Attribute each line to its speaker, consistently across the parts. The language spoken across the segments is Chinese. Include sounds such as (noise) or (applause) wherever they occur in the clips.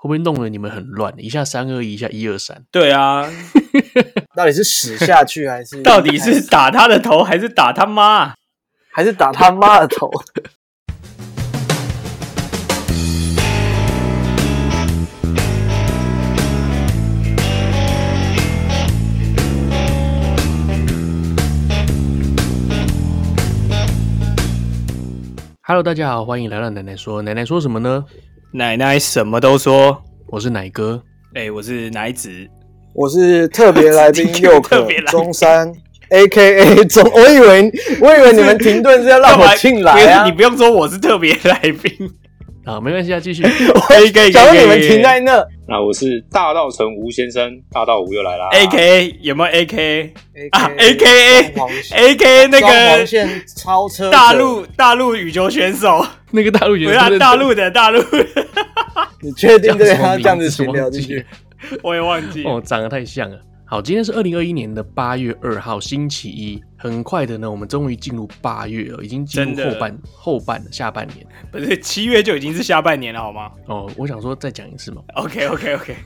Speaker 1: 不会弄得你们很乱？一下三二一，一下一二三，
Speaker 2: 对啊，
Speaker 3: (laughs) 到底是屎下去还
Speaker 2: (laughs)
Speaker 3: 是
Speaker 2: 到底是打他的头还是打他妈？
Speaker 3: 还是打他妈的头？ (laughs)
Speaker 1: Hello，大家好，欢迎来到奶奶说。奶奶说什么呢？
Speaker 2: 奶奶什么都说。
Speaker 1: 我是奶哥。
Speaker 2: 哎、我是奶子，
Speaker 3: 我是特别来宾
Speaker 2: 直接 (laughs)
Speaker 3: 又
Speaker 2: 特
Speaker 3: 可
Speaker 2: 别来宾
Speaker 3: 中山，A K A (laughs) 中。我以为我以为你们停顿是要让我进来
Speaker 2: 干嘛
Speaker 3: 啊
Speaker 2: 你！不用说我是特别来宾，
Speaker 3: (laughs)
Speaker 1: 啊，没关系啊，继续。
Speaker 2: 可以可以
Speaker 3: 假
Speaker 2: 可
Speaker 3: 如
Speaker 2: 以
Speaker 3: 你们停在那
Speaker 4: 那我是大道城吴先生，大道吴又来啦。
Speaker 2: A K 有没有 A K
Speaker 3: ，A
Speaker 2: 啊 A K A K 那
Speaker 3: 黄
Speaker 2: 个
Speaker 3: 线超车者
Speaker 2: 大陆大陆羽球选手，
Speaker 1: (laughs) 那个大陆
Speaker 2: 不
Speaker 1: 演
Speaker 2: 是啊大陆啊的大陆的， (laughs)
Speaker 3: 你确定这个
Speaker 1: 叫什么
Speaker 3: 要
Speaker 1: 名字
Speaker 3: 这样子群聊进
Speaker 1: 忘
Speaker 3: 去？
Speaker 2: 我也忘记。
Speaker 1: 哦，长得太像了。好，今天是二零二一年的八月二号，星期一。很快的呢，我们终于进入八月了，已经进
Speaker 2: 真
Speaker 1: 入
Speaker 2: 的
Speaker 1: 后半后半了下半年。
Speaker 2: 不是七月就已经是下半年了，好吗
Speaker 1: 哦，我想说再讲一次嘛。
Speaker 2: ？OK OK OK，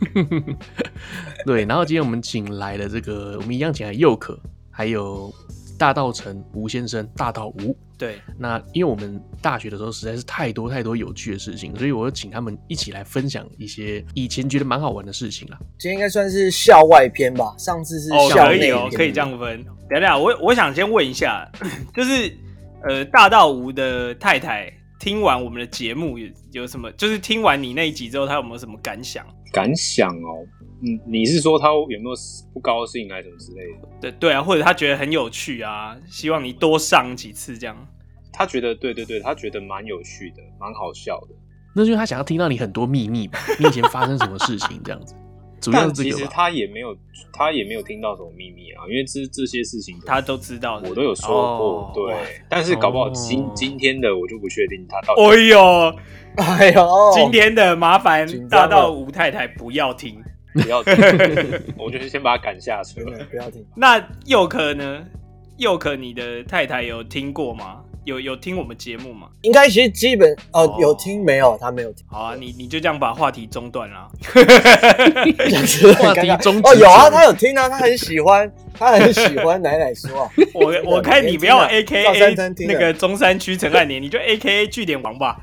Speaker 1: 对，然后今天我们请来了这个，我们一样请来佑可，还有大道城吴先生，大道吴。
Speaker 2: 对，
Speaker 1: 那因为我们大学的时候实在是太多太多有趣的事情，所以我就请他们一起来分享一些以前觉得蛮好玩的事情啦。
Speaker 3: 今天应该算是校外篇吧，上次是
Speaker 2: 哦，
Speaker 3: 校
Speaker 2: 可
Speaker 3: 内
Speaker 2: 以
Speaker 3: 篇、
Speaker 2: 哦，可以这样分。等等，我我想先问一下，就是呃，大道吴的太太听完我们的节目有有什么？就是听完你那一集之后，她有没有什么感想？
Speaker 4: 感想哦，嗯，你是说他有没有不高兴还是什么之类的？
Speaker 2: 对对啊，或者她觉得很有趣啊，希望你多上几次这样。
Speaker 4: 他觉得，对对对，他觉得蛮有趣的，蛮好笑的。
Speaker 1: 那就是他想要听到你很多秘密吧，你以前发生什么事情这样子，主要
Speaker 4: 但
Speaker 1: 是
Speaker 4: 其
Speaker 1: 这
Speaker 4: 实
Speaker 1: 个吧。
Speaker 4: 他也没有，他也没有听到什么秘密啊，因为这这些事情
Speaker 2: 她都知道，
Speaker 4: 我都有说过，
Speaker 2: 哦
Speaker 4: 对
Speaker 2: 哇。
Speaker 4: 但是搞不好
Speaker 1: 哦
Speaker 4: 今、今天的我就不确定他到底。
Speaker 2: 哎呦，
Speaker 3: (laughs) 哎呦，
Speaker 2: 今天的麻烦
Speaker 3: 紧张
Speaker 2: 大
Speaker 3: 了
Speaker 2: 道吴太太不要听。
Speaker 4: 不要，
Speaker 1: (laughs)
Speaker 4: 我就是先把他赶下车
Speaker 3: 真。的不要停。
Speaker 2: 那佑可呢？佑可，你的太太有听过吗？有有听我们节目吗？
Speaker 3: 应该其实基本哦、
Speaker 2: 哦
Speaker 3: 有听没有？他没有听，
Speaker 2: 好啊，你你就这样把话题中断啦。
Speaker 3: 这样 (laughs) 子很
Speaker 1: 话
Speaker 3: 尴
Speaker 1: 题
Speaker 3: 尬
Speaker 1: 终止
Speaker 3: 哦，有啊，
Speaker 1: 者
Speaker 3: 他有听啊，他很喜欢， (laughs) 他很喜欢奶奶说啊。 (laughs)
Speaker 2: 我我看你不要 A
Speaker 3: 连听
Speaker 2: K
Speaker 3: 了赵三
Speaker 2: A
Speaker 3: 三听了
Speaker 2: 那个中山区陈汉年，你就 A K A 据点王吧。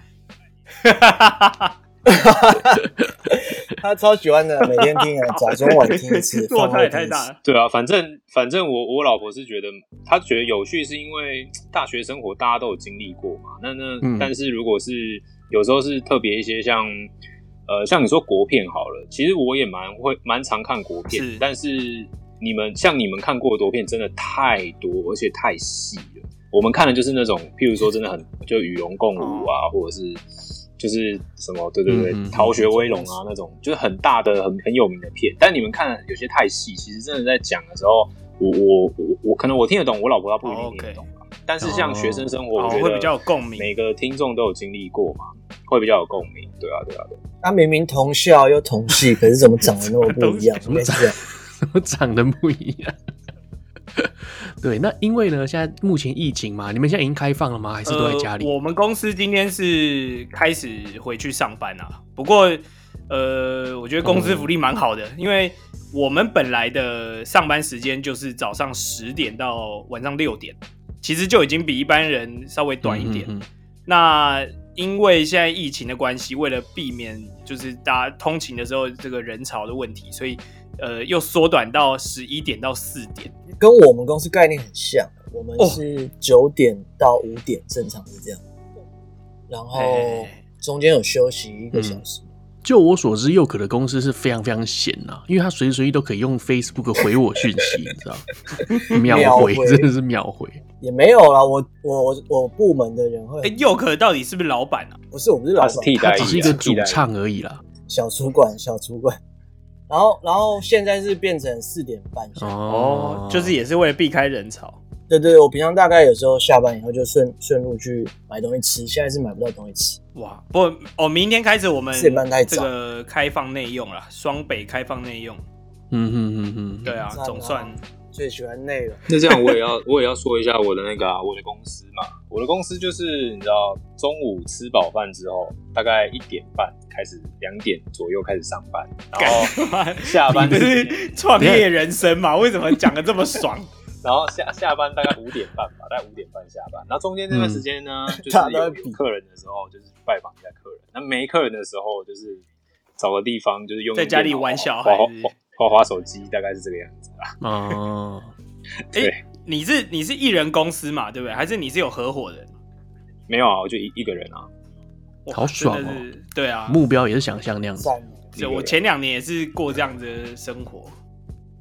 Speaker 3: 他超喜欢的，每天听啊， (laughs) 早中晚听一 (laughs) 次，
Speaker 2: (laughs) 落
Speaker 3: 饭
Speaker 2: 差
Speaker 3: 后
Speaker 2: 也
Speaker 3: 听
Speaker 2: 太
Speaker 3: 一
Speaker 2: 大
Speaker 3: 次。
Speaker 2: 了。
Speaker 4: 对啊，反正反正我我老婆是觉得，她觉得有趣是因为大学生活大家都有经历过嘛。那那、
Speaker 1: 嗯
Speaker 4: 但是如果是有时候是特别一些像呃像你说国片好了，其实我也蛮会蛮常看国片，
Speaker 2: 是
Speaker 4: 但是你们像你们看过的国片真的太多，而且太细了。我们看的就是那种，譬如说真的很就与龙共舞啊，或者是就是什么对对对，
Speaker 1: 嗯嗯嗯
Speaker 4: 逃学威龙啊那种，就是很大的、很很有名的片。但你们看有些太细，其实真的在讲的时候，我我我我可能我听得懂，我老婆她不一
Speaker 1: 哦
Speaker 4: 定听得懂吧。但是像学生生活，
Speaker 2: 哦
Speaker 4: 我觉得
Speaker 2: 会比较有共鸣
Speaker 4: 每个听众都有经历过嘛，会比较有共鸣。对啊，对啊，对啊
Speaker 3: 他明明同校又同系，可是怎么长得那么不一样？ (laughs)
Speaker 1: 什
Speaker 3: 应
Speaker 1: 么东
Speaker 3: 该
Speaker 1: 西
Speaker 3: 是这样。
Speaker 1: 怎么长得不一样？对，那因为呢，现在目前疫情嘛，你们现在已经开放了吗？ (laughs) 还是都在家里？
Speaker 2: 呃。我们公司今天是开始回去上班啊，不过呃，我觉得公司福利蛮好
Speaker 1: 嗯
Speaker 2: 的，因为我们本来的上班时间就是早上十点到晚上六点，其实就已经比一般人稍微短一点。
Speaker 1: 嗯嗯嗯
Speaker 2: 那因为现在疫情的关系，为了避免就是大家通勤的时候这个人潮的问题，所以呃又缩短到十一点到四点。
Speaker 3: 跟我们公司概念很像，我们
Speaker 2: 哦
Speaker 3: 是九点到五点，正常是这样。然后
Speaker 2: 哎
Speaker 3: 中间有休息一个小时。
Speaker 1: 就我所知，佑可的公司是非常非常闲呐、因为他随时随地都可以用 Facebook 回我讯息，你知道？秒回
Speaker 3: 秒回
Speaker 1: 真的是秒回。
Speaker 3: 也没有啦，我我我我部门的人会
Speaker 2: 哎、，佑可到底是不是老板啊？
Speaker 3: 不是我不是老
Speaker 4: 她是
Speaker 3: 板，
Speaker 4: 替
Speaker 1: 他
Speaker 4: 代役
Speaker 1: 只
Speaker 4: 啊，
Speaker 1: 是一个主
Speaker 4: 替代役
Speaker 1: 唱而已啦。
Speaker 3: 小主管小主管。然后然后现在是变成四点半下。
Speaker 2: 哦，就是也是为了避开人潮。
Speaker 3: 对对，对我平常大概有时候下班以后就顺顺路去买东西吃，现在是买不到东西吃。
Speaker 2: 哇，不哦，明天开始我们
Speaker 3: 四点半太
Speaker 2: 这
Speaker 3: 早
Speaker 2: 个开放内用了，双北开放内用。
Speaker 1: 嗯哼哼哼，
Speaker 2: 对啊
Speaker 4: 嗯
Speaker 3: 赞，啊
Speaker 2: 总算
Speaker 3: 最喜欢内容，
Speaker 4: (laughs) 那这样我也要我也要说一下我的那个、啊、我的公司嘛，我的公司就是你知道中午吃饱饭之后大概一点半开开始两点左右开始上班，然后下班
Speaker 2: 你这是创业人生
Speaker 4: (laughs)
Speaker 2: 嘛？为什么讲的这么爽？
Speaker 4: 然后下下班大概五点半吧，大概五点半下班。然后中间这段时
Speaker 2: 嗯
Speaker 4: 间呢，就
Speaker 3: 大
Speaker 4: 是
Speaker 3: 家都在
Speaker 4: 有
Speaker 3: 比
Speaker 4: 有客人的时候，就是拜访一下客人；那没客人的时候，就是找个地方，就是用
Speaker 2: 在家里玩小孩
Speaker 4: 滑
Speaker 2: 是不
Speaker 4: 滑滑滑手机，大概是这个样子啊。
Speaker 1: 哦，
Speaker 2: 哎、
Speaker 4: 对
Speaker 2: 你是你是一人公司嘛，对不对？还是你是有合伙人？
Speaker 4: 没有啊，我就一一个人啊。
Speaker 2: 哇
Speaker 1: 好爽哦！
Speaker 2: 真的是对啊，
Speaker 1: 目标也是想
Speaker 4: 嗯
Speaker 1: 象那样子。
Speaker 3: 赞，
Speaker 4: 一个
Speaker 2: 就
Speaker 4: 人
Speaker 2: 我前两年也是过这样子的生活。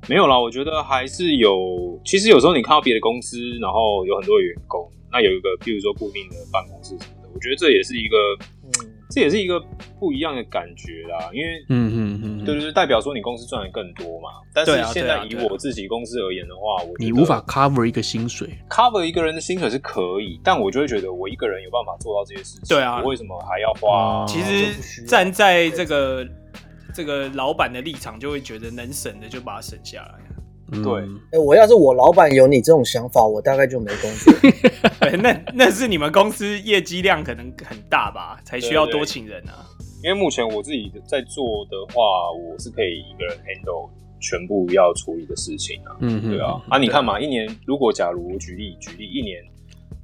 Speaker 4: 没有啦，我觉得还是有。其实有时候你看到别的公司，然后有很多员工，那有一个，譬如说固定的办公室什么的，我觉得这也是一个，
Speaker 3: 嗯，
Speaker 4: 这也是一个不一样的感觉啦。因为
Speaker 1: 嗯嗯嗯，
Speaker 4: 对对对，代表说你公司赚的更多嘛。但是
Speaker 2: 对啊
Speaker 4: 现
Speaker 2: 对
Speaker 4: 在
Speaker 2: 啊
Speaker 4: 以
Speaker 2: 对啊
Speaker 4: 我自己公司而言的话，我觉得
Speaker 1: 你无法 cover 一个薪水，
Speaker 4: cover 一个人的薪水是可以，但我就会觉得我一个人有办法做到这些事情。
Speaker 2: 对啊
Speaker 4: 我为什么还要花？
Speaker 1: 哦
Speaker 2: 其
Speaker 3: 就不需
Speaker 2: 实
Speaker 3: 要
Speaker 2: 站在这个这个老板的立场，就会觉得能省的就把它省下来。啊
Speaker 1: 嗯
Speaker 4: 对
Speaker 3: 哎，我要是我老板有你这种想法，我大概就没工作。
Speaker 2: (laughs) 对，那那是你们公司业绩量可能很大吧，才需要
Speaker 4: 对对
Speaker 2: 多请人啊。
Speaker 4: 因为目前我自己在做的话，我是可以一个人 handle 全部要处理的事情啊。
Speaker 1: 嗯
Speaker 4: 对啊，，啊，你看嘛，一年如果假如举例举例一年，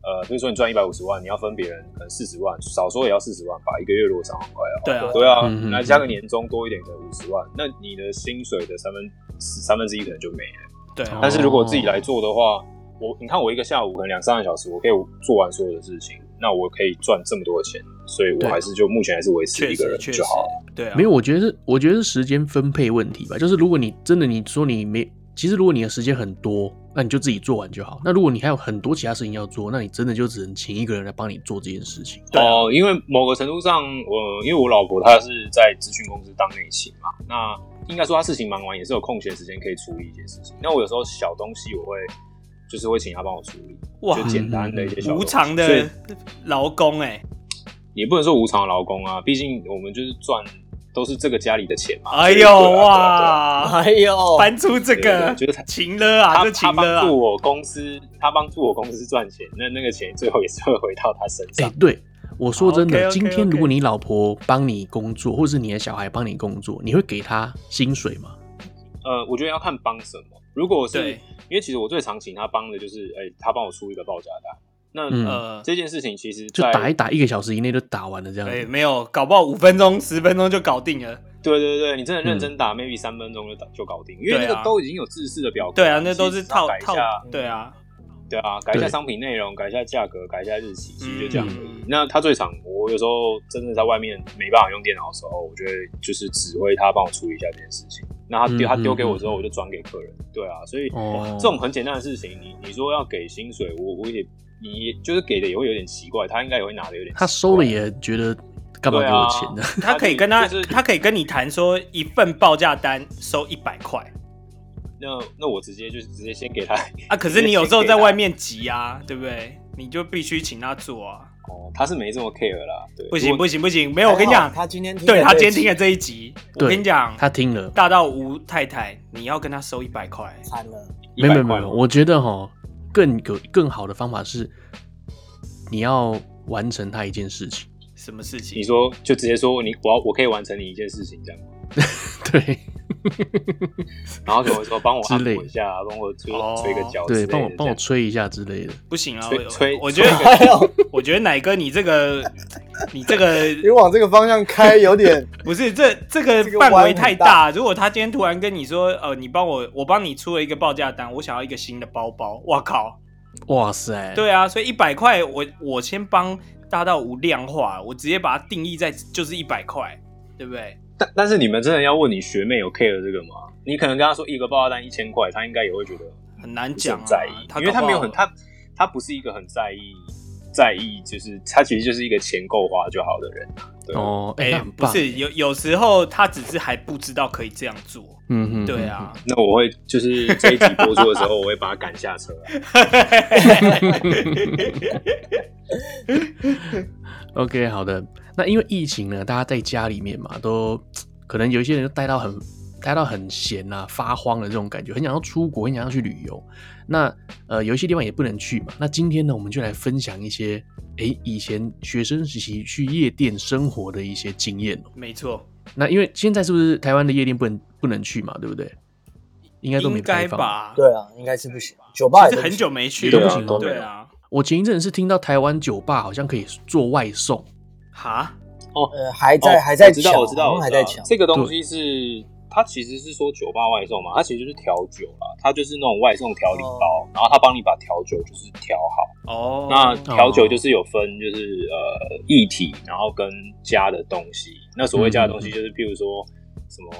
Speaker 4: 呃，比如说你赚一百五十万，你要分别人可能四十万，少说也要四十万吧，一个月如果三万块啊，
Speaker 2: 对啊，
Speaker 4: 对啊，
Speaker 1: 嗯嗯
Speaker 4: 来加个年终多一点，可能五十万，那你的薪水的三分三分之一可能就没了。
Speaker 2: 对啊
Speaker 4: 但，是如果自己来做的话，我你看我一个下午可能两三个小时，我可以做完所有的事情，那我可以赚这么多钱，所以我
Speaker 1: 对
Speaker 4: 还是就目前还是维持
Speaker 2: 确
Speaker 4: 一个
Speaker 2: 实
Speaker 4: 人
Speaker 2: 确
Speaker 4: 就
Speaker 2: 实
Speaker 4: 好了。，
Speaker 2: 对啊，
Speaker 1: 没有，我觉得是，我觉得是时间分配问题吧。就是如果你真的你说你没，其实如果你的时间很多，那你就自己做完就好。那如果你还有很多其他事情要做，那你真的就只能请一个人来帮你做这件事情。
Speaker 2: 对啊
Speaker 4: 哦，因为某个程度上，我、因为我老婆她是在咨询公司当内勤嘛，那应该说她事情忙完也是有空闲时间可以处理一些事情。那我有时候小东西我会就是会请她帮我处理，
Speaker 2: 哇
Speaker 4: 就，简单的一些小东
Speaker 2: 无
Speaker 4: 西
Speaker 2: 偿
Speaker 4: 所以
Speaker 2: 的劳工哎、
Speaker 4: 也不能说无偿劳工啊，毕竟我们就是赚都是这个家里的钱嘛。
Speaker 2: 哎
Speaker 4: 对啊
Speaker 2: 呦，
Speaker 4: 对啊
Speaker 2: 哇，
Speaker 3: (laughs) 哎呦，
Speaker 2: 搬出这
Speaker 4: 对啊
Speaker 2: 个
Speaker 4: 对啊就是他
Speaker 2: 情了啊，
Speaker 4: 他
Speaker 2: 这
Speaker 4: 他
Speaker 2: 情了
Speaker 4: 帮
Speaker 2: 啊
Speaker 4: 助，我公司，他帮助我公司赚钱，那那个钱最后也是会回到他身
Speaker 1: 哎、
Speaker 4: 上。
Speaker 1: 对，我说真的，
Speaker 2: OK，OK，OK
Speaker 1: 今天如果你老婆帮你工作，或者是你的小孩帮你工作，你会给他薪水吗？
Speaker 4: 呃，我觉得要看帮什么。如果是
Speaker 2: 对
Speaker 4: 因为其实我最常请他帮的就是，哎、他帮我出一个报价单。那、
Speaker 1: 嗯
Speaker 2: 呃，
Speaker 4: 这件事情其实
Speaker 1: 就
Speaker 4: 在
Speaker 1: 打一打，一个小时以内就打完了这样
Speaker 2: 哎、
Speaker 1: 子。
Speaker 2: 没有，搞不好五分钟、十分钟就搞定了。
Speaker 4: 对对对，你真的
Speaker 1: 嗯
Speaker 4: 认真打、m a y b e 三分钟就打就搞定，因为那
Speaker 2: 对
Speaker 4: 个
Speaker 2: 啊
Speaker 4: 都已经有制式的表格
Speaker 2: 对
Speaker 4: 了。
Speaker 2: 啊，那都
Speaker 4: 其实
Speaker 2: 是
Speaker 4: 只要
Speaker 2: 套
Speaker 4: 改一
Speaker 2: 套
Speaker 4: 下，，
Speaker 2: 对啊，
Speaker 4: 对啊，改一下
Speaker 1: 对
Speaker 4: 商品内容，改一下价格，改一下日期，其实就这样而已。
Speaker 2: 嗯
Speaker 4: 那他最常，我有时候真的在外面没办法用电脑的时候，我就会就是指挥他帮我处理一下这件事情。那他
Speaker 1: 嗯
Speaker 4: 丢、他丢给
Speaker 1: 嗯
Speaker 4: 我之后，我就转给客人。对啊，所以、
Speaker 1: 哦
Speaker 4: 这种很简单的事情，你你说要给薪水，我我也你就是给的也会有点奇怪，他应该也会拿的有点奇怪。啊
Speaker 1: 他收了也觉得干嘛给我钱呢、
Speaker 2: 他可以跟他，
Speaker 4: 就是就是
Speaker 2: 他可以跟你谈说一份报价单收一百块
Speaker 4: 那那我直接就是直接先给他
Speaker 2: 啊，可是你有时候在外面急啊，对不对？你就必须请他做啊，
Speaker 4: 哦，他是没这么 care 啦。对，
Speaker 2: 不
Speaker 4: 如
Speaker 2: 行
Speaker 4: 果
Speaker 2: 不行不行，没有，我跟你
Speaker 3: 还好
Speaker 2: 讲，
Speaker 3: 他今天听
Speaker 2: 对
Speaker 3: 了
Speaker 2: 他
Speaker 3: 这
Speaker 2: 今
Speaker 3: 一
Speaker 2: 天听了
Speaker 3: 集
Speaker 2: 这一集，我
Speaker 1: 对
Speaker 2: 跟你讲，
Speaker 1: 他听了，
Speaker 2: 大到吴太太，你要跟他收一百块，哦
Speaker 3: 惨了，
Speaker 1: 没有没有
Speaker 4: 100
Speaker 1: 没
Speaker 4: 块
Speaker 1: 有，我觉得哈，更有更好的方法是，你要完成他一件事情。 (laughs)
Speaker 2: 什么事情
Speaker 4: 你？说就直接说你我要我可以完成你一件事情这样。
Speaker 1: 对
Speaker 4: 然后可能会说帮我
Speaker 1: 之
Speaker 4: 按
Speaker 1: 类
Speaker 4: 摩一下，啊帮我吹
Speaker 2: 哦
Speaker 4: 吹个脚之类
Speaker 1: 对，
Speaker 4: 的这
Speaker 1: 帮
Speaker 4: 样，
Speaker 1: 我帮我吹一下之类的。
Speaker 2: 不行啊，
Speaker 4: 吹吹
Speaker 2: 我我觉得，
Speaker 3: 哎呦，
Speaker 2: 我觉得奶哥你这个，你这个
Speaker 3: 你往这个方向开有点，
Speaker 2: 不是这这个
Speaker 3: 这个
Speaker 2: 范
Speaker 3: 弯
Speaker 2: 围
Speaker 3: 很
Speaker 2: 太
Speaker 3: 大
Speaker 2: 大。如果他今天突然跟你说，呃，你帮我，我帮你出了一个报价单，我想要一个新的包包，哇靠！
Speaker 1: 哇塞，
Speaker 2: 对啊，所以一百块，我我先帮大到无量化，我直接把它定义在就是一百块，对不对？
Speaker 4: 但但是你们真的要问你学妹有 care 这个吗？你可能跟她说一个报价单一千块，她应该也会觉得
Speaker 2: 很难
Speaker 4: 不是
Speaker 2: 讲、啊
Speaker 4: 很，在意，因为她没有很
Speaker 2: 他搞
Speaker 4: 她她不是一个很在意在意，就是她其实就是一个钱够花就好的人。对，
Speaker 1: 哦，
Speaker 2: 不好
Speaker 1: 哎、那
Speaker 2: 哎、
Speaker 1: 很
Speaker 2: 不
Speaker 1: 棒
Speaker 2: 是，有有时候他只是还不知道可以这样做，
Speaker 1: 嗯哼，
Speaker 2: 对
Speaker 1: 嗯哼，
Speaker 2: 啊。
Speaker 4: 那我会就是这一集播出的时候，我会把她赶下车啊。
Speaker 1: OK，好的。那因为疫情呢，大家在家里面嘛，都可能有一些人就待到很开到很闲呐、发慌的这种感觉，很想要出国，很想要去旅游。那呃，有一些地方也不能去嘛。那今天呢，我们就来分享一些，诶，以前学生时期去夜店生活的一些经验哦。
Speaker 2: 没错，
Speaker 1: 那因为现在是不是台湾的夜店不能不能去嘛？对不对？应该都没
Speaker 2: 应该
Speaker 1: 开放。
Speaker 2: 吧？
Speaker 3: (laughs) 对啊，应该是不行。酒吧
Speaker 2: 其实
Speaker 3: 也都
Speaker 2: 很
Speaker 3: 不
Speaker 2: 久
Speaker 3: 行，
Speaker 2: 没去
Speaker 1: 对
Speaker 2: 了
Speaker 1: 啊都没
Speaker 2: 对
Speaker 4: 有
Speaker 2: 啊，
Speaker 1: 我前一阵是听到台湾酒吧好像可以做外送，
Speaker 2: 哈，
Speaker 3: 呃，还
Speaker 4: 哦
Speaker 3: 在还在
Speaker 4: 我知道，
Speaker 3: 抢，
Speaker 4: 我知道，
Speaker 3: 好
Speaker 4: 我
Speaker 3: 像
Speaker 4: 知
Speaker 3: 还
Speaker 4: 道
Speaker 3: 在抢。
Speaker 4: 这个东西是它其实是说酒吧外送嘛，它其实就是调酒啦，它就是那种外送调理
Speaker 3: 哦
Speaker 4: 包，然后它帮你把调酒就是调好。
Speaker 2: 哦，
Speaker 4: 那调酒就是有分，就是呃液体，然后跟加的东西。那所谓加
Speaker 1: 嗯
Speaker 4: 的东西，就是譬如说什么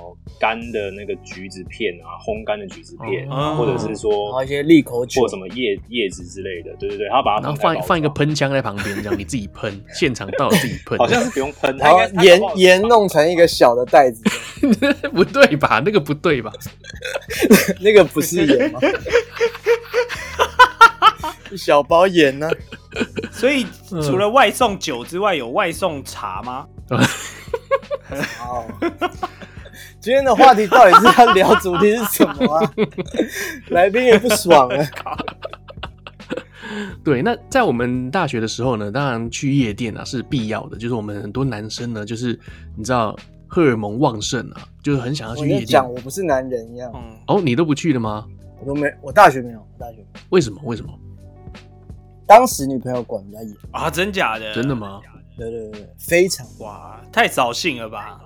Speaker 4: 干的那个橘子片啊，烘干的橘子片，啊
Speaker 2: 哦
Speaker 4: 或者是
Speaker 3: 然后
Speaker 4: 说
Speaker 3: 一些利口酒
Speaker 4: 或什么叶叶子之类的，对对对，他把它
Speaker 1: 然后
Speaker 4: 分
Speaker 1: 放
Speaker 4: 开包
Speaker 1: 放一个
Speaker 4: 装，
Speaker 1: 喷枪在旁边，这样你自己喷，现场倒自己喷，
Speaker 4: 好像是不用喷，它
Speaker 3: 然后
Speaker 4: 应该它
Speaker 3: 盐
Speaker 4: 搞不好
Speaker 3: 盐弄成一个小的袋子，
Speaker 1: (laughs) 不对吧？那个不对吧？
Speaker 3: 那个不是盐 (laughs) 吗？一小包盐呢、
Speaker 2: 所以除了外送酒之外，有外送茶吗？
Speaker 3: 哦，今天的话题到底是要聊主题是什么 (laughs) 啊？来宾也不爽啊。
Speaker 1: 对，那在我们大学的时候呢，当然去夜店啊是必要的，就是我们很多男生呢，就是你知道荷尔蒙旺盛啊，就是很想要
Speaker 3: 我
Speaker 1: 去
Speaker 3: 就
Speaker 1: 夜店
Speaker 3: 讲。我不是男人一样，
Speaker 2: 嗯，
Speaker 1: 哦，你都不去了吗？
Speaker 3: 我都没，我大学没有，我大学没有
Speaker 1: 为什么？为什么？
Speaker 3: 当时女朋友管比较严，
Speaker 2: 啊，真假
Speaker 4: 呃
Speaker 2: 的？
Speaker 1: 真的吗？
Speaker 3: 对对对对，非常。
Speaker 2: 哇，太扫兴了吧！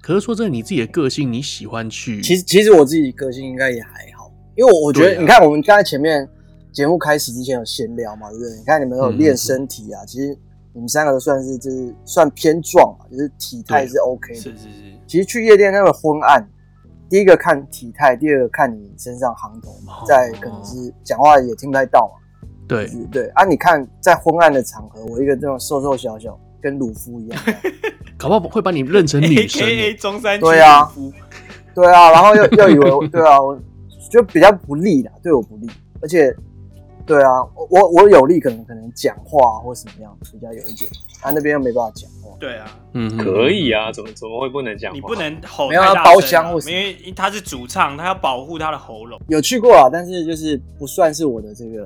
Speaker 1: 可是说真的，你自己的个性，你喜欢去，
Speaker 3: 其实其实我自己个性应该也还好，因为我我觉
Speaker 1: 嗯对
Speaker 3: 得、
Speaker 1: 啊
Speaker 3: 你看我们刚才前面节目开始之前有闲聊嘛，对不对？你看你们有
Speaker 1: 嗯
Speaker 3: 练身体啊，其实你们三个都算是就是算偏壮嘛，就是体态
Speaker 1: 啊
Speaker 3: 是 OK
Speaker 2: 是
Speaker 3: 的。
Speaker 2: 是是，
Speaker 3: 其实去夜店那个昏暗，第一个看体态，第二个看你身上行头嘛
Speaker 1: 哦，
Speaker 3: 再可能是讲话也听不太到嘛，
Speaker 1: 对
Speaker 3: 就是对啊。你看在昏暗的场合，我一个这种瘦瘦小小，跟鲁夫一样，
Speaker 1: 搞不好会把你认成女
Speaker 2: A
Speaker 4: (laughs)
Speaker 1: 生
Speaker 2: K
Speaker 1: 欸、
Speaker 2: A 中山区
Speaker 3: 对啊
Speaker 2: 渔夫
Speaker 3: 对啊，然后又又以为 (laughs) 我对啊，我就比较不利啦，对我不利，而且对啊，我我我有利可能可能讲话或什么样比较有一点，他、那边又没办法讲话，
Speaker 2: 对啊，
Speaker 1: 嗯，
Speaker 4: 可以啊，怎么怎么会不能讲？
Speaker 2: 你不。能吼
Speaker 3: 没有
Speaker 2: 太
Speaker 3: 要
Speaker 2: 大
Speaker 3: 包
Speaker 2: 声
Speaker 3: 厢
Speaker 2: 啊
Speaker 3: 或什么
Speaker 2: 因为他是主唱，他要保护他的喉咙。
Speaker 3: 有去过啊，但是就是不算是我的这个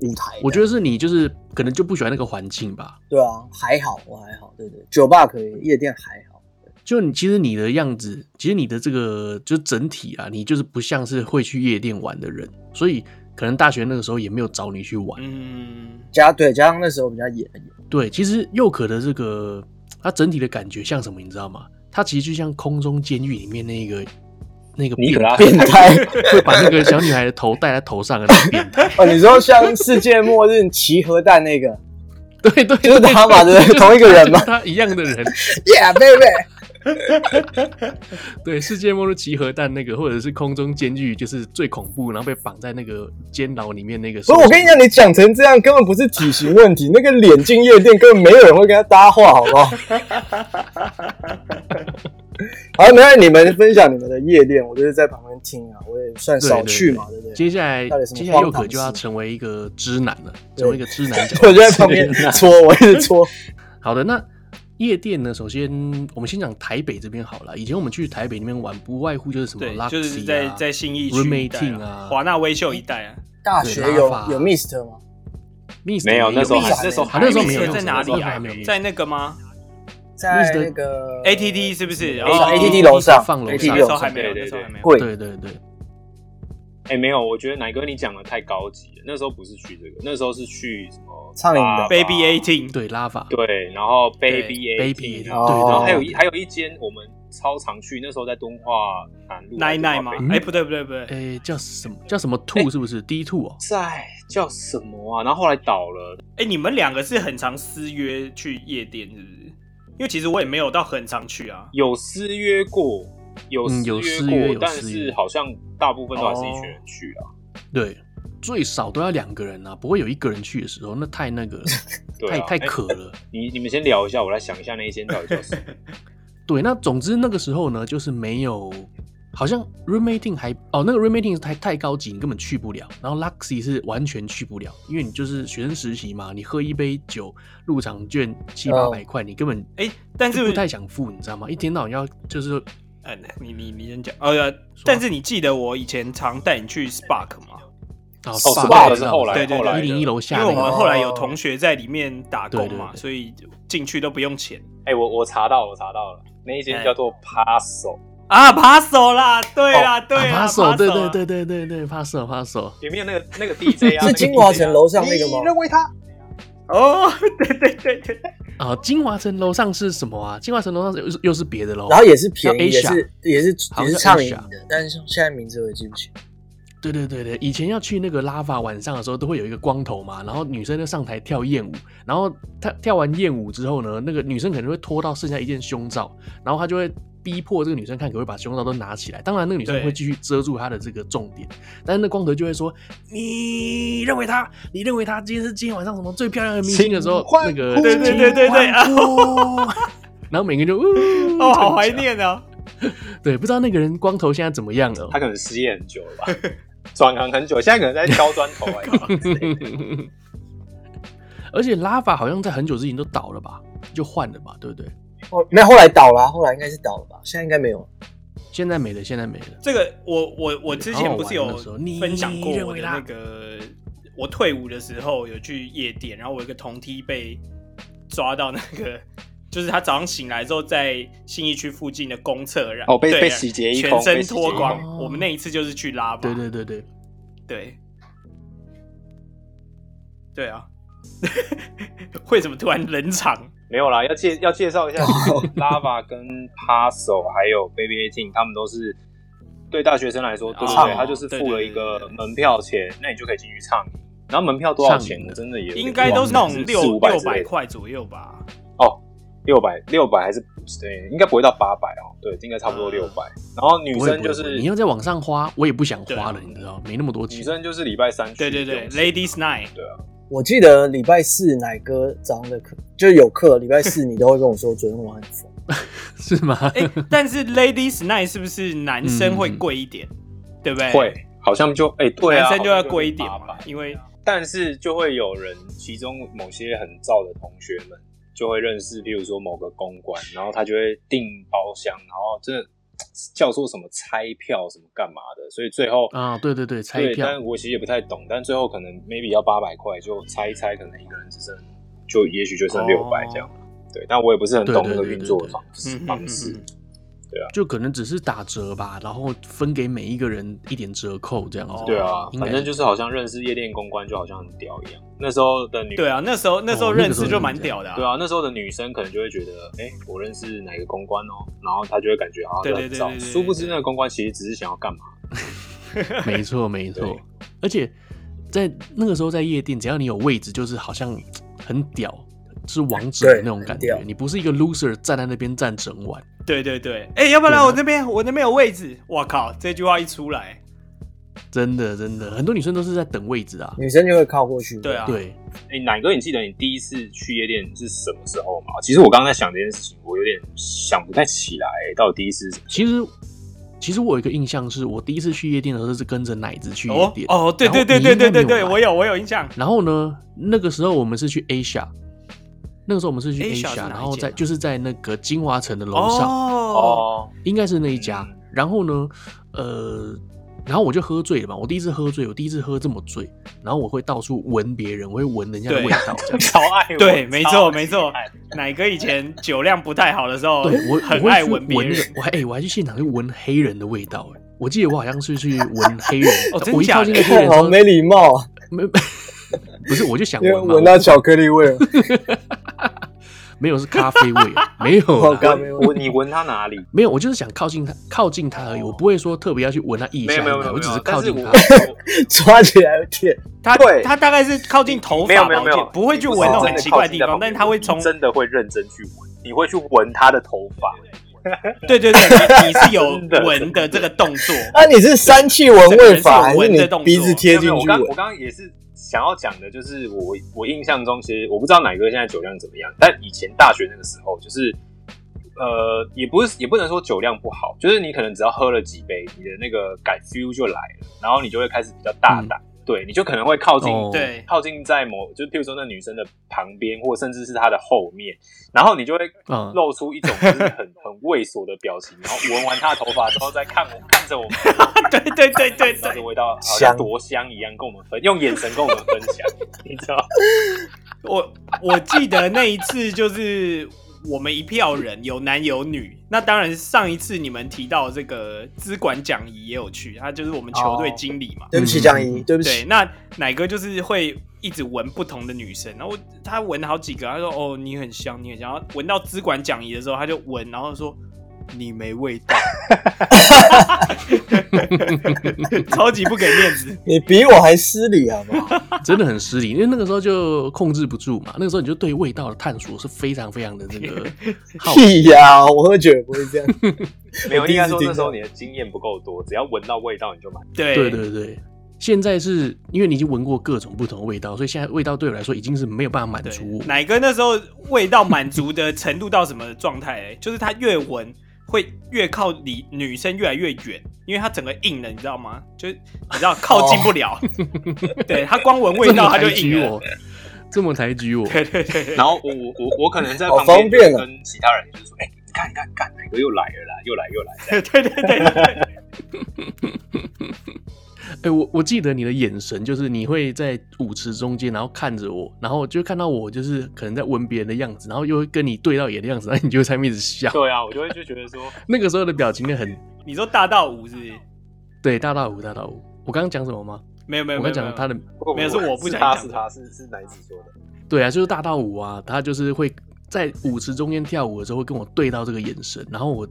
Speaker 3: 舞台的，
Speaker 1: 我觉得是你就是可能就不喜欢那个环境吧。
Speaker 3: 对啊，还好我还好，对对，酒吧可以，夜店还好，
Speaker 1: 就你其实你的样子，其实你的这个就整体啊，你就是不像是会去夜店玩的人，所以可能大学那个时候也没有找你去玩。
Speaker 2: 嗯，
Speaker 3: 加对加上那时候比较野，
Speaker 1: 对，其实佑可的这个它整体的感觉像什么，你知道吗？它其实就像空中监狱里面那个那个
Speaker 4: 尼
Speaker 1: 变
Speaker 4: 可拉
Speaker 1: 态
Speaker 3: 变态
Speaker 1: 会把那个小女孩的头戴在头上的那个变态。
Speaker 3: (laughs) 哦，你说像世界末日 (laughs) 骑核弹那个
Speaker 1: (laughs) 对对对，
Speaker 3: 就是他嘛 (laughs) 对不对同一个人嘛
Speaker 1: (laughs) 就是他一样的人。
Speaker 3: (laughs) ，Yeah baby，
Speaker 1: 对，世界末日集合弹那个，或者是空中监狱，就是最恐怖，然后被绑在那个监牢里面那个。
Speaker 3: 不是我跟你讲，你讲成这样根本不是体型问 (laughs) 题，那个脸进夜店根本没有人会跟他搭话，好不 (laughs) 好？好，没关系，你们分享你们的夜店，我就是在旁边听啊，我也算少去嘛，对不对？
Speaker 1: 接下来
Speaker 3: 到底什么
Speaker 1: 接下来
Speaker 3: 荒
Speaker 1: 佑可
Speaker 3: 唐
Speaker 1: 就要
Speaker 3: 事
Speaker 1: 成为一个知男了，
Speaker 3: 对。
Speaker 1: 成为一个知男角
Speaker 3: (laughs) 我就在
Speaker 1: 是
Speaker 3: 旁边搓，我一直 (laughs) 搓。
Speaker 1: 好的，那夜店呢？首先，我们先讲台北这边好了。以前我们去台北那边玩，不外乎就是什么
Speaker 2: 对
Speaker 1: Luxy 啊，，
Speaker 2: 就是在在信义区
Speaker 1: Roommate
Speaker 2: 一带
Speaker 1: Team
Speaker 2: 啊
Speaker 1: 啊，
Speaker 2: 华纳威秀一带啊。
Speaker 3: 大
Speaker 1: 学
Speaker 3: 学
Speaker 1: 有
Speaker 3: 有
Speaker 1: 有
Speaker 3: 有 Mist 吗？
Speaker 1: Miss
Speaker 4: 没有那时候还
Speaker 3: 还
Speaker 4: 那时候
Speaker 1: 啊那时候没有
Speaker 2: 哎
Speaker 1: 那时候
Speaker 2: 在哪
Speaker 1: 那
Speaker 2: 里
Speaker 1: 时候还
Speaker 2: 啊
Speaker 1: 没有？
Speaker 2: 在那个吗
Speaker 3: 在
Speaker 1: Mist
Speaker 3: 那个
Speaker 2: ？ATT 是不是？
Speaker 3: 楼上
Speaker 2: 哦
Speaker 3: ATT 楼上
Speaker 1: 放楼
Speaker 2: 那
Speaker 1: 上
Speaker 2: 时
Speaker 3: ，ATT
Speaker 2: 候
Speaker 3: 楼
Speaker 2: 还
Speaker 3: 上
Speaker 2: 没有，
Speaker 4: 对对
Speaker 2: 那时候还没有。
Speaker 3: 贵，
Speaker 1: 对对对，
Speaker 4: 哎、没有，我觉得奶哥你讲的太高级了。那时候不是去这个，那时候是去什么
Speaker 3: 畅饮的
Speaker 2: Baby Eighteen，
Speaker 1: 对拉法，
Speaker 4: 对，然后 Baby
Speaker 1: Baby 对对
Speaker 4: A，然
Speaker 3: 哦
Speaker 4: 后还有
Speaker 1: 对
Speaker 4: 一还有一间我们超常去，那时候在敦化南路
Speaker 2: 奈奈吗
Speaker 4: 嘛，？
Speaker 1: 嗯
Speaker 2: 哎，不对不对不对，
Speaker 1: 诶，叫什么叫什么兔是不是 D two 哦？
Speaker 4: 在叫什么啊？然后后来倒了，
Speaker 2: 哎，你们两个是很常私约去夜店，是不是？因为其实我也没有到很常去啊。
Speaker 4: 有私约过，有
Speaker 1: 嗯有
Speaker 4: 约
Speaker 1: 私
Speaker 4: 过，
Speaker 1: 约有
Speaker 4: 但
Speaker 1: 私
Speaker 4: 是
Speaker 1: 约哦
Speaker 4: 好像大部分都还是一群人去啊。
Speaker 1: 对，最少都要两个人啊，不会有一个人去的时候，那太那 (laughs) 个了
Speaker 4: 对
Speaker 1: 太
Speaker 4: 啊
Speaker 1: 太
Speaker 4: 哎
Speaker 1: 渴了。
Speaker 4: 你你们先聊一下，我来想一下那一间到底叫什
Speaker 1: (laughs)
Speaker 4: 么。
Speaker 1: 对，那总之那个时候呢，就是没有，好像 roommating 还哦，那个 roommating 太太高级，你根本去不了。然后 Luxy 是完全去不了，因为你就是学生实习嘛，你喝一杯酒，入场券七八
Speaker 3: 哦
Speaker 1: 百块，你根本
Speaker 2: 哎，但是
Speaker 1: 就不太想付，你知道吗？一天到晚要就是哦
Speaker 2: 嗯，你你你先讲。呃，但是你记得我以前常带你去 Spark 吗？
Speaker 1: 哦
Speaker 4: 哦
Speaker 1: 霸
Speaker 3: 霸
Speaker 1: 道
Speaker 3: 是后
Speaker 4: 来
Speaker 2: 对对后来
Speaker 1: 一
Speaker 2: 的
Speaker 1: 零一楼
Speaker 2: 因
Speaker 1: 下
Speaker 2: 为
Speaker 1: 那
Speaker 2: 我
Speaker 1: 个，啊
Speaker 2: 们后来有同学在里面打
Speaker 1: 对
Speaker 2: 工
Speaker 1: 对
Speaker 2: 嘛，
Speaker 1: 对
Speaker 2: 所以进去都不用钱
Speaker 4: 哎、我我查到了，我查到了，那一间
Speaker 2: 哎
Speaker 4: 叫做 Paso，
Speaker 2: 啊。扒手啦，对啦，对啦，
Speaker 1: 啊
Speaker 2: 扒
Speaker 1: 手，对对
Speaker 2: 啦，
Speaker 1: 对对对对，扒手扒手，
Speaker 4: 里面那个
Speaker 3: (laughs)
Speaker 4: 那个 DJ 啊，
Speaker 3: 是
Speaker 4: 那个
Speaker 3: 金华
Speaker 4: DJ 啊
Speaker 3: 城楼上那个吗
Speaker 4: 你认为他
Speaker 2: 哦，对对对对，
Speaker 1: 啊，金华城楼上是什么啊？金华城楼上是又是又是别的楼，
Speaker 3: 然后也是便
Speaker 1: 叫
Speaker 3: 宜，也
Speaker 1: Asia
Speaker 3: 是也是
Speaker 1: 好
Speaker 3: 也
Speaker 1: 像
Speaker 3: 是
Speaker 1: 叫
Speaker 3: 畅饮
Speaker 1: Asia
Speaker 3: 的，但是现在名字我也记不起。
Speaker 1: 对对对对，以前要去那个拉法晚上的时候，都会有一个光头嘛，然后女生就上台跳艳舞，然后她跳完艳舞之后呢，那个女生可能会脱到剩下一件胸罩，然后她就会逼迫这个女生看可不可以把胸罩都拿起来，当然那个女生
Speaker 2: 对
Speaker 1: 会继续遮住她的这个重点，但是那光头就会说，你认为她，你认为她今天是今天晚上什么最漂亮的明星的时候，
Speaker 4: 请欢
Speaker 1: 那个
Speaker 4: 呼
Speaker 2: 对对对对对啊
Speaker 1: 请欢呼 (laughs) 然后每个人就呜
Speaker 2: 哦，好怀，念啊。
Speaker 1: (laughs) 对，不知道那个人光头现在怎么样了。
Speaker 4: 啊他可能失业很久了吧， (laughs) 转行很久，现在可能在敲砖头啊。
Speaker 3: (laughs)
Speaker 1: (laughs) 而且拉法好像在很久之前都倒了吧，就换了吧，对不对？
Speaker 3: 哦，没有，后来倒了啊，后来应该是倒了吧，现在应该没有了。
Speaker 1: 现在没了，现在没了。
Speaker 2: 这个我我我之前不是有
Speaker 1: 好好玩的时候你
Speaker 2: 分享过我的那
Speaker 1: 认
Speaker 2: 个，我退伍的时候有去夜店，然后我有一个同梯被抓到那个， (laughs) 就是他早上醒来之后在信义区附近的公厕，然后
Speaker 4: 哦被
Speaker 2: 对
Speaker 4: 被洗劫一空
Speaker 2: 全身
Speaker 4: 被洗劫一
Speaker 2: 脱
Speaker 4: 空
Speaker 2: 光。
Speaker 1: 哦
Speaker 2: 我们那一次就是去拉吧，
Speaker 1: 对对对对，
Speaker 2: 对对啊， (laughs) 为什么突然冷场？
Speaker 4: 没有啦，要介要介绍一
Speaker 3: 哦
Speaker 4: 下 Lava 跟 Paso 还有 Baby Eighteen，他们都是对大学生来说，对不
Speaker 2: 唱哦
Speaker 4: 对？他就是付了一
Speaker 2: 对对
Speaker 4: 个
Speaker 2: 对对
Speaker 4: 门票钱，那你就可以进去唱。然后门票多少
Speaker 1: 畅？
Speaker 4: 钱
Speaker 1: 饮的
Speaker 4: 我真的也有点
Speaker 2: 应该都是那
Speaker 4: 忘
Speaker 2: 种
Speaker 4: 了
Speaker 2: 六
Speaker 4: 四五百
Speaker 2: 六
Speaker 4: 之类
Speaker 2: 百
Speaker 4: 的
Speaker 2: 块左右吧。
Speaker 4: 哦，六百六百还是对，应该不会到八百哦，对，应该差不多
Speaker 2: 嗯
Speaker 4: 六百。然后女
Speaker 1: 不会
Speaker 4: 生
Speaker 1: 不
Speaker 4: 就
Speaker 1: 会不会，
Speaker 4: 是啊
Speaker 1: 你要在网上花，我也不想花了，
Speaker 2: 对
Speaker 1: 你知道，没那么多钱
Speaker 4: 女。生就是礼拜三去，
Speaker 2: 对对对，Ladies Night，
Speaker 3: 我记得礼拜四奶哥早上的课就是有课，礼拜四你都会跟我说昨天我很疯，
Speaker 1: (laughs) 是吗？
Speaker 2: 哎、但是 Ladies Night 是不是男生会贵一点？对不对？
Speaker 4: 嗯会，好像就哎、对啊，
Speaker 2: 哎男生就
Speaker 4: 好
Speaker 2: 要
Speaker 4: 像
Speaker 2: 贵一点嘛
Speaker 4: 800，
Speaker 2: 因为
Speaker 4: 但是就会有人，其中某些很燥的同学们就会认识，比如说某个公关，然后他就会订包厢，然后这叫做什么拆票什么干嘛的，所以最后
Speaker 1: (laughs) 啊，对对对，拆
Speaker 4: 对，
Speaker 1: 票
Speaker 4: 但我其实也不太懂，但最后可能 maybe 要八百块，就拆一拆，可能一个人只剩就也许就剩六百
Speaker 2: 哦
Speaker 4: 这样。对，但我也不是很懂
Speaker 1: 对对
Speaker 4: 那个
Speaker 1: 对
Speaker 4: 运
Speaker 1: 对
Speaker 4: 作的
Speaker 1: 对
Speaker 4: 方式
Speaker 2: 嗯
Speaker 4: 方式。
Speaker 2: 嗯
Speaker 1: 就可能只是打折吧，然后分给每一个人一点折扣这样子。
Speaker 4: 对啊，
Speaker 1: 应该
Speaker 4: 反正就是好像认识夜店公关，就好像很屌一样。那时候的女
Speaker 2: 对啊，那时候那时候
Speaker 1: 哦那
Speaker 2: 认
Speaker 1: 个时候
Speaker 2: 识就蛮屌的、
Speaker 4: 对，啊，那时候的女生可能就会觉得，哎、我认识哪个公关哦，然后她就会感觉好像
Speaker 2: 对对
Speaker 4: 很
Speaker 2: 对
Speaker 4: 燥
Speaker 2: 对对对
Speaker 4: 殊不知那个公关其实只是想要干嘛？
Speaker 1: 没错
Speaker 4: (laughs)
Speaker 1: 没错
Speaker 4: 对，
Speaker 1: 而且在那个时候在夜店，只要你有位置，就是好像很屌，是王者的那种感
Speaker 3: 对
Speaker 1: 觉
Speaker 3: 很。屌
Speaker 1: 你不是一个 loser 站在那边站整晚。
Speaker 2: 对对对。哎、要不
Speaker 4: 啊
Speaker 2: 然我那边我那边有位置，我靠，这句话一出来，
Speaker 1: 真的真的，很多女生都是在等位置啊。
Speaker 3: 女生就会靠过去。
Speaker 2: 对啊，
Speaker 1: 对，
Speaker 4: 哎、奶哥，你记得你第一次去夜店是什么时候吗？其实我刚刚在想这件事情，我有点想不太起来、到底第一次是什么
Speaker 1: 其实其实我有一个印象是，我第一次去夜店的时候是跟着奶子去夜
Speaker 2: 哦
Speaker 1: 店。
Speaker 2: 哦，对对对
Speaker 1: 然后
Speaker 2: 对
Speaker 1: 你应该
Speaker 2: 对对
Speaker 1: 没
Speaker 2: 对，
Speaker 1: 来
Speaker 2: 我。有我有印象。
Speaker 1: 然后呢，那个时候我们是去 Asia，那个时候我们是去
Speaker 2: Asia 是哪一间啊
Speaker 1: 然后在就是在那个金华城的楼上，
Speaker 2: 哦，
Speaker 1: 应该是那一家
Speaker 4: 嗯。
Speaker 1: 然后呢，呃，然后我就喝醉了嘛，我第一次喝醉，我第一次喝这么醉，然后我会到处闻别人，我会闻人家的
Speaker 2: 对
Speaker 1: 味道，这样。
Speaker 4: (laughs) 超爱我，
Speaker 2: 对没错
Speaker 4: 超爱
Speaker 2: 没错奶哥以前酒量不太好的时候，
Speaker 1: 对哦我
Speaker 2: 很
Speaker 1: 我会
Speaker 2: 爱
Speaker 1: 去
Speaker 2: 闻别
Speaker 1: 那
Speaker 2: 人，
Speaker 1: 个。我还哎、我还去现场去闻黑人的味道、哎，我记得我好像是去闻黑人
Speaker 2: 哦真
Speaker 1: 我一
Speaker 2: 假
Speaker 1: 靠近
Speaker 2: 的
Speaker 1: 那黑人的时
Speaker 3: (laughs) 好
Speaker 1: 候
Speaker 3: 没礼貌啊，
Speaker 1: 没，不是，我就想
Speaker 3: 因为
Speaker 1: 闻嘛，
Speaker 3: 闻到巧克力味了。 (laughs)
Speaker 1: 没有是咖啡味，啊没
Speaker 3: (laughs)
Speaker 1: 有
Speaker 3: 好
Speaker 1: 啦，
Speaker 3: 高
Speaker 4: 我我你闻他哪里？
Speaker 1: 没有，我就是想靠近他，靠近他而已，我不会说特别要去闻他腋
Speaker 4: 没
Speaker 1: 下
Speaker 4: 有没有没
Speaker 1: 哪
Speaker 4: 有，
Speaker 1: 我只
Speaker 4: 没有
Speaker 1: 靠
Speaker 4: 但是
Speaker 1: 近
Speaker 4: 我
Speaker 1: 他。
Speaker 3: 抓起来舔，
Speaker 2: 他
Speaker 4: 对
Speaker 2: 他大概是靠近头
Speaker 4: 没有
Speaker 2: 发
Speaker 4: 没有
Speaker 2: 吧，我
Speaker 4: 没
Speaker 2: 记得
Speaker 4: 有，
Speaker 2: 不 (laughs) 会去
Speaker 4: 你
Speaker 2: 闻那种
Speaker 4: 真
Speaker 2: 很
Speaker 4: 的
Speaker 2: 奇
Speaker 4: 靠
Speaker 2: 怪的
Speaker 4: 近
Speaker 2: 地
Speaker 4: 在
Speaker 2: 方，
Speaker 4: 旁
Speaker 2: 但
Speaker 4: 边
Speaker 2: 是他会从
Speaker 4: 你真的会认真去闻，你会去闻他的头发。
Speaker 2: 对对对，你你是有
Speaker 4: (laughs) 真的
Speaker 2: 闻的这个动作。
Speaker 3: 那、啊你是三气闻味法，
Speaker 2: 整个人是有
Speaker 3: 还是
Speaker 2: 闻
Speaker 3: 你
Speaker 2: 的动作
Speaker 3: 鼻子贴
Speaker 4: 没
Speaker 3: 进
Speaker 4: 有没有我
Speaker 3: 去
Speaker 4: 刚
Speaker 3: 闻
Speaker 4: 我？刚刚也是想要讲的，就是我我印象中，其实我不知道奶哥现在酒量怎么样，但以前大学那个时候，就是呃，也不是也不能说酒量不好，就是你可能只要喝了几杯，你的那个感 feel 就来了，然后你就会开始比较大胆。对，你就可能会靠近
Speaker 1: 哦
Speaker 2: 对
Speaker 4: 靠近在某，就是譬如说那女生的旁边，或甚至是她的后面，然后你就会
Speaker 1: 嗯
Speaker 4: 露出一种就是很 (laughs) 很猥琐的表情，然后闻完她的头发之后再看我看着我们，
Speaker 2: 对
Speaker 4: (laughs)
Speaker 2: 对对对
Speaker 4: 它的
Speaker 2: 对，
Speaker 4: 味道好像
Speaker 3: 香
Speaker 4: 多香一样，跟我们分用眼神跟我们分 (laughs) 享，你知
Speaker 3: (laughs)
Speaker 4: 道？
Speaker 2: 我我记得那一次就是我们一票人有男有女，那当然上一次你们提到这个资管讲仪也有去，他就是我们球队
Speaker 3: 哦
Speaker 2: 经理嘛。
Speaker 3: 对不起，江一，
Speaker 1: 嗯
Speaker 3: 对不
Speaker 2: 对，
Speaker 3: 起，
Speaker 2: 那奶哥就是会一直闻不同的女生，然后他闻好几个，他说：“哦，你很香，你很香。”然后闻到资管讲仪的时候，他就闻，然后说：“你没味道。” (laughs) 超级不给面子，
Speaker 3: 你比我还失礼好不好？
Speaker 1: 真的很失礼，因为那个时候就控制不住嘛。那个时候你就对味道的探索是非常非常的这个好奇，
Speaker 3: 屁呀，我喝酒也不会这样。
Speaker 4: 没有，
Speaker 3: 我第
Speaker 4: 应
Speaker 3: 一
Speaker 4: 该
Speaker 3: 次
Speaker 4: 说
Speaker 3: 听
Speaker 4: 那时候
Speaker 3: 到
Speaker 4: 你的经验不够多，只要闻到味道你就买。
Speaker 2: 对
Speaker 1: 对对对。现在是因为你已经闻过各种不同的味道，所以现在味道对我来说已经是没有办法满
Speaker 2: 对
Speaker 1: 足我。
Speaker 2: 奶哥那时候味道满足的程度到什么状态、 (laughs) 欸？就是他越闻会越靠离女生越来越远，因为他整个硬了，你知道吗？就是你知道靠近不了， (laughs) 对他光闻味
Speaker 1: 哦这
Speaker 2: 道
Speaker 1: 么哦
Speaker 2: 他就
Speaker 1: 抬
Speaker 2: 硬
Speaker 1: 举
Speaker 2: 了
Speaker 1: 我。，这么抬举我，
Speaker 2: (laughs) 对对对对
Speaker 4: 然后我我我我可能在
Speaker 3: 好
Speaker 4: 旁边
Speaker 3: 方便
Speaker 4: 就
Speaker 3: 啊
Speaker 4: 跟其他人就是说，哎、你看你看看，哪个又来了啦，又来又来。
Speaker 2: 对对对对对， (laughs)
Speaker 1: 哎、我我记得你的眼神，就是你会在舞池中间，然后看着我，然后就看到我就是可能在闻别人的样子，然后又会跟你对到眼的样子，然后你就会在那边一直笑。
Speaker 4: 对啊，我就会就觉得说，
Speaker 1: 那个时候的表情就很
Speaker 2: 你说大道五是不是？
Speaker 1: 对，大道舞，大道舞。我刚刚讲什么吗？
Speaker 2: 没有没有
Speaker 1: 我
Speaker 2: 没
Speaker 1: 刚
Speaker 2: 有，
Speaker 1: 讲他
Speaker 2: 的
Speaker 1: 的
Speaker 2: 没有是我不
Speaker 4: 是
Speaker 2: 想
Speaker 4: 他
Speaker 2: 讲
Speaker 4: 是他是是哪一次说的？
Speaker 1: 对啊，就是大道舞啊，他就是会在舞池中间跳舞的时候会跟我对到这个眼神，然后我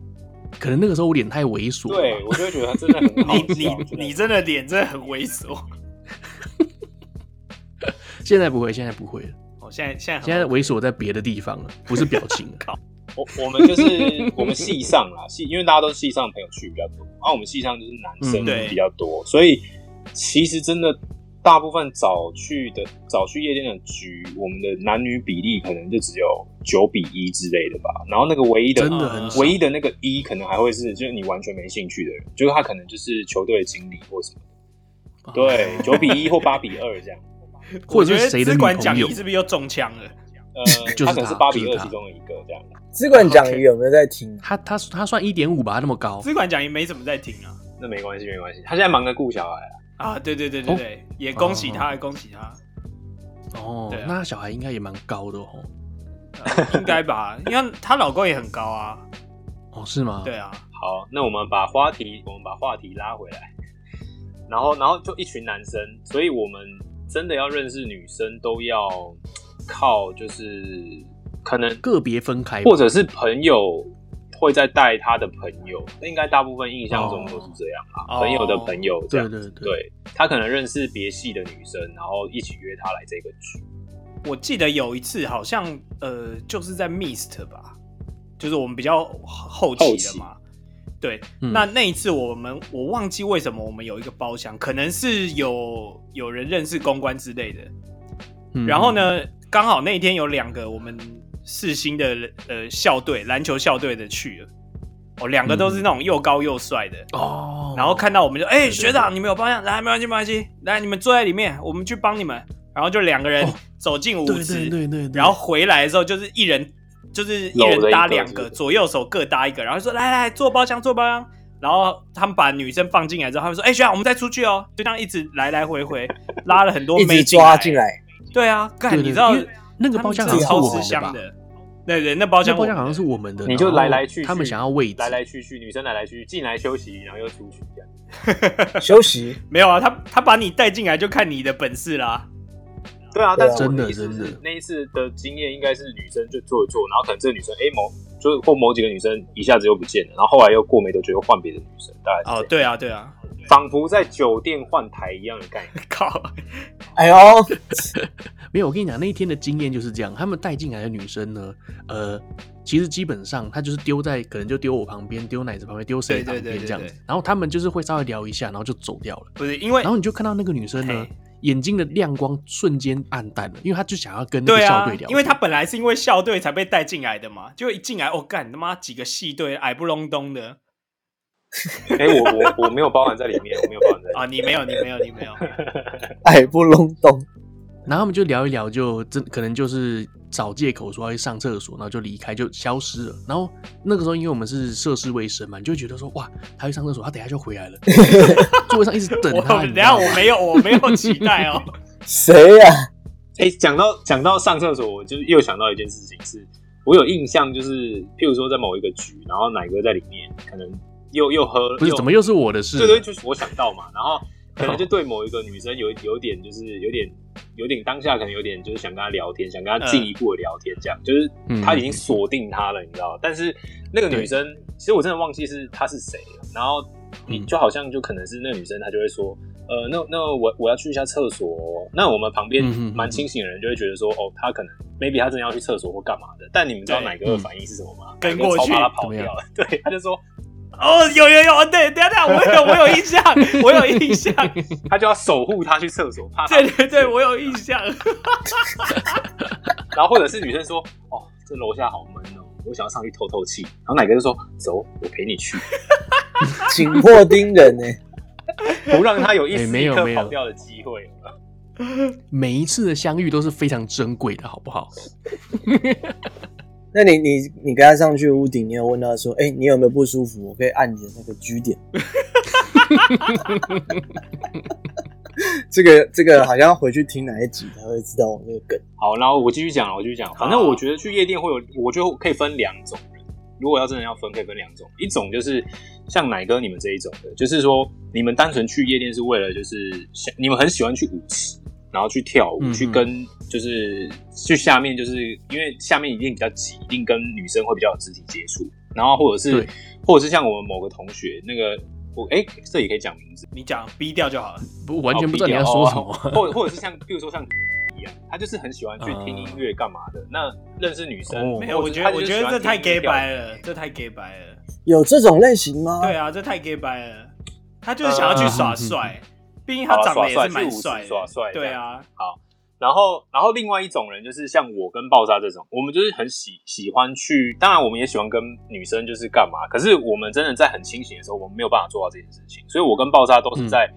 Speaker 1: 可能那个时候我脸太猥琐了
Speaker 4: 对，
Speaker 1: 吧，
Speaker 4: 我就会觉得他真的很好
Speaker 2: 你
Speaker 4: 笑。
Speaker 2: 你你真的脸真的很猥琐。 (laughs)
Speaker 1: 现在不会，现在不会了，
Speaker 2: 哦，现在现在很
Speaker 1: 现在猥琐在别的地方了，不是表情
Speaker 2: (laughs)
Speaker 1: 了。
Speaker 4: 我我们就是我们系上啦，系因为大家都是系上朋友去比较多，啊，我们系上就是男生
Speaker 1: 嗯
Speaker 2: 对
Speaker 4: 比较多，所以其实真的大部分早去的早去夜店的局，我们的男女比例可能就只有九比一之类的吧。然后那个唯一的
Speaker 1: 真的很少
Speaker 4: 唯一的那个一，可能还会是就是你完全没兴趣的人，就是他可能就是球队的经理或什么，对，
Speaker 1: (laughs) 啊
Speaker 4: 九比一或八比二这样。
Speaker 1: 或
Speaker 2: 我
Speaker 1: 者
Speaker 2: 觉
Speaker 1: 是
Speaker 2: 得
Speaker 1: 谁的
Speaker 2: 资
Speaker 1: 女
Speaker 2: 管讲
Speaker 1: 朋友
Speaker 2: 义？是不是又中枪了？
Speaker 4: 呃，
Speaker 1: (laughs) 就是
Speaker 4: 他可能是
Speaker 1: 他
Speaker 4: 八比
Speaker 1: 就是
Speaker 4: 二
Speaker 1: 他
Speaker 4: 其中的一个这样。
Speaker 3: 只管讲有没有在听？啊
Speaker 1: 他他他算一点五吧，那么高。
Speaker 2: 资管讲义没怎么在听啊。
Speaker 4: 那没关系，没关系。他现在忙着顾小孩啊，
Speaker 2: 啊，对对对对对，也恭喜他，恭喜他，
Speaker 1: 哦
Speaker 2: 对啊，
Speaker 1: 那小孩应该也蛮高的哦。
Speaker 2: 呃应该吧？因为她老公也很高啊，
Speaker 1: 哦，是吗？
Speaker 2: 对，啊，
Speaker 4: 好，那我们把话题，我们把话题拉回来，然后，然后就一群男生，所以我们真的要认识女生，都要靠就是可能，
Speaker 1: 个别分开吧，
Speaker 4: 或者是朋友会再带他的朋友，应该大部分印象中都是这样啊，
Speaker 2: 哦
Speaker 4: 朋友的朋友这
Speaker 1: 对
Speaker 4: 样，
Speaker 1: 对
Speaker 4: 对他可能认识别系的女生，然后一起约她来这个局，
Speaker 2: 我记得有一次好像呃，就是在 Mist 吧，就是我们比较后期的嘛。对，
Speaker 1: 嗯
Speaker 2: 那那一次我们我忘记为什么我们有一个包厢，可能是有有人认识公关之类的。
Speaker 1: 嗯
Speaker 2: 然后？呢，刚好那一天有两个我们世新的呃校队篮球校队的去了，哦，两个都是那种又高又帅的，
Speaker 1: 哦，
Speaker 2: 然后看到我们就哎、
Speaker 1: 对对
Speaker 2: 学长
Speaker 1: 对
Speaker 2: 你们有包厢，来没关系没关系，来你们坐在里面，我们去帮你们。然后就两个人
Speaker 1: 哦
Speaker 2: 走进舞
Speaker 1: 对
Speaker 2: 池，
Speaker 1: 对对对，对
Speaker 2: 然后回来的时候就是一人就是一
Speaker 4: 搂
Speaker 2: 人
Speaker 4: 着一
Speaker 2: 搭
Speaker 4: 个
Speaker 2: 两
Speaker 4: 是
Speaker 2: 个，
Speaker 4: 不是
Speaker 2: 左右手各搭一个，然后说来来坐包厢坐包厢。然后他们把女生放进来之后，他们说：“哎、学长，我们再出去哦。”就这样一直来来回回拉了很多
Speaker 3: (laughs) 一
Speaker 2: 妹
Speaker 3: 直抓
Speaker 2: 进
Speaker 3: 进。来，
Speaker 2: 对啊，干
Speaker 1: 对对
Speaker 2: 你知道
Speaker 1: 因为那个包厢
Speaker 2: 他们
Speaker 3: 好像
Speaker 2: 超
Speaker 3: 是我
Speaker 2: 吃
Speaker 3: 们的
Speaker 2: 香
Speaker 1: 吧
Speaker 2: 的，对对，那包
Speaker 1: 那
Speaker 2: 厢
Speaker 1: 包
Speaker 2: 我
Speaker 1: 厢
Speaker 2: 们
Speaker 1: 好像
Speaker 2: 的
Speaker 1: 是我们的，
Speaker 4: 你就
Speaker 1: 然后
Speaker 4: 来来去去，
Speaker 1: 他们想要位置，
Speaker 4: 来来去去，女生来来去去，进来休息，然后又出去这样。
Speaker 3: 休息。
Speaker 2: 没有啊，他他把你带进来就看你的本事啦。
Speaker 4: 对啊，
Speaker 3: 对啊
Speaker 4: 但是我的意思
Speaker 1: 真的真
Speaker 4: 是
Speaker 1: 的，
Speaker 4: 那一次的经验应该是女生就做一做，然后可能这个女生哎、某就是或某几个女生一下子又不见了，然后后来又过没多久又换别的女生，大概
Speaker 2: 哦
Speaker 4: 是，这样，
Speaker 2: 对啊，对啊， (laughs)
Speaker 4: 仿佛在酒店换台一样的概念。
Speaker 2: 靠，
Speaker 3: 哎呦，
Speaker 1: 没有，我跟你讲，那一天的经验就是这样。他们带进来的女生呢，呃，其实基本上她就是丢在，可能就丢我旁边，丢奶子旁边，丢谁
Speaker 2: 对
Speaker 1: 旁
Speaker 2: 对对
Speaker 1: 边
Speaker 2: 对
Speaker 1: 这样
Speaker 2: 对
Speaker 1: 子。然后他们就是会稍微聊一下，然后就走掉了。
Speaker 2: 不是因为
Speaker 1: 然后你就看到那个女生呢
Speaker 2: 哎嘿，
Speaker 1: 眼睛的亮光瞬间暗淡了，因为她就想要跟那
Speaker 2: 对
Speaker 1: 个校
Speaker 2: 啊
Speaker 1: 队聊天、，
Speaker 2: 因为他本来是因为校队才被带进来的嘛，就一进来，哦，干他妈几个系队矮不隆咚的，
Speaker 4: 哎、我我我没有包含在里面，我没有包含在里面。
Speaker 2: 啊，你没有，你没有，你没有。
Speaker 3: 矮不隆咚。
Speaker 1: 然后他们就聊一聊，就真可能就是找借口说要去上厕所，然后就离开，就消失了。然后那个时候，因为我们是涉世未深嘛，你就会觉得说，哇，他去上厕所，他等一下就回来了， (laughs) 座位上一直等
Speaker 2: 我
Speaker 1: 他。
Speaker 2: 等
Speaker 1: 你
Speaker 2: 一
Speaker 1: 知
Speaker 2: 下
Speaker 1: 道吗
Speaker 2: 我没有，我没有期待哦。 (laughs)
Speaker 3: 谁呀、
Speaker 4: 哎、讲到讲到上厕所，我就又想到一件事情是，我有印象，就是譬如说在某一个局，然后奶哥在里面，可能又又喝，
Speaker 1: 不是怎么又是我的事？
Speaker 4: 对对，就是我想到嘛，然后可能就对某一个女生有有点就是有点有点当下可能有点就是想跟她聊天，想跟她进一步的聊天，这样、就是他已经锁定她了，你知道吗？但是那个女生其实我真的忘记是她是谁了，然后你
Speaker 1: 嗯
Speaker 4: 就好像就可能是那个女生她就会说。呃，那那我我要去一下厕所哦、那我们旁边
Speaker 1: 嗯哼嗯哼
Speaker 4: 蛮清醒的人就会觉得说，哦，她可能 maybe 她真的要去厕所或干嘛的。但你们知道
Speaker 2: 对
Speaker 4: 奶哥的
Speaker 1: 嗯
Speaker 4: 反应是什么吗？
Speaker 2: 跟
Speaker 4: 奶哥
Speaker 2: 过
Speaker 4: 超
Speaker 2: 去
Speaker 4: 怕她跑
Speaker 1: 怎么样
Speaker 4: 掉了。对，他就说
Speaker 2: 哦，有有有，对，等一下，等一下我有，我有印象，我有印象，
Speaker 4: 他就要守护她去厕所，怕她
Speaker 2: 对对对，我有印象。 (laughs)
Speaker 4: 然后或者是女生说：“哦，这楼下好闷哦，我想要上去透透气。”然后奶哥就说：“走，我陪你去，
Speaker 2: (laughs)
Speaker 3: 紧迫盯人欸呢、
Speaker 4: 不让他有一
Speaker 1: 哎
Speaker 4: 丝
Speaker 1: 没
Speaker 4: 一
Speaker 1: 有
Speaker 4: 刻
Speaker 1: 没有
Speaker 4: 跑掉的机会。
Speaker 1: 每一次的相遇都是非常珍贵的，好不好？
Speaker 3: 那你你你跟他上去屋顶，你有问他说，哎、你有没有不舒服？我可以按你的那个 G 点。 (laughs) 这个这个好像要回去听哪一集才会知道我那个梗。
Speaker 4: 好，然后我继续讲，我继续讲。反正我觉得去夜店会有，我觉得可以分两种人。如果要真的要分，可以分两种，一种就是像奶哥你们这一种的，就是说你们单纯去夜店是为了就是想你们很喜欢去舞池，然后去跳舞，
Speaker 1: 嗯
Speaker 4: 去跟就是去下面，就是因为下面一定比较挤，一定跟女生会比较有肢体接触，然后或者是
Speaker 1: 对
Speaker 4: 或者是像我们某个同学那个。我哎、这也可以讲名字，
Speaker 2: 你讲 B 调就好了。
Speaker 1: 不，完全不知道你要说什么。
Speaker 4: 哦或者或者是像，譬如说像一样，他就是很喜欢去听音乐干嘛的。那认识女生
Speaker 1: 哦，
Speaker 2: 没有，我觉嗯得我觉得这太 gay 白了，这太 gay 白了。
Speaker 3: 有这种类型吗？
Speaker 2: 对啊，这太 gay 白了。他就是想要去耍帅，毕竟他
Speaker 4: 好啊
Speaker 2: 长得也
Speaker 4: 耍帅
Speaker 2: 是蛮
Speaker 4: 去舞池
Speaker 2: 帅的。
Speaker 4: 耍帅这
Speaker 2: 对
Speaker 4: 样
Speaker 2: 啊，
Speaker 4: 然后，然后另外一种人就是像我跟爆炸这种，我们就是很喜喜欢去，当然我们也喜欢跟女生就是干嘛，可是我们真的在很清醒的时候，我们没有办法做到这件事情，所以我跟爆炸都
Speaker 2: 嗯
Speaker 4: 是在，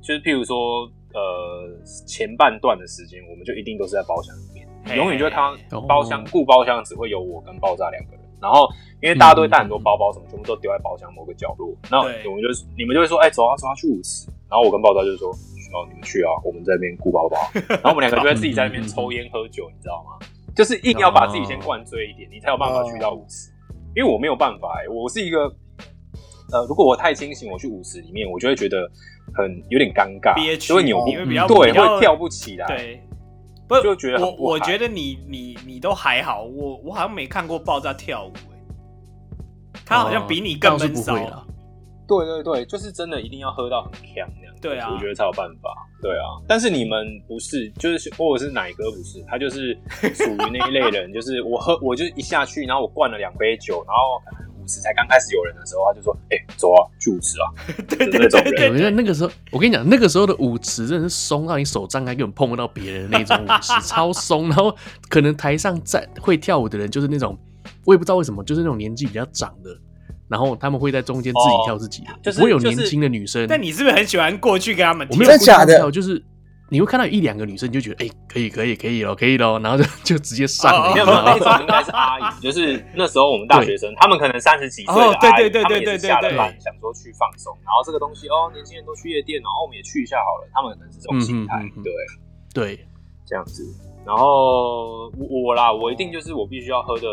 Speaker 4: 就是譬如说，呃，前半段的时间，我们就一定都是在包厢里面，
Speaker 2: 嘿
Speaker 4: 永远就会看到包厢
Speaker 1: 哦
Speaker 4: 顾包厢只会有我跟爆炸两个人，然后因为大家都会带很多包包什么，全部都丢在包厢某个角落，那
Speaker 2: 对
Speaker 4: 我们就是你们就会说，哎、走啊走啊去舞池，然后我跟爆炸就说，哦你们去啊，我们在那边顾
Speaker 2: (laughs)
Speaker 4: 包包。然后我们两个就会自己在那边抽烟喝酒，你知道吗？就是硬要把自己先灌醉一点，你才有办法去到舞池。
Speaker 2: 哦
Speaker 4: 因为我没有办法、欸，我是一个，呃，如果我太清醒，我去舞池里面，我就会觉得很有点尴尬
Speaker 2: 憋，屈
Speaker 4: 就会扭不
Speaker 2: 你会比较
Speaker 4: 对，
Speaker 2: 比较
Speaker 4: 会跳不起来。，
Speaker 2: 对。不，
Speaker 4: 就觉得很
Speaker 2: 我
Speaker 4: 不
Speaker 2: 我
Speaker 4: 嗨
Speaker 2: 觉得你你你都还好，我我好像没看过爆炸跳舞、欸，他好像比你更
Speaker 1: 哦倒是
Speaker 2: 闷
Speaker 1: 不
Speaker 2: 骚。
Speaker 1: 会啦。
Speaker 4: 对对对，就是真的一定要喝到很呛那样。
Speaker 2: 对啊
Speaker 4: 我觉得才有办法。对啊，但是你们不是，就是或者是奶哥不是，他就是属于那一类人，就是我喝，我就一下去，然后我灌了两杯酒，然后可能舞池才刚开始有人的时候，他就说：“哎、走啊，去舞
Speaker 2: (laughs)
Speaker 4: 池啊。”
Speaker 2: 对
Speaker 4: 就
Speaker 2: 对
Speaker 4: 那种
Speaker 2: 对
Speaker 4: 人
Speaker 1: 对，
Speaker 2: 对
Speaker 1: 我觉得
Speaker 2: 对，
Speaker 1: 那个时候，我跟你讲，那个时候的舞池真的是松到你手张开根本碰不到别人的那种舞池，
Speaker 2: (laughs)
Speaker 1: 超松。然后可能台上站会跳舞的人就是那种，我也不知道为什么，就是那种年纪比较长的，然后他们会在中间自己跳自己的，
Speaker 2: 哦
Speaker 4: 就是
Speaker 1: 不会有
Speaker 4: 就是
Speaker 1: 年轻的女生。
Speaker 2: 但你是不是很喜欢过去跟他们
Speaker 1: 我
Speaker 2: 跳
Speaker 1: 没有？
Speaker 4: (laughs)
Speaker 3: 真的假的
Speaker 1: 故意要跳就是你会看到有一两个女生，你就觉得哎、可以可以可以了，可以了，然后就就直接上
Speaker 2: 哦
Speaker 1: 了，
Speaker 4: 没有没有，那种应该是阿姨，就是那时候我们大学生，他们可能三十几岁的
Speaker 2: 哦
Speaker 4: 阿
Speaker 2: 对对
Speaker 4: 姨，
Speaker 2: 对
Speaker 4: 他们也
Speaker 2: 对
Speaker 4: 是
Speaker 2: 对
Speaker 4: 下了
Speaker 2: 对
Speaker 4: 班，想说去放松。然后这个东西哦，年轻人都去夜店哦，然后我们也去一下好了。他们可能是这种心态
Speaker 1: 嗯嗯嗯，嗯
Speaker 4: 对，
Speaker 1: 对，
Speaker 4: 这样子。然后我我啦，我一定就是我必须要喝的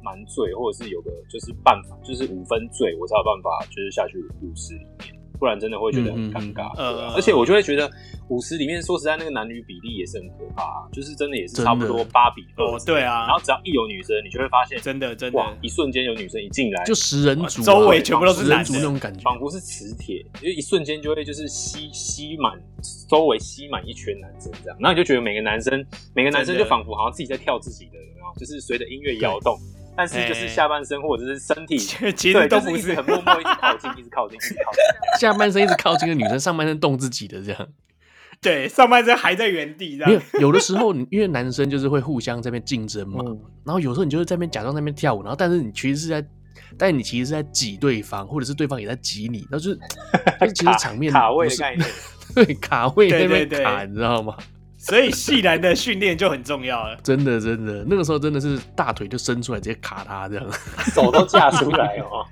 Speaker 4: 蛮醉，或者是有个就是办法，就是五分醉，我才有办法就是下去舞池里面，不然真的会觉得很尴尬。
Speaker 2: 嗯嗯嗯
Speaker 4: 对啊
Speaker 2: 呃
Speaker 4: 而且我就会觉得舞池里面说实在那个男女比例也是很可怕，啊就是真的也是差不多
Speaker 1: 真的
Speaker 4: 八比二。
Speaker 2: 哦，对
Speaker 4: 然
Speaker 2: 啊
Speaker 4: 后，只要一有女生，你就会发现
Speaker 2: 真的真
Speaker 4: 哇
Speaker 2: 的，，
Speaker 4: 一瞬间有女生一进来，
Speaker 1: 就
Speaker 4: 就
Speaker 1: 食人族啊、
Speaker 2: 周围全部都是
Speaker 1: 食
Speaker 2: 男
Speaker 1: 人
Speaker 2: 的
Speaker 1: 族那种感觉
Speaker 4: 仿。佛是磁铁，就一瞬间就会就是吸吸满周围吸满一圈男生这样，然后你就觉得每个男生每个男生
Speaker 2: 真的
Speaker 4: 就仿佛好像自己在跳自己的，然后就是随着音乐摇动，但是就是下半身或者是
Speaker 2: (laughs)
Speaker 4: 身
Speaker 2: (laughs)
Speaker 4: 体，
Speaker 2: 其实
Speaker 4: 对，
Speaker 2: 都
Speaker 4: 就是
Speaker 2: 不
Speaker 4: 一直
Speaker 2: 是
Speaker 4: 很默默一直靠近，一直靠近，一直靠近。
Speaker 1: 下半身一直靠近的女生，上半身动自己的这样。
Speaker 2: 对，上半身还在原地这
Speaker 1: 没有
Speaker 2: 样。，
Speaker 1: 有的时候你因为男生就是会互相在那边竞争嘛，
Speaker 3: 嗯，
Speaker 1: 然后有时候你就是在那边假装在那边跳舞，然后但是你其实是在但你其实是在挤对方，或者是对方也在挤你，那就是就是其实场面
Speaker 4: 卡位
Speaker 1: 不
Speaker 4: 的
Speaker 1: 是
Speaker 4: 概念，
Speaker 1: (laughs) 对卡位
Speaker 2: 对
Speaker 1: 那
Speaker 2: 对
Speaker 1: 边
Speaker 2: 对
Speaker 1: 卡，你知道吗？
Speaker 2: 所以细男的训练就很重要了。 (laughs)
Speaker 1: 真的真的，那个时候真的是大腿就伸出来直接卡他这样，
Speaker 4: 手都架出来
Speaker 2: (laughs)
Speaker 4: 哦。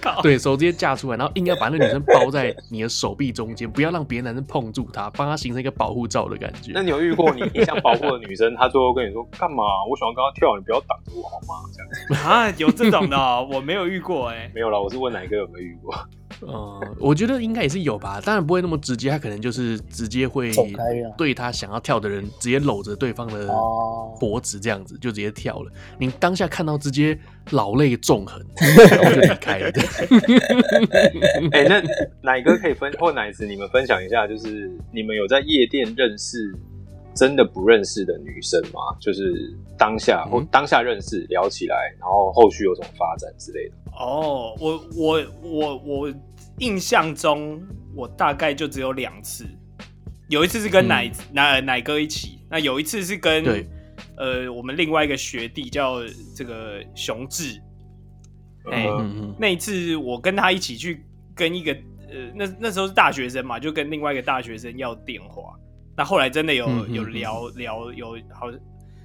Speaker 2: 靠，
Speaker 1: 对手直接架出来，然后硬要把那女生包在你的手臂中间，不要让别的男生碰住她，帮她形成一个保护罩的感觉
Speaker 4: 那。你有遇过你你想保护的女生，她最后跟你说干嘛？我喜欢跟她跳，你不要挡着我好吗？这样
Speaker 2: 啊，有这种的哦、我没有遇过哎、
Speaker 4: 没有啦，我是问哪一个有没有遇过？
Speaker 1: 嗯，我觉得应该也是有吧，当然不会那么直接，他可能就是直接会
Speaker 3: 走开呀
Speaker 1: 对他想要跳的人直接搂着对方
Speaker 2: 啊
Speaker 1: 的
Speaker 3: 哦
Speaker 1: 脖子这样子就直接跳了。你当下看到直接老泪纵
Speaker 3: (laughs)
Speaker 1: 横，然后就离开了。
Speaker 4: 哎、那奶哥可以分或奶子，你们分享一下，就是你们有在夜店认识真的不认识的女生吗？就是当下或
Speaker 1: 嗯
Speaker 4: 当下认识聊起来，然后后续有什么发展之类的？
Speaker 2: 哦，我我我我印象中，我大概就只有两次，有一次是跟
Speaker 1: 嗯
Speaker 2: 奶、奶奶哥一起，那有一次是跟
Speaker 1: 对
Speaker 2: 呃我们另外一个学弟叫这个熊志，哎、
Speaker 4: 嗯
Speaker 1: 嗯
Speaker 2: 那一次我跟他一起去跟一个呃那那时候是大学生嘛，就跟另外一个大学生要电话，那后来真的有
Speaker 1: 嗯嗯
Speaker 2: 有
Speaker 1: 嗯
Speaker 2: 聊聊有好像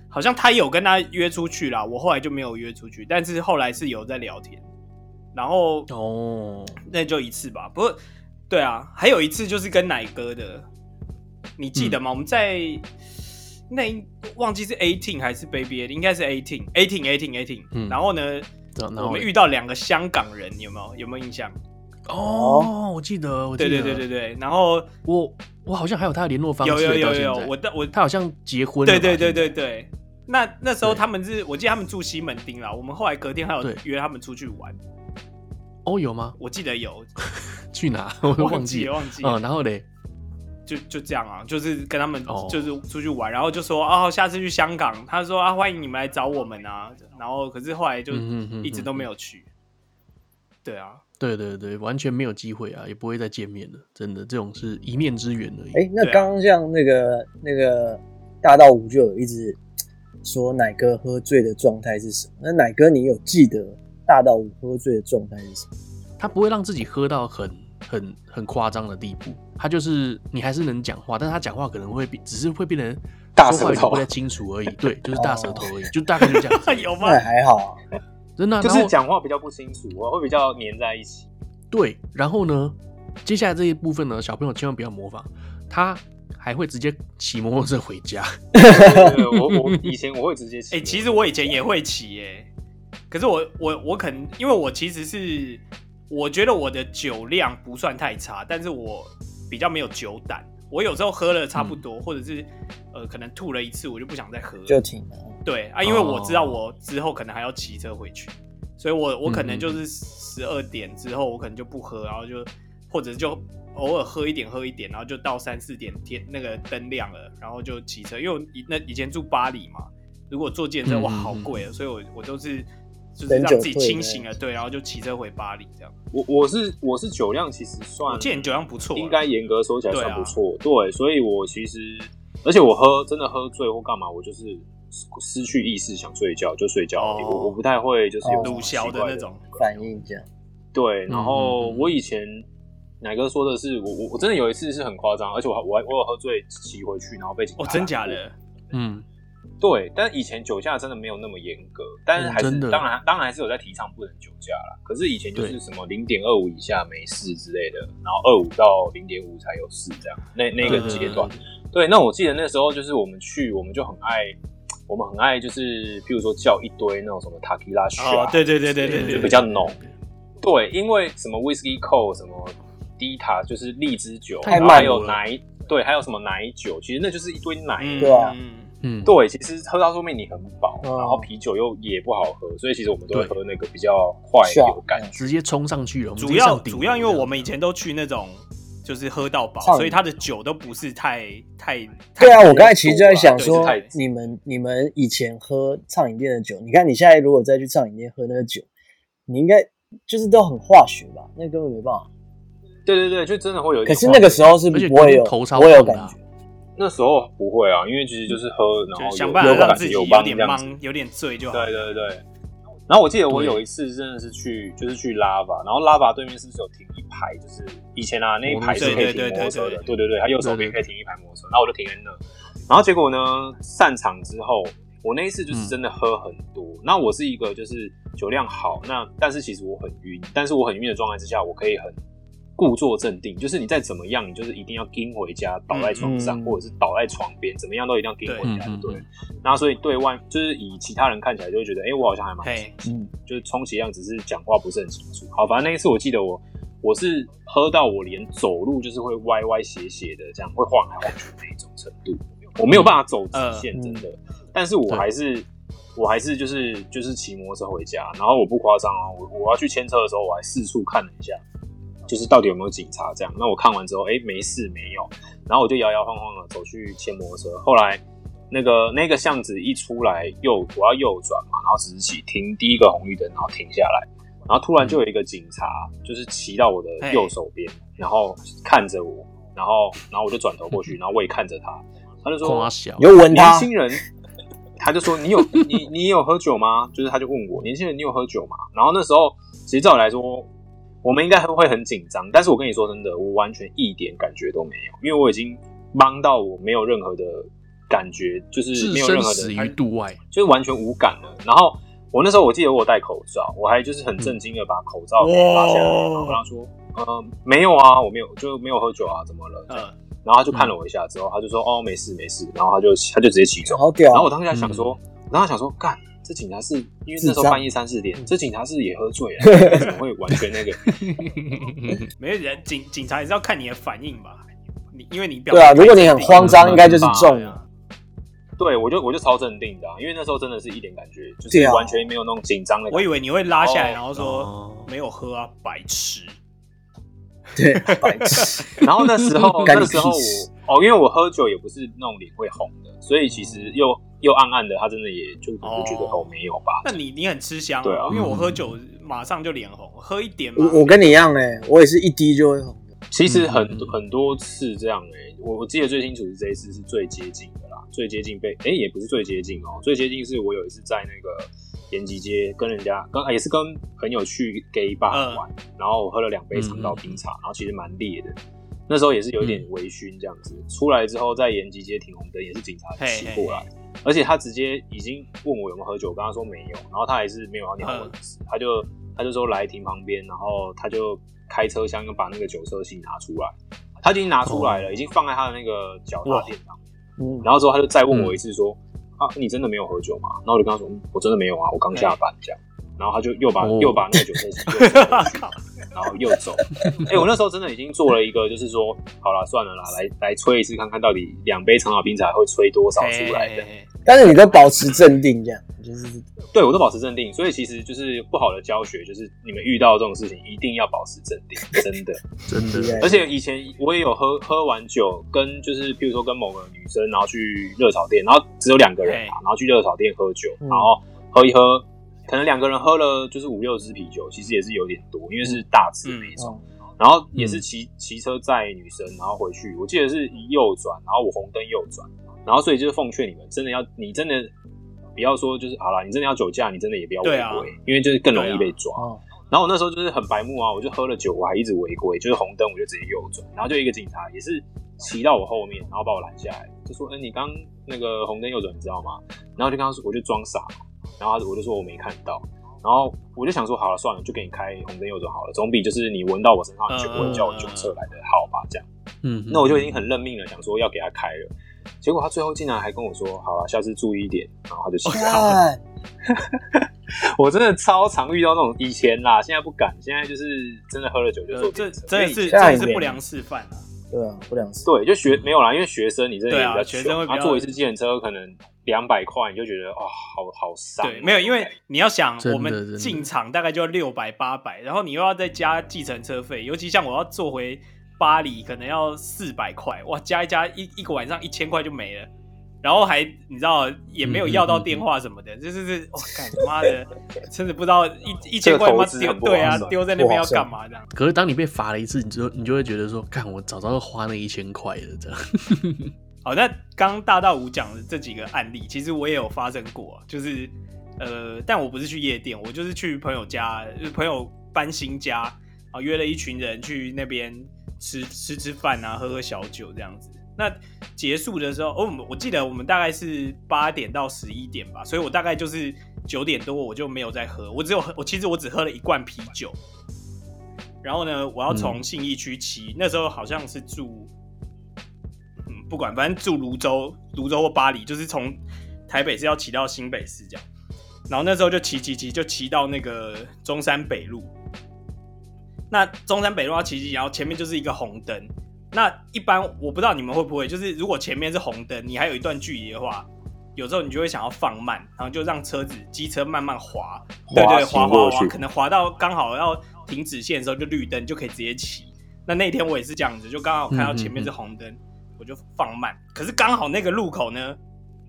Speaker 2: 好像他有跟他约出去啦，我后来就没有约出去，但是后来是有在聊天，然后
Speaker 1: 嗯，哦，
Speaker 2: 那就一次吧。不过，对啊，还有一次就是跟奶哥的，你记得
Speaker 1: 嗯
Speaker 2: 吗？我们在那一忘记是 eighteen 还是 baby eight，应该是 eighteen，eighteen eighteen eighteen、
Speaker 1: 嗯
Speaker 2: 然后呢，
Speaker 1: 然
Speaker 2: 我
Speaker 1: 后
Speaker 2: 们遇到两个香港人，你有没有有没有印象？
Speaker 1: 哦，我记得，我记
Speaker 2: 对
Speaker 1: 得，
Speaker 2: 对对对，对。然后
Speaker 1: 我我好像还有他的联络方式，
Speaker 2: 有有有
Speaker 1: 到现，
Speaker 2: 有有
Speaker 1: 在
Speaker 2: 我的我
Speaker 1: 他好像结婚了吧，
Speaker 2: 对对对
Speaker 1: 现在
Speaker 2: 对对。那那时候
Speaker 1: 对
Speaker 2: 他们是我记得他们住西门町啦，我们后来隔天还有
Speaker 1: 对
Speaker 2: 约他们出去玩，
Speaker 1: 哦，有吗？
Speaker 2: 我记得有，
Speaker 1: 去哪？ (laughs) 我都
Speaker 2: 忘
Speaker 1: 忘记
Speaker 2: 了
Speaker 1: 了。
Speaker 2: 忘记了
Speaker 1: 嗯，然后嘞，
Speaker 2: 就就这样啊，就是跟他们
Speaker 1: 哦
Speaker 2: 就是出去玩，然后就说哦，下次去香港，他说啊，欢迎你们来找我们啊，然后可是后来就
Speaker 1: 嗯嗯嗯
Speaker 2: 一直都没有去。对啊， (laughs)
Speaker 1: 对对对，完全没有机会啊，也不会再见面了。真的，这种是一面之缘而已。
Speaker 3: 哎、那
Speaker 2: 对啊。
Speaker 3: 刚刚像那个那个大道五就有一直说奶哥喝醉的状态是什么？那奶哥你有记得大道五喝醉的状态是什么？
Speaker 1: 他不会让自己喝到很很很夸张的地步，他就是你还是能讲话，但是他讲话可能会变，只是会变成
Speaker 4: 大
Speaker 1: 说话
Speaker 4: 舌头
Speaker 1: 有点
Speaker 4: 哦
Speaker 1: 不太清楚而已。对，就是大舌头而已，就大概就这样
Speaker 4: (laughs)
Speaker 1: 子
Speaker 2: 有吗
Speaker 3: 那？也还好啊，
Speaker 1: 真的啊、
Speaker 4: 就
Speaker 1: 然
Speaker 4: 是
Speaker 1: 后
Speaker 4: 讲话比较不清楚，会比较黏在一起。
Speaker 1: 对，然后呢，接下来这一部分呢，小朋友千万不要模仿，他还会直接骑摩托车回
Speaker 2: (laughs)
Speaker 1: 家。
Speaker 4: 对我我以前我会直接
Speaker 2: 哎、
Speaker 4: 骑，
Speaker 2: 其实我以前也会骑耶、可是我我我可能因为我其实是我觉得我的酒量不算太差，但是我比较没有酒胆，我有时候喝了差不多，
Speaker 1: 嗯
Speaker 2: 或者是呃可能吐了一次，我就不想再喝了，
Speaker 3: 就挺难。
Speaker 2: 对啊，因为我
Speaker 1: 哦
Speaker 2: 知道我之后可能还要骑车回去，所以我我可能就是十二点之后，我可能就不喝，然后就或者就偶尔喝一点喝一点，然后就到三四点天那个灯亮了，然后就骑车，因为我以那以前住巴黎嘛，如果坐电车
Speaker 1: 嗯
Speaker 2: 哇
Speaker 1: 嗯
Speaker 2: 好
Speaker 1: 嗯
Speaker 2: 贵啊，所以我我都是就是
Speaker 3: 等
Speaker 2: 让
Speaker 3: 酒
Speaker 2: 自己
Speaker 3: 醉
Speaker 2: 清
Speaker 3: 的
Speaker 2: 醒了，对，然后就骑车回巴黎这样。
Speaker 4: 我我是我是酒量其实算
Speaker 2: 我见你酒量不错啊，
Speaker 4: 应该严格说起来
Speaker 2: 对啊
Speaker 4: 算不错。对，所以我其实，而且我喝真的喝醉或干嘛，我就是失失去意识想睡觉就睡觉而已。
Speaker 2: 哦
Speaker 4: 我我不太会就是有什么
Speaker 2: 鲁枭
Speaker 4: 奇
Speaker 2: 的
Speaker 4: 怪
Speaker 2: 那种。
Speaker 3: 反应这样，
Speaker 4: 对，然后
Speaker 1: 嗯嗯嗯
Speaker 4: 我以前奶哥说的是，我我我真的有一次是很夸张，而且我还我还我有喝醉骑回去，然后被警察
Speaker 2: 哦，真
Speaker 4: 拦
Speaker 2: 假
Speaker 4: 过
Speaker 2: 的？
Speaker 1: 嗯，
Speaker 4: 对，但以前酒驾真的没有那么严格，但是还是、
Speaker 1: 嗯真的
Speaker 4: 当然当然还是有在提倡不能酒驾啦。可是以前就是
Speaker 1: 对
Speaker 4: 什么零点二五以下没事之类的，然后二五到零点五才有事这样，那那个阶段。对，那我记得那时候就是我们去，我们就很爱，我们很爱就是譬如说叫一堆那种什么塔 q 拉 a
Speaker 2: 哦，对对对
Speaker 1: 对
Speaker 2: 对对
Speaker 1: 对
Speaker 2: 对
Speaker 1: 对，
Speaker 4: 啊就比较浓对，因为什么 whisky cold 什么低塔就是荔枝酒，
Speaker 1: 太
Speaker 4: 然后
Speaker 3: 慢
Speaker 4: 还有
Speaker 1: 了
Speaker 4: 奶，对，还有什么奶酒，其实那就是一堆奶而已。
Speaker 2: 嗯
Speaker 3: 对啊
Speaker 2: 嗯
Speaker 1: 嗯，
Speaker 4: 对，其实喝到后面你很饱，
Speaker 3: 嗯
Speaker 4: 然后啤酒又也不好喝，所以其实我们都会
Speaker 1: 对
Speaker 4: 喝那个比较快
Speaker 3: 下
Speaker 4: 有感觉。
Speaker 3: 嗯
Speaker 1: 直接冲上去了。我们
Speaker 2: 主
Speaker 1: 直接
Speaker 2: 要
Speaker 1: 上顶
Speaker 2: 主要因为我们以
Speaker 1: 这样
Speaker 2: 前都去那种就是喝到饱，
Speaker 3: 上瘾
Speaker 2: 所以他的酒都不是太太太
Speaker 3: 对啊，
Speaker 2: 多
Speaker 3: 我刚才其实就在想说
Speaker 4: 对是太，
Speaker 3: 你们你们以前喝畅饮店的酒，你看你现在如果再去畅饮店喝那个酒，你应该就是都很化学吧？那根本没办法。
Speaker 4: 对对对，就真的会有一
Speaker 3: 可
Speaker 4: 点
Speaker 3: 是
Speaker 4: 化
Speaker 3: 那个
Speaker 4: 学
Speaker 3: 时候是不
Speaker 1: 而且
Speaker 3: 会
Speaker 1: 肯定
Speaker 3: 有
Speaker 1: 头超
Speaker 3: 不会有
Speaker 1: 痛的
Speaker 3: 感
Speaker 1: 啊
Speaker 3: 觉，
Speaker 4: 那时候不会啊，因为其实就是喝，然
Speaker 2: 就
Speaker 4: 后
Speaker 2: 是想
Speaker 4: 有
Speaker 2: 办法
Speaker 4: 有
Speaker 2: 让
Speaker 4: 感
Speaker 2: 自
Speaker 4: 觉
Speaker 2: 己
Speaker 4: 有帮
Speaker 2: 点
Speaker 4: 这样子。
Speaker 2: 懵，有点醉就好。
Speaker 4: 对对对，然后我记得我
Speaker 1: 对
Speaker 4: 有一次真的是去，就是去拉法，然后拉法对面是不是有停一排？就是以前啊那一排是可以停摩托车的，对对对，它右手边可以停一排摩托车，然后我就停在那。然后结果呢，散场之后，我那一次就是真的喝很多。那我是一个就是酒量好，那但是其实我很晕，但是我很晕的状态之下，我可以很故作镇定，就是你再怎么样，你就是一定要盯回家，倒在床上、
Speaker 3: 嗯
Speaker 4: 或者是倒在床边，怎么样都一定要盯回家，
Speaker 1: 对
Speaker 4: 对
Speaker 1: 嗯嗯嗯。
Speaker 4: 那所以对外就是以其他人看起来就会觉得，哎、我好像还蛮
Speaker 2: 嘿，
Speaker 3: 嗯，
Speaker 4: 就是充其量只是讲话不是很清楚。好，反正那一次我记得我我是喝到我连走路就是会歪歪斜斜的，这样会晃来晃去那一种程度，我没有办法走直线，
Speaker 3: 嗯
Speaker 4: 真的。但是我还是我还是就是就是骑摩托车回家，然后我不夸张啊，我我要去牵车的时候，我还四处看了一下，就是到底有没有警察这样。那我看完之后，哎、没事，没有。然后我就摇摇晃晃的走去牵摩托车。后来那个那个巷子一出来右，我要右转嘛，然后只是骑停第一个红绿灯，然后停下来，然后突然就有一个警察就是骑到我的右手边，然后看着我，然后然后我就转头过去，然后我也看着他，他就说
Speaker 1: 夸小
Speaker 3: 你，就闻
Speaker 4: 年
Speaker 3: 它，
Speaker 4: 轻人，他就说你有你你有喝酒吗？就是他就问我年轻人你有喝酒吗？然后那时候其实照理来说，我们应该会很紧张，但是我跟你说真的，我完全一点感觉都没有，因为我已经忙到我没有任何的感觉，就是
Speaker 1: 置
Speaker 4: 没有任
Speaker 1: 身
Speaker 4: 何
Speaker 1: 死
Speaker 4: 的
Speaker 1: 于度外。
Speaker 4: 就是完全无感了。然后我那时候我记得我有戴口罩，我还就是很震惊的把口罩给拉下来，
Speaker 1: 哦
Speaker 2: 哇
Speaker 4: 然后跟他说，呃，没有啊，我没有，就没有喝酒啊，怎么
Speaker 1: 嗯
Speaker 4: 了？
Speaker 2: 呃，
Speaker 4: 然后他就
Speaker 3: 嗯
Speaker 4: 看了我一下之后，他就说，哦，没事没事，然后他就他就直接骑走。
Speaker 3: 好屌
Speaker 4: 然后我，当时在想说，我当时想说，干，这警察是因为那
Speaker 3: 嗯
Speaker 4: 时
Speaker 3: 智
Speaker 4: 候
Speaker 3: 障嗯
Speaker 4: 半夜三四点，这警察是也喝醉
Speaker 3: (laughs)
Speaker 4: 了，怎么会完全那个？
Speaker 2: 没有人警警察也是要看你的反应吧？你因为你表
Speaker 3: 对啊，
Speaker 2: 情
Speaker 3: 如果
Speaker 2: 太
Speaker 3: 你很
Speaker 2: 镇定
Speaker 3: 慌张，应该就是
Speaker 4: 很
Speaker 3: 中
Speaker 2: 啊
Speaker 3: 了。
Speaker 4: 对我就我就超镇定的啊、因为那时候真的是一点感觉，就
Speaker 3: 对
Speaker 4: 是
Speaker 3: 啊
Speaker 4: 完全没有那种紧张的
Speaker 2: 我
Speaker 4: 感
Speaker 2: 以
Speaker 4: 觉。
Speaker 2: 为你会拉下来，
Speaker 4: 哦
Speaker 2: 然后
Speaker 1: 哦
Speaker 2: 说没有喝啊，白痴。
Speaker 4: (laughs)
Speaker 3: 对，白痴，
Speaker 4: 然后那时候
Speaker 3: (laughs) 干你
Speaker 4: 那时候
Speaker 3: 屁事
Speaker 4: 我哦，因为我喝酒也不是那种脸会红的，所以其实又又暗暗的，他真的也就我就觉得
Speaker 2: 哦
Speaker 4: 哦没有吧。
Speaker 2: 那你你很吃香、
Speaker 4: 对啊
Speaker 2: 因为我喝酒马上就脸红，喝一点嘛。
Speaker 3: 我我跟你一样哎，我也是一滴就会红的。
Speaker 4: 其实很
Speaker 1: 嗯嗯嗯
Speaker 4: 很多次这样诶、我我记得最清楚是这一次是最接近的啦，最接近被诶、也不是最接近哦，最接近是我有一次在那个延吉街跟人家跟也是跟朋友去 gay bar
Speaker 2: 嗯
Speaker 4: 玩，然后我喝了两
Speaker 1: 嗯
Speaker 4: 杯长岛冰茶，然后其实蛮烈的。那时候也是有一点微醺这样子，出来之后在延吉街停红灯，也是警察骑过来，而且他直接已经问我有没有喝酒，我跟他说没有，然后他还是没有要鸟
Speaker 1: 嗯
Speaker 4: 我的事，他就他就说来停旁边，然后他就开车厢把那个酒车漆拿出来，他已经拿出来了，已经放在他的那个脚踏垫上，
Speaker 3: 嗯，
Speaker 4: 然后之后他就再问我一次说、啊你真的没有喝酒吗？然后我就跟他说、嗯我真的没有啊，我刚下班这样，然后他就又把、
Speaker 1: 哦
Speaker 4: 又把那个酒车漆又收回去然后又走。哎、我那时候真的已经做了一个，就是说好了算了啦，来来吹一次看看到底两杯长岛冰茶会吹多少
Speaker 2: 嘿
Speaker 4: 出来的。
Speaker 2: 嘿嘿
Speaker 3: 但是你都保持镇定，这样就是
Speaker 4: 对我都保持镇定，所以其实就是不好的教学，就是你们遇到这种事情一定要保持镇定，真的。
Speaker 1: 真的，
Speaker 4: 而且以前我也有喝喝完酒，跟就是譬如说跟某个女生，然后去热炒店，然后只有两个人嘛，
Speaker 2: 哎
Speaker 4: 然后去热炒店喝酒，
Speaker 3: 嗯
Speaker 4: 然后喝一喝，可能两个人喝了就是五六支啤酒，其实也是有点多，因为是大支那一种。
Speaker 3: 哦，
Speaker 4: 然后也
Speaker 2: 嗯
Speaker 4: 是骑骑车载女生，然后回去，我记得是一右转，然后我红灯右转，然后所以就是奉劝你们，真的要你真的不要说就是好啦，你真的要酒驾，你真的也不要违规，
Speaker 2: 对啊
Speaker 4: 因为就是更容易被抓。
Speaker 1: (laughs)
Speaker 3: 哦，
Speaker 4: 然后我那时候就是很白目啊，我就喝了酒，我还一直违规，就是红灯我就直接右转，然后就一个警察也是骑到我后面，然后把我拦下来，就说：“嗯、你刚那个红灯右转，你知道吗？”然后就跟他说，我就装傻，然后他我就说我没看到，然后我就想说好了算了，就给你开红灯右转好了，总比就是你闻到我身上的酒味叫我酒测来的好吧？这样，
Speaker 1: 嗯，
Speaker 4: 那我就已经很认命了，想说要给他开了，结果他最后竟然还跟我说：“好了，下次注意一点。”然后他就骑走了。
Speaker 3: 看，
Speaker 4: (laughs) 我真的超常遇到那种以前啦，现在不敢，现在就是真的喝了酒就
Speaker 2: 呃
Speaker 4: 坐
Speaker 2: 这
Speaker 4: 电车。
Speaker 2: 真的是
Speaker 4: 因为以
Speaker 2: 真
Speaker 4: 前
Speaker 2: 的是不良示范啊！
Speaker 3: 对啊，不良事。
Speaker 4: 对，就学没有啦，因为学生你真的也
Speaker 2: 对
Speaker 4: 比
Speaker 2: 啊
Speaker 4: 较
Speaker 2: 学
Speaker 4: 穷，
Speaker 2: 生会比较
Speaker 4: 他坐一次计程车可能两百块，你就觉得哦，好好伤。哦
Speaker 2: 对，没有，因为你要想，
Speaker 1: 真的
Speaker 2: 我
Speaker 1: 真的
Speaker 2: 们进场大概就要六百八百，然后你又要再加计程车费，尤其像我要坐回巴黎，可能要四百块，哇，加一加一一个晚上一千块就没了，然后还你知道也
Speaker 1: 嗯
Speaker 2: 没有要到电话什么的，这就是是，我干妈的，真的不知道一一千块
Speaker 4: 这个
Speaker 2: 妈
Speaker 4: 投资
Speaker 2: 丢
Speaker 4: 很不划
Speaker 2: 对啊
Speaker 4: 算
Speaker 2: 丢在那边要
Speaker 3: 不划算
Speaker 2: 干嘛这样？
Speaker 1: 可是当你被罚了一次，你就你就会觉得说，看我早知道花那一千块了，这样。
Speaker 2: 好，那刚大道五讲的这几个案例，其实我也有发生过啊，就是呃，但我不是去夜店，我就是去朋友家，就是朋友搬新家，啊，约了一群人去那边吃吃吃饭啊，喝喝小酒这样子。那结束的时候，哦，我们我记得我们大概是八点到十一点吧，所以我大概就是九点多我就没有再喝，我只有喝，我其实我只喝了一罐啤酒。然后呢，我要从信义区骑，那时候好像是住，嗯，不管，反正住泸州、泸州或巴黎，就是从台北市要骑到新北市这样。然后那时候就骑骑骑，就骑到那个中山北路。那中山北路要骑骑，然后前面就是一个红灯。那一般我不知道你们会不会，就是如果前面是红灯，你还有一段距离的话，有时候你就会想要放慢，然后就让车子机车慢慢滑，对对，滑
Speaker 4: 行
Speaker 2: 滑
Speaker 4: 过
Speaker 2: 滑，
Speaker 4: 去
Speaker 2: 可能滑到刚好要停止线的时候就绿灯，就可以直接骑。那那天我也是这样子，就刚好看到前
Speaker 4: 嗯
Speaker 2: 面是红灯，我就放慢。可是刚好那个路口呢，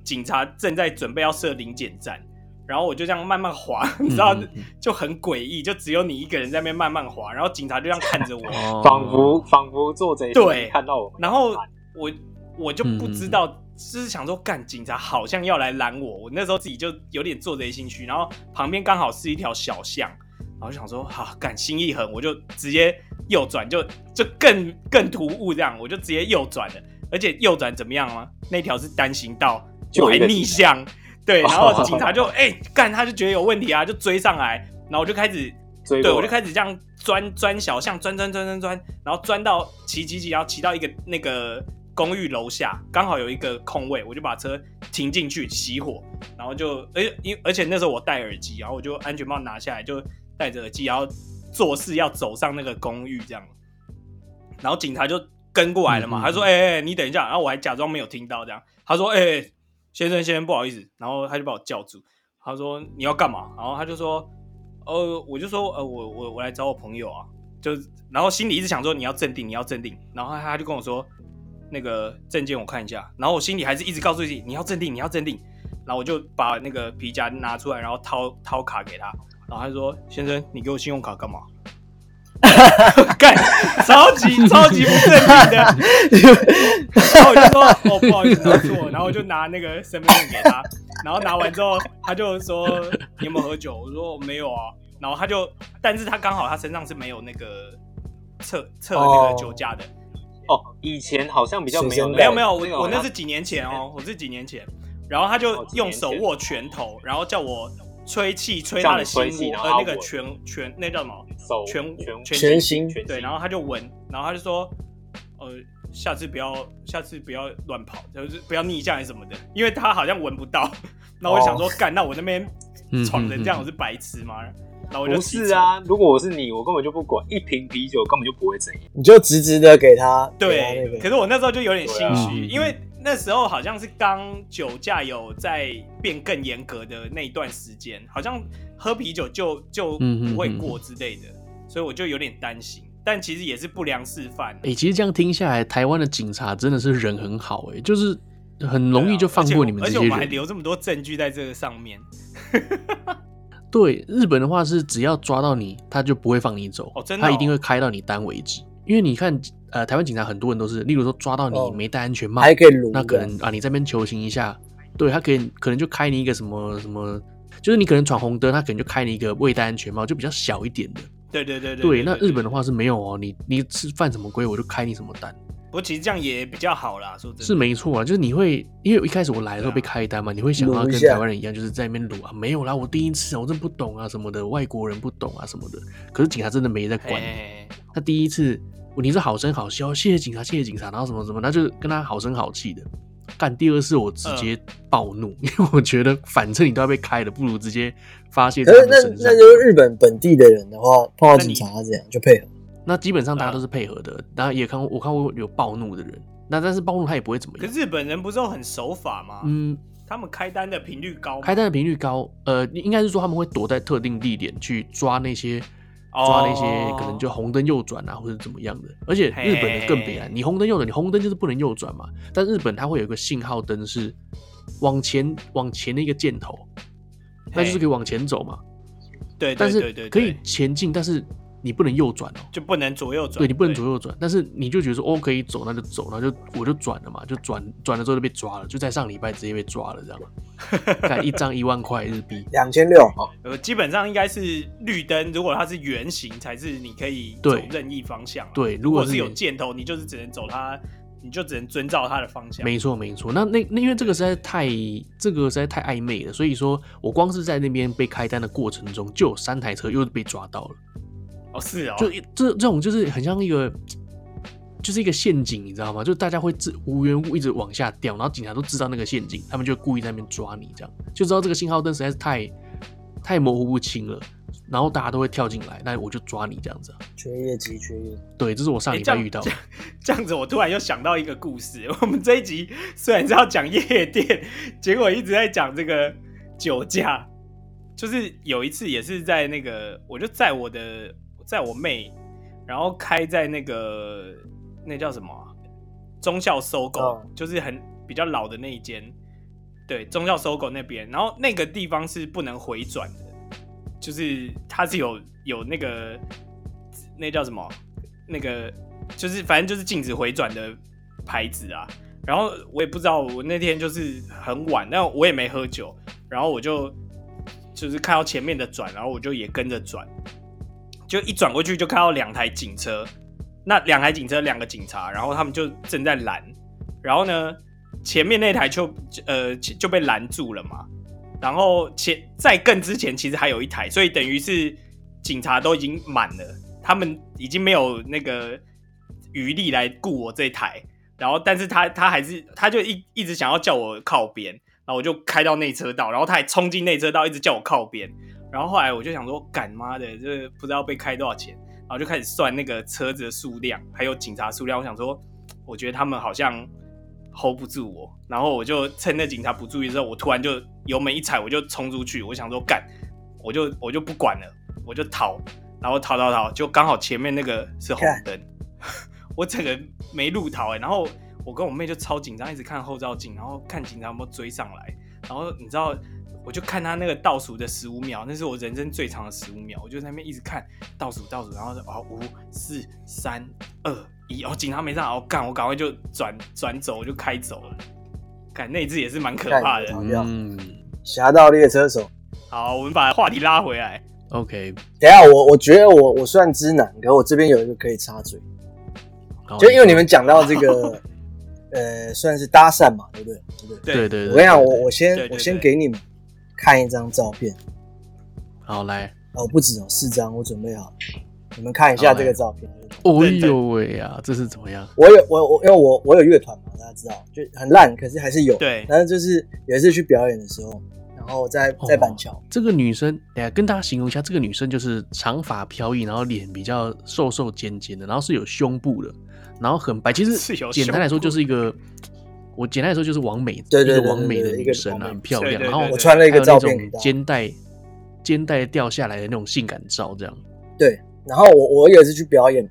Speaker 2: 警察正在准备要设临检站，然后我就这样慢慢滑， (laughs) 你知道
Speaker 1: 嗯嗯嗯
Speaker 2: 就很诡异，就只有你一个人在那边慢慢滑，然后警察就这样看着我，
Speaker 1: 哦
Speaker 4: 仿佛仿佛做贼心
Speaker 2: 对
Speaker 4: 看到我们，
Speaker 2: 然后我我就不知道，就是想说，干警察好像要来拦我，我那时候自己就有点做贼心虚，然后旁边刚好是一条小巷，然后就想说，好、干心一横，我就直接右转，就就更更突兀这样，我就直接右转了，而且右转怎么样吗？那条是单行道，
Speaker 4: 就
Speaker 2: 我
Speaker 4: 有
Speaker 2: 还
Speaker 4: 一个
Speaker 2: 逆向，对，然
Speaker 4: (laughs)
Speaker 2: 后
Speaker 4: 哦
Speaker 2: 警察就哎干、他就觉得有问题啊，就追上来，然后我就开始
Speaker 4: 追
Speaker 2: 对，
Speaker 4: 过
Speaker 2: 我
Speaker 4: 来
Speaker 2: 就开始这样钻钻小巷，钻钻钻钻钻，然后钻到骑骑骑，然后骑到一个那个公寓楼下，刚好有一个空位，我就把车停进去熄火，然后就而因而且那时候我戴耳机，啊然后我就安全帽拿下来，就戴着耳机，然后做事要走上那个公寓这样，然后警察就跟过来了嘛，
Speaker 1: 嗯嗯
Speaker 2: 他说：“哎、哎、哎你等一下。”然后我还假装没有听到这样，他说：“哎、哎先生先生，不好意思。”然后他就把我叫住，他说你要干嘛？然后他就说，呃，我就说，呃，我我我来找我朋友啊，就是，然后心里一直想说你要镇定，你要镇定，然后他他就跟我说，那个证件我看一下，然后我心里还是一直告诉自己你要镇定，你要镇定，然后我就把那个皮夹拿出来，然后掏掏卡给他，然后他就说先生，你给我信用卡干嘛？ (laughs) 干，超级超级不正经的，然后我就说哦不好意思，拿错，然后我就拿那个身份证给他，然后拿完之后，他就说你有没有喝酒？我说没有啊。然后他就，但是他刚好他身上是没有那个测测那
Speaker 3: 哦
Speaker 2: 个酒驾的，
Speaker 4: 哦，以前好像比较没有
Speaker 3: 学生
Speaker 2: 没有
Speaker 4: 那
Speaker 2: 没有，
Speaker 4: 这个
Speaker 2: 我
Speaker 4: 好
Speaker 2: 我那
Speaker 4: 像
Speaker 2: 是几年前哦，我是几年前。然后他就
Speaker 4: 哦几年
Speaker 2: 用手
Speaker 4: 前
Speaker 2: 握拳头，然后叫我吹气吹
Speaker 4: 叫
Speaker 2: 他
Speaker 4: 你
Speaker 2: 的心
Speaker 4: 吹气
Speaker 2: 窝，
Speaker 4: 然后
Speaker 2: 呃，
Speaker 4: 他
Speaker 2: 那个
Speaker 4: 闻
Speaker 2: 拳拳那叫什么？
Speaker 4: 手
Speaker 2: 全
Speaker 4: 全
Speaker 2: 全
Speaker 3: 全新
Speaker 4: 全
Speaker 2: 对，然后他就闻，然后他就说，呃，下次不要，下次不要乱跑，就是不要逆向还是什么的，因为他好像闻不到。 (laughs) 然后我就
Speaker 4: 哦
Speaker 2: 想说，干，那我那边
Speaker 1: 嗯
Speaker 2: 闯成这
Speaker 1: 嗯
Speaker 2: 样，
Speaker 1: 嗯
Speaker 2: 我是白痴吗？然后我就
Speaker 4: 不
Speaker 2: 骑
Speaker 4: 是
Speaker 2: 车，
Speaker 4: 啊，如果我是你，我根本就不管，一瓶啤酒根本就不会怎样。
Speaker 3: 你就直直的给他，给他
Speaker 2: 对
Speaker 3: 那，
Speaker 2: 可
Speaker 3: 个
Speaker 2: 是我那时候就有点心
Speaker 1: 对啊
Speaker 2: 虚，
Speaker 1: 嗯
Speaker 2: 因为那时候好像是刚酒驾有在变更严格的那一段时间，好像喝啤酒就就
Speaker 1: 嗯
Speaker 2: 不会
Speaker 1: 嗯嗯
Speaker 2: 过之类的，所以我就有点担心。但其实也是不良示范啊、
Speaker 1: 哎、其实这样听下来，台湾的警察真的是人很好、欸，哎，就是很容
Speaker 2: 对
Speaker 1: 易
Speaker 2: 啊
Speaker 1: 就放过你们
Speaker 2: 而
Speaker 1: 这
Speaker 2: 且我
Speaker 1: 些
Speaker 2: 而且我们还
Speaker 1: 人。
Speaker 2: 留这么多证据在这个上面。
Speaker 1: 对，日本的话是只要抓到你，他就不会放你走，
Speaker 2: 哦真的
Speaker 1: 他一定
Speaker 2: 哦
Speaker 1: 会开到你单为止。因为你看，呃，台湾警察很多人都是，例如说抓到你
Speaker 3: 哦
Speaker 1: 没戴安全帽，
Speaker 3: 还可以撸的，
Speaker 1: 那可能啊，你这边求情一下，对他可以可能就开你一个什么什么，就是你可能闯红灯，他可能就开你一个未戴安全帽，就比较小一点的。
Speaker 2: 对对对
Speaker 1: 对，
Speaker 2: 对
Speaker 1: 那日本的，话是没有哦，你你是犯什么规，我就开你什么单，
Speaker 2: 不过其实这样也比较好啦，说真的。
Speaker 1: 是没错啊。就是你会，因为一开始我来的时候
Speaker 2: 对啊
Speaker 1: 被开单嘛，你会想要
Speaker 3: 撸一
Speaker 1: 跟
Speaker 3: 下
Speaker 1: 台湾人一样，就是在那边撸啊，没有啦，我第一次啊，我真不懂啊什么的，外国人不懂啊什么的。可是警察真的没在管你，
Speaker 2: 哎，
Speaker 1: 他第一次你是好声好气，哦，谢谢警察，谢谢警察，然后什么什么，他就跟他好声好气的。干第二次我直接
Speaker 2: 嗯
Speaker 1: 暴怒， (laughs) 因为我觉得反正你都要被开了，不如直接发泄在
Speaker 3: 可是
Speaker 1: 他
Speaker 3: 那
Speaker 1: 们身上
Speaker 3: 那。就是日本本地的人的话，碰到警察他这样就配合。
Speaker 1: 那基本上
Speaker 2: 嗯
Speaker 1: 大家都是配合的，然后也看过我看过有暴怒的人，那但是暴怒他也不会怎么
Speaker 2: 可
Speaker 1: 样。
Speaker 2: 是日本人不是都很守法吗？
Speaker 1: 嗯，
Speaker 2: 他们开单的频率高吗，
Speaker 1: 开单的频率高，呃，应该是说他们会躲在特定地点去抓那些
Speaker 2: 哦
Speaker 1: 抓那些可能就红灯右转啊，或者怎么样的。而且日本的更北啊
Speaker 2: 嘿
Speaker 1: 然，你红灯右转，你红灯就是不能右转嘛。但日本它会有一个信号灯是往前往前的一个箭头，那就是可以往前走嘛。
Speaker 2: 对，对
Speaker 1: 但
Speaker 2: 对对
Speaker 1: 是
Speaker 2: 对
Speaker 1: 可以前进，但是你不能右转哦，
Speaker 2: 就不能左右转，
Speaker 1: 对你不能左右转，但是你就觉得说哦可以走，那就走，然后就我就转了嘛，就转转了之后就被抓了，就在上礼拜直接被抓了，这样，
Speaker 2: (laughs)
Speaker 1: 干一张一万块日币，
Speaker 3: 两千六，
Speaker 2: 呃，基本上应该是绿灯，如果它是圆形，才是你可以走
Speaker 1: 对
Speaker 2: 任意方向啊。
Speaker 1: 对
Speaker 2: 如
Speaker 1: 如果
Speaker 2: 是
Speaker 1: 是
Speaker 2: 有
Speaker 1: 你
Speaker 2: 箭头，你就是只能走它，你就只能遵照它的方向。啊
Speaker 1: 没错，没错。那那那因为这个实在太这个实在太暧昧了，所以说我光是在那边被开单的过程中，就有三台车又被抓到了。
Speaker 2: 哦，是哦， (laughs)
Speaker 1: 就一这这种就是很像一个，就是一个陷阱，你知道吗？就大家会自无缘无一直往下掉，然后警察都知道那个陷阱，他们就故意在那边抓你，这样就知道这个信号灯实在是太太模糊不清了，然后大家都会跳进来，那我就抓你这样子啊、
Speaker 3: 缺业绩，缺业绩。
Speaker 1: 对，这是我上
Speaker 2: 诶
Speaker 1: 礼
Speaker 2: 这
Speaker 1: 拜
Speaker 2: 样
Speaker 1: 遇到的
Speaker 2: 这。样这样子，我突然又想到一个故事。我们这一集虽然是要讲夜店，结果一直在讲这个酒驾。就是有一次也是在那个，我就载我的载我妹，然后开在那个那叫什么啊、中校搜狗，
Speaker 3: 哦
Speaker 2: 就是很比较老的那一间，对，中校搜狗那边。然后那个地方是不能回转的，就是它是有有那个那叫什么那个就是反正就是禁止回转的牌子啊。然后我也不知道，我那天就是很晚，但我也没喝酒，然后我就就是看到前面的转，然后我就也跟着转，就一转过去就看到两台警车，那两台警车两个警察，然后他们就正在拦，然后呢前面那台就呃就就被拦住了嘛，然后前在更之前其实还有一台，所以等于是警察都已经满了，他们已经没有那个余力来顾我这台，然后但是他他还是他就一一直想要叫我靠边，然后我就开到内车道，然后他还冲进内车道，一直叫我靠边，然后后来我就想说，干妈的，这不知道被开多少钱，然后就开始算那个车子的数量，还有警察数量，我想说，我觉得他们好像 hold 不住我，然后我就趁那警察不注意之后，我突然就油门一踩，我就冲出去，我想说干，我就我就不管了，我就逃，然后逃逃逃，就刚好前面那个是红灯， (laughs) 我整个没路逃哎、然后我跟我妹就超紧张，一直看后照镜，然后看警察有没有追上来，然后你知道，我就看他那个倒数的十五秒，那是我人生最长的十五秒，我就在那边一直看倒数倒数，然后就哦五四三二一，哦警察没上来，哦干，我赶快就转转走，我就开走了。干那一次也是蛮可怕的
Speaker 3: 干。这样
Speaker 1: 嗯
Speaker 3: 侠盗猎车手。
Speaker 2: 好，我们把话题拉回来。
Speaker 1: ，OK，
Speaker 3: 等一下，我我觉得我我算知难，可我这边有一个可以插嘴，
Speaker 1: 好
Speaker 3: 就因为你们讲到这个， (laughs) 呃，算是搭讪嘛，对不对？对不对？
Speaker 1: 对对对，
Speaker 3: 我跟你讲，
Speaker 1: 对
Speaker 3: 我我先
Speaker 2: 对对对
Speaker 3: 我先给你们看一张照片，
Speaker 1: 好来，
Speaker 3: 哦，不止哦，四张，我准备好了，你们看一下这个照片。
Speaker 1: 哦
Speaker 2: 对对
Speaker 1: 呦喂啊，这是怎么样？
Speaker 3: 我有我我因为我我有乐团嘛，大家知道，就很烂，可是还是有。
Speaker 2: 对
Speaker 3: 但是就是有一次去表演的时候，然后在在板桥，
Speaker 1: 这个女生，等下跟大家形容一下，这个女生就是长发飘逸，然后脸比较瘦瘦尖尖的，然后是有胸部的，然后很白。其
Speaker 2: (laughs) 是
Speaker 1: 实
Speaker 2: 有
Speaker 1: 简单来说
Speaker 2: 胸部
Speaker 1: 就是一个，我简单来说就是完美，
Speaker 3: 对对对
Speaker 1: 一个完美的
Speaker 3: 对对对
Speaker 1: 女生
Speaker 3: 一
Speaker 1: 啊，
Speaker 3: 个完美
Speaker 1: 很漂
Speaker 2: 对
Speaker 1: 亮。
Speaker 2: 对
Speaker 1: 然后
Speaker 2: 对
Speaker 3: 我传了一
Speaker 1: 还
Speaker 3: 个
Speaker 1: 有那
Speaker 3: 照片给
Speaker 1: 种
Speaker 3: 大家。
Speaker 1: 肩带肩带掉下来的那种性感照，这样。
Speaker 3: 对，然后我我有一次去表演嘛，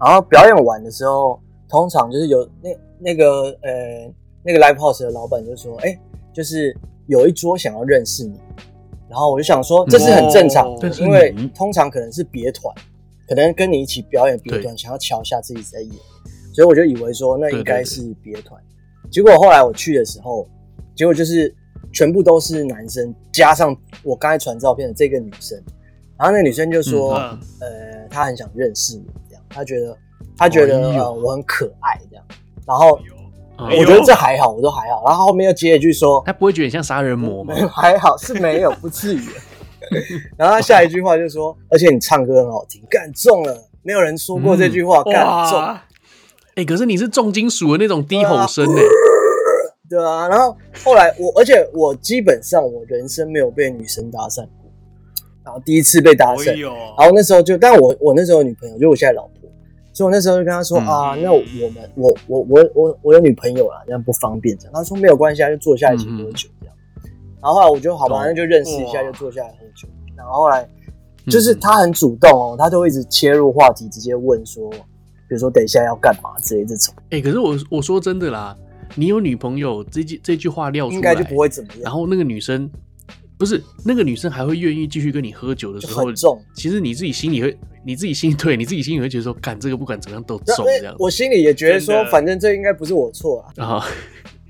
Speaker 3: 然后表演完的时候，通常就是有那那个呃那个 live house 的老板就说，哎、就是有一桌想要认识你，然后我就想
Speaker 1: 嗯
Speaker 3: 说这是很正常
Speaker 2: 哦
Speaker 3: 的
Speaker 1: 但，是
Speaker 3: 因为
Speaker 1: 你
Speaker 3: 通常可能是别团，可能跟你一起表演别
Speaker 1: 对
Speaker 3: 团想要瞧一下自己在演，所以我就以为说那应
Speaker 1: 对对
Speaker 3: 该
Speaker 1: 对
Speaker 3: 是别团，结果后来我去的时候，结果就是全部都是男生，加上我刚才传照片的这个女生，然后那个女生就说。
Speaker 2: 嗯，
Speaker 3: 呃，他很想认识我，这样，他觉得他觉得、
Speaker 1: 哎呦
Speaker 3: 呃我很可爱这样，然后
Speaker 1: 啊
Speaker 2: 哎呦
Speaker 3: 我觉得这还好，我都还好，然后后面又接了一句说，
Speaker 1: 她不会觉得你像杀人魔
Speaker 3: (laughs)
Speaker 1: 吗？
Speaker 3: 还好是没有，不至于。 (laughs) 然后他下一句话就说，而且你唱歌很好听，干中了，没有人说过这句话，哦干中，
Speaker 2: 嗯哇，
Speaker 1: 哎、可是你是重金属的那种低吼声欸
Speaker 3: 啊
Speaker 1: 呢、
Speaker 3: 对啊。然后后来我，而且我基本上我人生没有被女生搭讪过，然后第一次被搭
Speaker 2: 哎
Speaker 3: 讪，
Speaker 2: 呦，
Speaker 3: 然后那时候就，但我我那时候有女朋友，就我现在老婆，所以我那时候就跟她说、
Speaker 1: 嗯
Speaker 3: 啊，那我们我我我我我有女朋友啦，这样不方便这样。她说没有关系啊，就坐下一起喝酒这样。然后后来我就好
Speaker 1: 嗯
Speaker 3: 吧，
Speaker 1: 懂
Speaker 3: 那就认识一下，
Speaker 2: 哇
Speaker 3: 就坐下来喝酒。然后后来
Speaker 1: 嗯
Speaker 3: 就是她很主动哦，她都会一直切入话题，直接问说，比如说等一下要干嘛之类这种，
Speaker 1: 哎、可是我我说真的啦，你有女朋友这句这句话撂出来，
Speaker 3: 应该就不会怎么
Speaker 1: 然
Speaker 3: 样。
Speaker 1: 后那个女生不是那个女生还会愿意继续跟你喝酒的
Speaker 3: 就
Speaker 1: 时候
Speaker 3: 很，重。
Speaker 1: 其实你自己心里会，你自己心里对你自己心里会觉得说，干这个不管怎么样都
Speaker 3: 那
Speaker 1: 中这样
Speaker 3: 我心里也觉得说
Speaker 2: 真，的
Speaker 3: 反正这应该不是我错啊。
Speaker 1: 啊，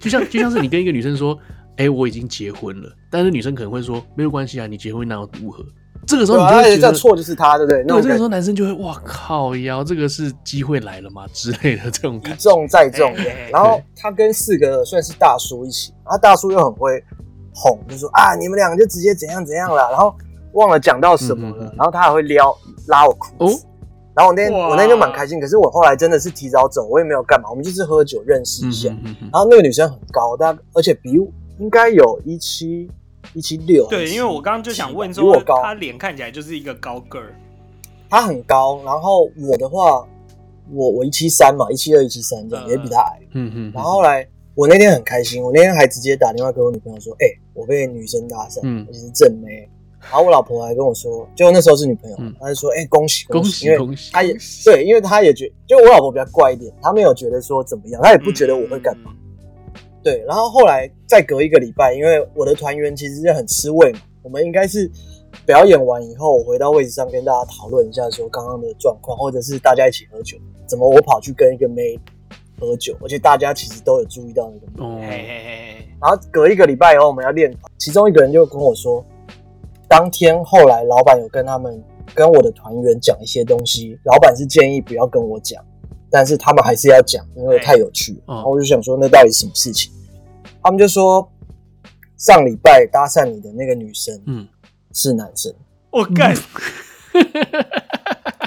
Speaker 1: 就像就像是你跟一个女生说，哎、我已经结婚了，但是女生可能会说，没有关系啊，你结婚哪有如何？这个时候
Speaker 3: 对
Speaker 1: 你
Speaker 3: 啊，
Speaker 1: 就
Speaker 3: 而且
Speaker 1: 会
Speaker 3: 这
Speaker 1: 觉
Speaker 3: 样
Speaker 1: 得
Speaker 3: 错就是他，对不对？
Speaker 1: 对，
Speaker 3: 那种
Speaker 1: 这个
Speaker 3: 感
Speaker 1: 时
Speaker 3: 觉
Speaker 1: 候男生就会哇靠腰，这个是机会来了吗之类的这种
Speaker 3: 一
Speaker 1: 感觉。
Speaker 3: 重再重
Speaker 2: 哎哎哎。
Speaker 3: 然后他跟四个算是大叔一起，然后大叔又很会哄，就说啊，你们两个就直接怎样怎样啦。然后忘了讲到什么
Speaker 1: 嗯嗯
Speaker 3: 了
Speaker 1: 嗯，
Speaker 3: 然后他还会撩拉我裤子。
Speaker 1: 哦
Speaker 3: 然后我那天
Speaker 2: 哇
Speaker 3: 我那天就蛮开心，可是我后来真的是提早走，我也没有干嘛，我们就是喝酒认识一
Speaker 1: 嗯
Speaker 3: 下。
Speaker 1: 哼哼哼
Speaker 3: 然后那个女生很高，但而且比我应该有一七一七六。
Speaker 2: 对，因为我刚刚就想问
Speaker 3: 比
Speaker 2: 说
Speaker 3: 我，高
Speaker 2: 他脸看起来就是一个高个儿，
Speaker 3: 她很高，然后我的话，我我一七三嘛，一七二一七三这样，
Speaker 2: 嗯
Speaker 3: 也比她矮。
Speaker 1: 嗯哼哼，
Speaker 3: 然后后来我那天很开心，我那天还直接打电话给我女朋友说：“哎、我被女生搭讪，
Speaker 1: 嗯
Speaker 3: 而且是正妹。”然后我老婆还跟我说，就那时候是女朋友
Speaker 1: 嗯，
Speaker 3: 她就说：“哎、恭喜
Speaker 1: 恭
Speaker 3: 喜！”
Speaker 1: 喜
Speaker 3: 因为
Speaker 1: 恭喜，
Speaker 3: 她也对，因为她也觉就我老婆比较怪一点，她没有觉得说怎么样，她也不觉得我会干嘛。
Speaker 2: 嘛。
Speaker 3: 对，然后后来再隔一个礼拜，因为我的团员其实是很吃味嘛，我们应该是表演完以后，我回到位置上跟大家讨论一下说刚刚的状况，或者是大家一起喝酒，怎么我跑去跟一个妹喝酒，而且大家其实都有注意到那个妹。
Speaker 1: 哦
Speaker 2: 嗯嘿，嘿嘿
Speaker 3: 然后隔一个礼拜以后我们要练团，其中一个人就跟我说，当天后来老板有跟他们跟我的团员讲一些东西，老板是建议不要跟我讲，但是他们还是要讲，因为太有趣了。
Speaker 1: 嗯
Speaker 3: 然后我就想说，那到底什么事情？他们就说，上礼拜搭讪你的那个女生
Speaker 1: 嗯，
Speaker 3: 是男生，
Speaker 2: 我哦干，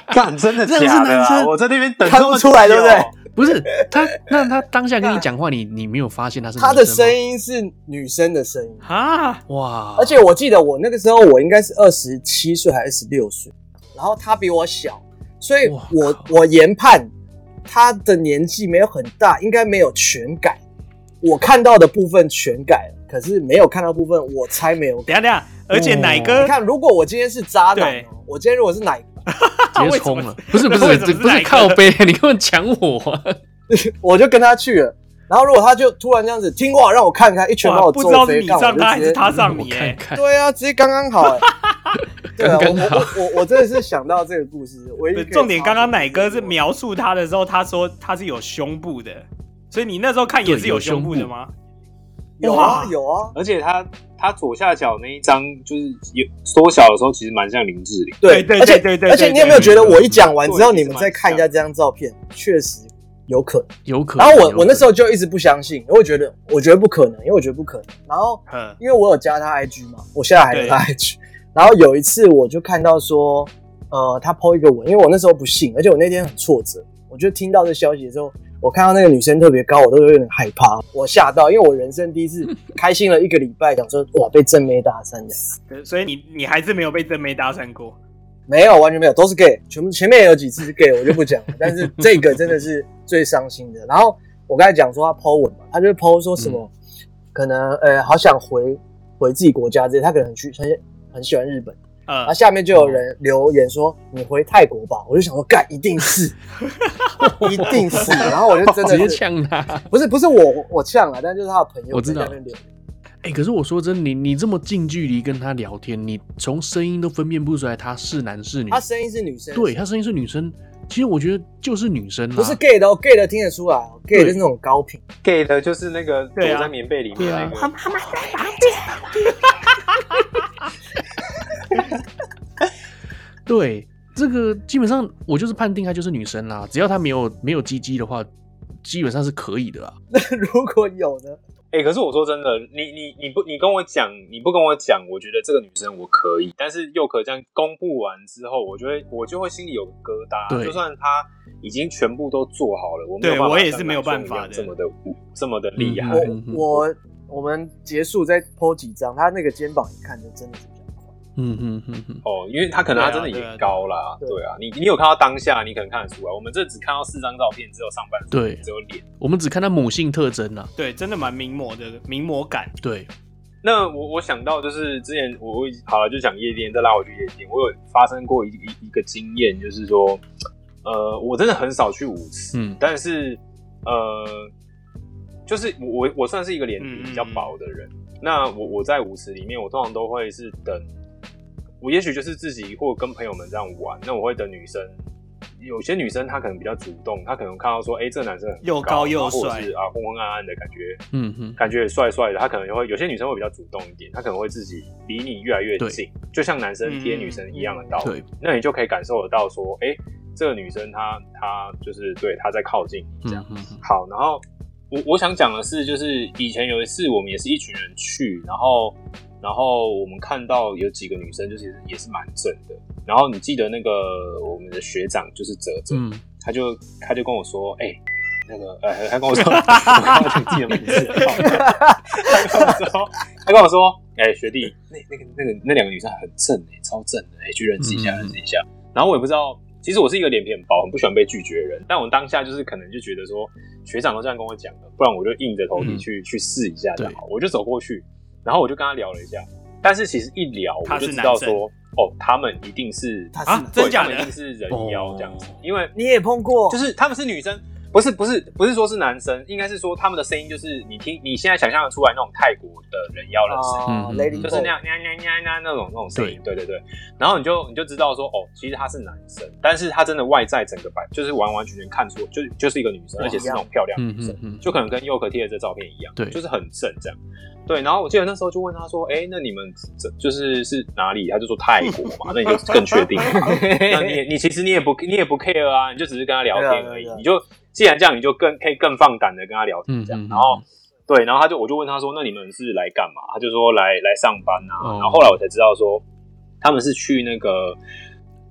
Speaker 4: 干，真的
Speaker 1: 这样
Speaker 4: 假
Speaker 1: 是
Speaker 4: 的
Speaker 1: 男
Speaker 4: 啊？
Speaker 1: 生
Speaker 4: 我在那边等
Speaker 3: 看
Speaker 4: 这
Speaker 3: 不
Speaker 4: 么
Speaker 3: 出来
Speaker 4: 久哦
Speaker 3: 对不对？
Speaker 1: 不是
Speaker 3: (laughs)
Speaker 1: 他，那他当下跟你讲话，你你没有发现他是
Speaker 3: 她的
Speaker 1: 男生吗
Speaker 3: 声音是女生的声音。
Speaker 2: 啊，
Speaker 1: 哇，
Speaker 3: 而且我记得我那个时候我应该是二十七岁还是二十六岁，然后他比我小，所以
Speaker 1: 哇
Speaker 3: 我
Speaker 1: 靠
Speaker 3: 我研判他的年纪没有很大，应该没有全改。我看到的部分全改了，可是没有看到部分，我猜没有
Speaker 2: 等一
Speaker 3: 改。
Speaker 2: 下等一下，而且奶哥
Speaker 3: 哦你看，如果我今天是渣男、
Speaker 2: 对
Speaker 3: 哦，我今天如果是奶， (laughs)
Speaker 1: 直接
Speaker 2: 为什么
Speaker 1: 冲了，不是不
Speaker 2: 为
Speaker 1: 是
Speaker 2: 什么
Speaker 1: 这
Speaker 2: 是
Speaker 1: 不
Speaker 2: 哪
Speaker 1: 是
Speaker 2: 一个
Speaker 1: 靠背，啊你根本抢我啊，
Speaker 3: 我就跟他去了。然后如果他就突然这样子，听话让我看看，一拳把
Speaker 2: 哇，
Speaker 3: 我
Speaker 2: 不
Speaker 3: 揍
Speaker 2: 知道
Speaker 3: 飞，
Speaker 2: 是你
Speaker 3: 干
Speaker 2: 上他
Speaker 3: 嗯我
Speaker 2: 还
Speaker 3: 就是直接
Speaker 2: 他
Speaker 1: (laughs)
Speaker 2: 上
Speaker 1: 我
Speaker 2: 你，
Speaker 1: 看
Speaker 2: 哎，
Speaker 1: 看，
Speaker 3: 对啊，直接刚刚好、
Speaker 1: (laughs)
Speaker 3: 欸。对啊，
Speaker 1: 刚刚好
Speaker 3: 我我我我真的是想到这个故事，唯一可以
Speaker 2: 重点，
Speaker 3: 插
Speaker 2: 刚刚
Speaker 3: 进去
Speaker 2: 奶哥是啊
Speaker 3: 我
Speaker 2: 描述他的时候，他说他是有胸部的，所以你那时候看也
Speaker 1: 对
Speaker 2: 是
Speaker 1: 有
Speaker 2: 胸
Speaker 1: 胸
Speaker 2: 部
Speaker 1: 部
Speaker 2: 的吗？
Speaker 3: 有啊
Speaker 2: 哇
Speaker 3: 有啊，
Speaker 4: 而且他他左下角那一张就是有缩小的时候，其实蛮像林志玲。
Speaker 2: 对对
Speaker 3: 而且
Speaker 2: 对对对
Speaker 3: 而且你有没有觉得我一讲完之后，
Speaker 4: 对
Speaker 3: 你们再看一下这张照片，确实有可能。
Speaker 1: 有可能。
Speaker 3: 然后
Speaker 1: 有
Speaker 3: 我
Speaker 1: 可
Speaker 3: 我
Speaker 1: 能
Speaker 3: 那时候就一直不相信，我觉得我觉得不可能，因为我觉得不可能。然后
Speaker 2: 嗯，
Speaker 3: 因为我有加他 IG 嘛，我现在还有
Speaker 2: 对
Speaker 3: 他 IG。然后有一次我就看到说，呃，他 PO 一个文，因为我那时候不信，而且我那天很挫折，我就听到这消息的时候，我看到那个女生特别高，我都有点害怕，我吓到，因为我人生第一次开心了一个礼拜，想说哇被正妹搭讪的，
Speaker 2: 对所以你你还是没有被真妹搭讪过，
Speaker 3: 没有完全没有，都是 gay，全部前面也有几次是 gay，我就不讲了，但是这个真的是最伤心的。然后我刚才讲说他 PO 文嘛，他就 PO 说什么，可能呃好想回回自己国家之类，他可能很去很很喜欢日本。然后
Speaker 2: 呃，
Speaker 3: 下面就有人留言说：“你回泰国吧。”我就想说，干，一
Speaker 1: (laughs)
Speaker 3: 定是，一定是。然后我就真
Speaker 1: 直接
Speaker 3: 的是
Speaker 1: 呛他。
Speaker 3: 不是不是我我呛了，但就是他的朋友
Speaker 1: 我知
Speaker 3: 在
Speaker 1: 道
Speaker 3: 那边留言。
Speaker 1: 哎、可是我说真的，你你这么近距离跟他聊天，你从声音都分辨不出来他是男是女。
Speaker 3: 他声音是女生，
Speaker 1: 对，他声音是女生，其实我觉得就是女生啦。啊
Speaker 3: 不是 gay 的哦，gay 的听得出来哦，gay
Speaker 1: 对
Speaker 3: 就是那种高频。 (laughs)
Speaker 4: gay 的就是那个躲
Speaker 2: 对啊
Speaker 4: 在棉被里面
Speaker 1: 对
Speaker 4: 那
Speaker 1: 啊
Speaker 4: 个，
Speaker 1: 对，这个基本上我就是判定她就是女生啦，只要她没有没有鸡鸡的话，基本上是可以的啦。
Speaker 3: 如果有呢，
Speaker 4: 哎、可是我说真的，你你你不你跟我讲，你不跟我讲，我觉得这个女生我可以，但是又可这样公布完之后，我就会我就会心里有个疙瘩。啊
Speaker 1: 对
Speaker 4: 就算她已经全部都做好了，我没有
Speaker 2: 对
Speaker 4: 办法
Speaker 2: 我也
Speaker 4: 像
Speaker 2: 是没有
Speaker 4: 男
Speaker 2: 办
Speaker 4: 生
Speaker 2: 法
Speaker 4: 一样
Speaker 2: 的
Speaker 4: 这么的这么的厉害。
Speaker 1: 嗯
Speaker 3: 我我我们结束再 PO 几张，他那个肩膀一看就真的是比较宽。
Speaker 1: 嗯哼哼哼，
Speaker 4: 哦，因为她可能她真的
Speaker 2: 对啊对啊
Speaker 4: 也高啦，
Speaker 3: 对啊
Speaker 4: 对啊，你你有看到当下，你可能看得出来。我们这只看到四张照片，只有上半身，
Speaker 1: 对
Speaker 4: 只有脸。
Speaker 1: 我们只看她母性特征啦。
Speaker 2: 对，真的蛮名模的名模感，
Speaker 1: 对，
Speaker 4: 那我我想到就是之前我我好了就讲夜店，再拉回去夜店，我有发生过一一一个经验，就是说，呃，我真的很少去舞池，
Speaker 1: 嗯
Speaker 4: 但是呃，就是我我我算是一个脸皮比较薄的人，那我我在舞池里面，我通常都会是等，我也许就是自己或跟朋友们这样玩。那我会等女生，有些女生她可能比较主动，她可能看到说，哎、这男生很
Speaker 2: 又高
Speaker 4: 高
Speaker 2: 又
Speaker 4: 然后或者
Speaker 2: 帅
Speaker 4: 是啊昏昏暗暗的感觉，
Speaker 1: 嗯哼，
Speaker 4: 感觉也帅帅的。她可能会有些女生会比较主动一点，她可能会自己离你越来越
Speaker 1: 对
Speaker 4: 近，就像男生贴女生一样的道理。
Speaker 1: 对，
Speaker 4: 那你就可以感受得到说，哎、这个女生她她就是对她在靠近你这样。
Speaker 1: 嗯哼哼，
Speaker 4: 好，然后我我想讲的是，就是以前有一次我们也是一群人去，然后然后我们看到有几个女生就是也是蛮正的，然后你记得那个我们的学长就是哲哲，
Speaker 1: 嗯，
Speaker 4: 他就他就跟我说，哎、那个，呃，他跟我说， (laughs) 我刚刚自己的名字，他跟我说，他跟我说，哎、学弟，那那个那个那两个女生很正哎、超正的哎、去认识一下，
Speaker 1: 嗯嗯嗯
Speaker 4: 认识一下。然后我也不知道，其实我是一个脸皮很薄，很不喜欢被拒绝的人，但我当下就是可能就觉得说，学长都这样跟我讲了，不然我就硬着头皮
Speaker 1: 嗯
Speaker 4: 去、去试一下就
Speaker 1: 对
Speaker 4: 好。我就走过去，然后我就跟他聊了一下，但是其实一聊
Speaker 2: 他
Speaker 4: 我就是知道
Speaker 2: 男生
Speaker 4: 说，哦，他们一定是
Speaker 3: 他是
Speaker 2: 啊
Speaker 3: 男，
Speaker 2: 真假
Speaker 4: 对他
Speaker 2: 的哦
Speaker 4: 们一定？是人妖这样子，因为。
Speaker 3: 你也碰过，
Speaker 4: 就是他们是女生，不是不是不是说是男生，应该是说他们的声音就是你听你现在想象得出来那种泰国的人妖的声音。
Speaker 3: 啊
Speaker 1: 嗯
Speaker 3: ，Lady
Speaker 4: 就是
Speaker 3: Bug
Speaker 4: 那样呀呀呀呀那种那种声音，哦对对对，然后你就你就知道说哦，其实他是男生，但是他真的外在整个版就是完完全全看出，就是就是一个女生，
Speaker 3: 哇
Speaker 4: 而且是那种漂亮
Speaker 1: 嗯
Speaker 4: 女生
Speaker 1: 嗯，嗯，
Speaker 4: 就可能跟佑可贴的这照片一样，
Speaker 1: 对
Speaker 4: 就是很正这样。对，然后我记得那时候就问他说：“哎、那你们这就是是哪里？”他就说泰国
Speaker 3: (laughs)
Speaker 4: 嘛，那你就更确定了。那你也你其实你也不你也不 care 啊，你就只是跟他聊天而已。
Speaker 3: 对啊对啊对啊
Speaker 4: 你就既然这样，你就更可以更放胆的跟他聊天
Speaker 1: 嗯
Speaker 4: 这样。
Speaker 1: 嗯
Speaker 4: 然后对，然后他就我就问他说：“那你们是来干嘛？”他就说来：“来上班
Speaker 1: 哦
Speaker 4: 啊。然后后来我才知道说他们是去那个